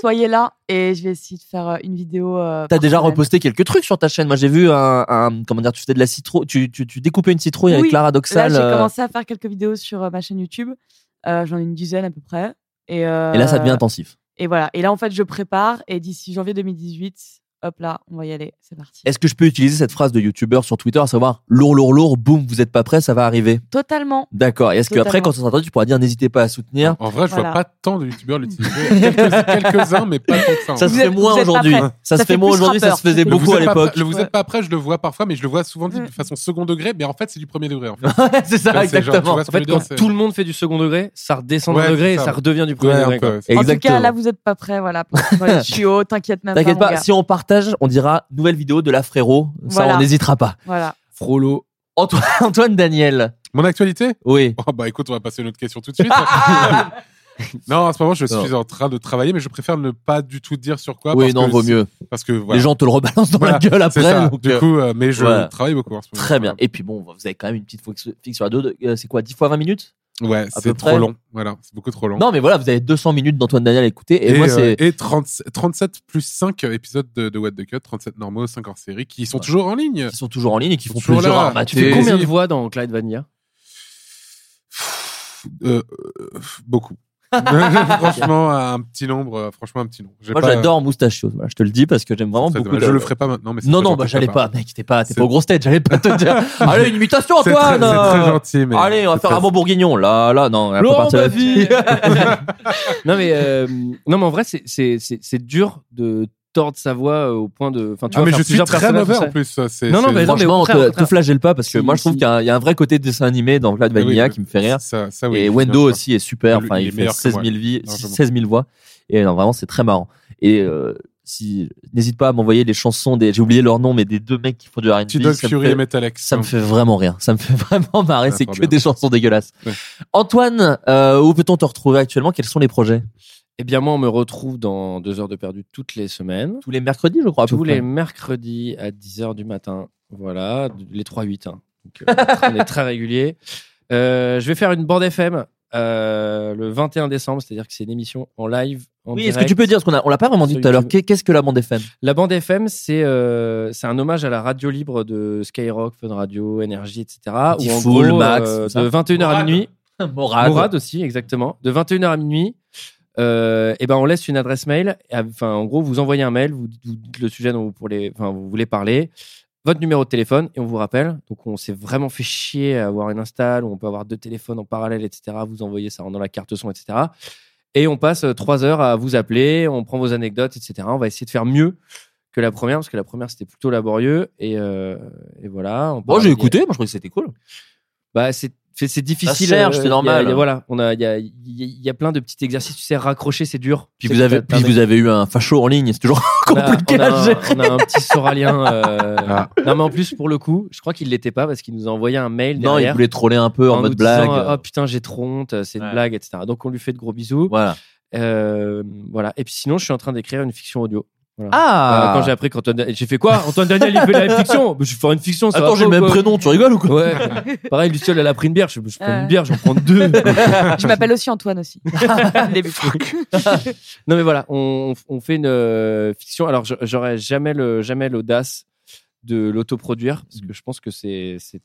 Soyez là et je vais essayer de faire euh, une vidéo. euh, T'as par déjà semaine. reposté quelques trucs sur ta chaîne. Moi, j'ai vu un, un- comment dire, tu faisais de la citrouille, tu, tu, tu découpais une citrouille avec Oui, Clara Doxal. Là, euh, j'ai commencé à faire quelques vidéos sur euh, ma chaîne YouTube. Euh, J'en ai une dizaine à peu près. Et, euh, Et là, ça devient intensif. Et voilà. Et là, en fait, je prépare. Et d'ici janvier 2018, hop là, on va y aller. C'est parti. Est-ce que je peux utiliser cette phrase de youtubeur sur Twitter, à savoir lourd, lourd, lourd, boum, vous êtes pas prêt, ça va arriver Totalement. D'accord. Et est-ce qu'après, Totalement. quand on s'entend, tu pourras dire n'hésitez pas à soutenir En vrai, je Voilà. vois pas tant de youtubeurs l'utiliser. Quelques- Quelques-uns, mais pas tant que ça. en Ça se vrai. fait moins aujourd'hui. Ça se fait moins aujourd'hui, ça se faisait Le beaucoup vous à êtes pas l'époque. prêt- Le vous Ouais. êtes pas prêt, je le vois parfois, mais je le vois souvent dit de façon second degré, mais en fait, c'est du premier degré. en fait. c'est genre, ça, tu vois ce exactement. que En je veux fait, dire, quand c'est- tout le monde fait du second degré, ça redescend Ouais, d'un degré c'est et ça. ça redevient du premier Ouais, un degré. peu, quoi. ouais, c'est ça. En tout cas, là, vous n'êtes pas prêts. Voilà. pour- voilà, je suis haut, t'inquiète même T'inquiète pas. pas, mon gars. si on partage, on dira nouvelle vidéo de la frérot. Ça, Voilà. on n'hésitera pas. Voilà. Frollo. Antoine, Antoine Daniel. Mon actualité Oui. Oh, bah écoute, on va passer à une autre question tout de suite. Ah, non, en ce moment, je suis en train de travailler, mais je préfère ne pas du tout dire sur quoi. Oui, parce non, que vaut c'est- mieux. Parce que voilà. Les gens te le rebalancent dans Voilà, la gueule c'est après. ça. donc, Du euh, coup, euh, mais je voilà. travaille beaucoup en ce moment. Très bien. Et puis bon, vous avez quand même une petite fixe fixe sur la dos. de- euh, C'est quoi, 10 fois 20 minutes Ouais, À c'est peu trop près. long. Voilà, c'est beaucoup trop long. Non, mais voilà, vous avez 200 minutes d'Antoine Daniel à écouter. Et, moi, euh, c'est. et 30 37 plus 5 épisodes de, de What the Cut, 37 normaux, 5 hors série, qui sont toujours en ligne. Qui sont toujours en ligne et qui font toujours plaisir là. à remater. Tu fais combien de voix dans Clyde Vanilla Euh, euh, Beaucoup. franchement, un petit nombre. euh, Franchement, un petit nombre. J'ai Moi, pas- j'adore Moustachios. Voilà, je te le dis parce que j'aime vraiment Très beaucoup. dommage. Je de- le ferai pas maintenant, mais c'est non, très non, gentil bah de ta j'allais part. pas, mec. T'es pas, t'es C'est- pas au gros stage. J'allais pas te dire. Allez, une imitation, C'est très- Antoine. c'est très euh. gentil, mais- Allez, on va c'est faire un très- bon bourguignon. Là, là, non. on va pas Laurent partir Baffy là-dessus. non mais euh, non mais en vrai c'est c'est c'est c'est dur de tordre sa voix euh, au point de enfin tu Ah, vois mais faire je suis plusieurs très personnages, mauvais, ça- en plus, euh, c'est- non non c'est- mais non mais au Franchement, contraire, au te, te contraire. flagelle pas parce que Si, moi je trouve si. qu'il y, a un- il y a un vrai côté dessin animé dans Vlad Ah Oui, Vanilla oui. qui me fait rire. Ça- ça, Ah oui, et bien Wendo sûr. aussi est super. Il- Enfin, il il, est fait meilleur que 16 moi, 000, vies- largement. 16 000 voix. Et non, vraiment, c'est très marrant. Et euh, si, n'hésite pas à m'envoyer les chansons des. J'ai oublié leur nom, mais des deux mecs qui font du RB. T-Dog, ça me Fury fait- et Metalex. Ça me fait vraiment rire. Ça me fait vraiment marrer. Ouais, C'est pas que bien. des chansons dégueulasses. Antoine, euh, où peut-on te retrouver actuellement Quels sont les projets Eh bien, moi, on me retrouve dans deux heures de perdu toutes les semaines. Tous les mercredis, je crois. à peu Tous près. les mercredis à 10h du matin. Voilà, les 3-8. hein. Donc, euh, on est très régulier. Euh, je vais faire une bande FM euh, le 21 décembre, c'est-à-dire que c'est une émission en live. en Oui, est-ce que direct. tu peux dire ce qu'on a On l'a pas vraiment dit Sur tout à l'heure. YouTube. Qu'est- Qu'est-ce que la bande FM La bande FM, c'est euh, c'est un hommage à la radio libre de Skyrock, Fun Radio, Énergie, etc. Où en Diffoul, gros, Max, euh, tout ça. de 21h à Morad. minuit. Morad. aussi, exactement. De 21h à minuit, euh, eh ben on laisse une adresse mail. Et, Enfin, en gros, vous envoyez un mail, vous dites, vous dites le sujet dont vous, pourrez- enfin, vous voulez parler, votre numéro de téléphone, et on vous rappelle. Donc, on s'est vraiment fait chier à avoir une install, où on peut avoir deux téléphones en parallèle, etc. Vous envoyez ça dans la carte son, etc. Et on passe euh, trois heures à vous appeler, on prend vos anecdotes, etc. On va essayer de faire mieux que la première, parce que la première, c'était plutôt laborieux. Et, euh, et voilà. on Moi, parle- Oh, j'ai écouté. Moi, je trouvais que c'était cool. Bah, c'est c'est- c'est difficile. cherche, euh, c'est il y a- normal. il y a- Voilà, on a, il y a, il y a- il y a plein de petits exercices. Tu sais, raccrocher, c'est dur. Puis Tu sais vous que avez, t'as plein puis de- vous avez eu un facho en ligne. C'est toujours on a- compliqué on a à un- gérer. On a un petit Soralien. euh, Ah. Non, mais en plus, pour le coup, je crois qu'il l'était pas parce qu'il nous a envoyé un mail. Non, il derrière voulait troller un peu en mode nous disant, blague. oh putain, j'ai trop honte, c'est une Ouais. blague, etc. Donc on lui fait de gros bisous. Voilà. Euh, voilà. Et puis sinon, je suis en train d'écrire une fiction audio. Voilà. Ah. Euh, Quand j'ai appris qu'Antoine Dan- j'ai fait quoi Antoine Daniel, il fait la fiction. Bah, Je vais faire une fiction. ça bah. Attends, va j'ai pas le ou même quoi prénom. Tu rigoles ou quoi Ouais. Pareil, Luciole, elle a pris une bière. Je, je prends Euh. une bière, j'en prends deux. Je m'appelle aussi Antoine aussi. Euh, Début. non, mais voilà, on, on fait une euh, fiction. Alors, je- j'aurais jamais le jamais l'audace de l'autoproduire Mmh. parce que je pense que c'est c'est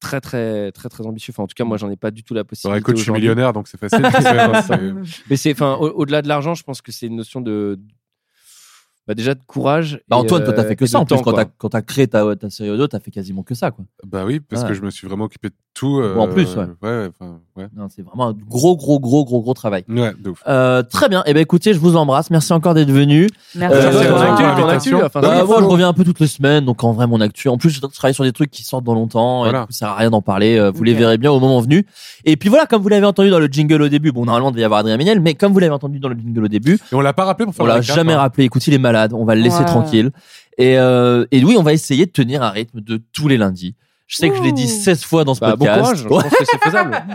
très très très très ambitieux. Enfin, en tout cas, moi, j'en ai pas du tout la possibilité. Mmh. bah, écoute, je suis aujourd'hui. millionnaire, donc c'est facile. Tu sais, hein, c'est- mais c'est enfin au- au-delà de l'argent, je pense que c'est une notion de bah, déjà de courage. Bah et, Antoine, toi, t'as euh, fait que et ça. de En plus, temps, quand quoi. t'as, quand t'as créé ta, ta série audio, t'as fait quasiment que ça, quoi. Bah oui, parce Ouais. que je me suis vraiment occupé de tout. euh, En plus, ouais. ouais, enfin, ouais. Non, c'est vraiment un gros, gros, gros, gros, gros travail. Ouais, de ouf. Euh, très bien. Eh ben, écoutez, je vous embrasse. Merci encore d'être venu. Merci à toi, ton actu, ton actu, enfin, bah, c'est- moi, je reviens un peu toutes les semaines, donc en vrai, mon actu. En plus, je travaille sur des trucs qui sortent dans longtemps. Et Voilà. du coup, ça sert à rien d'en parler. euh, Vous les verrez bien au moment venu. Et puis voilà, comme vous l'avez entendu dans le jingle au début. Bon, normalement, il devait y avoir Adrien Méniel, mais comme vous l'avez entendu dans le jingle au début, Et on l'a pas rappelé pour faire on le l'a récap, jamais hein. rappelé. Écoute, il est malade. On va le laisser Ouais. tranquille. Et, euh, et oui, on va essayer de tenir un rythme de tous les lundis. Je sais que je l'ai dit 16 fois dans ce Bah, bon podcast. courage, je pense que c'est faisable.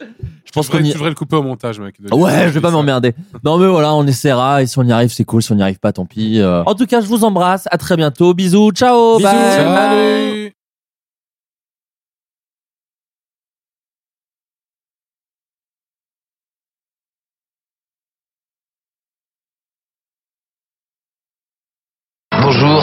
Je pense qu'on y- Ah Tu devrais le couper au montage, mec. de- Ouais, je vais pas m'emmerder. Non, mais voilà, on essaiera. Et si on y arrive, c'est cool. Si on n'y arrive pas, tant pis. euh. En tout cas, je vous embrasse. À très bientôt. Bisous. Ciao. Bisous, bye. salut. Bonjour,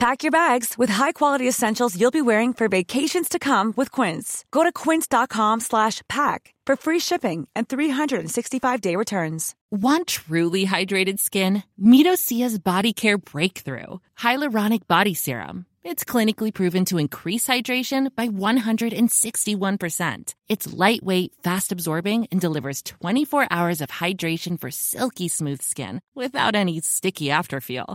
Pack your bags with high-quality essentials you'll be wearing for vacations to come with Quince. Go to quince.com slash pack for free shipping and 365-day returns. Want truly hydrated skin? Meet Osea's Body Care Breakthrough Hyaluronic Body Serum. It's clinically proven to increase hydration by 161%. It's lightweight, fast absorbing, and delivers 24 hours of hydration for silky smooth skin without any sticky afterfeel.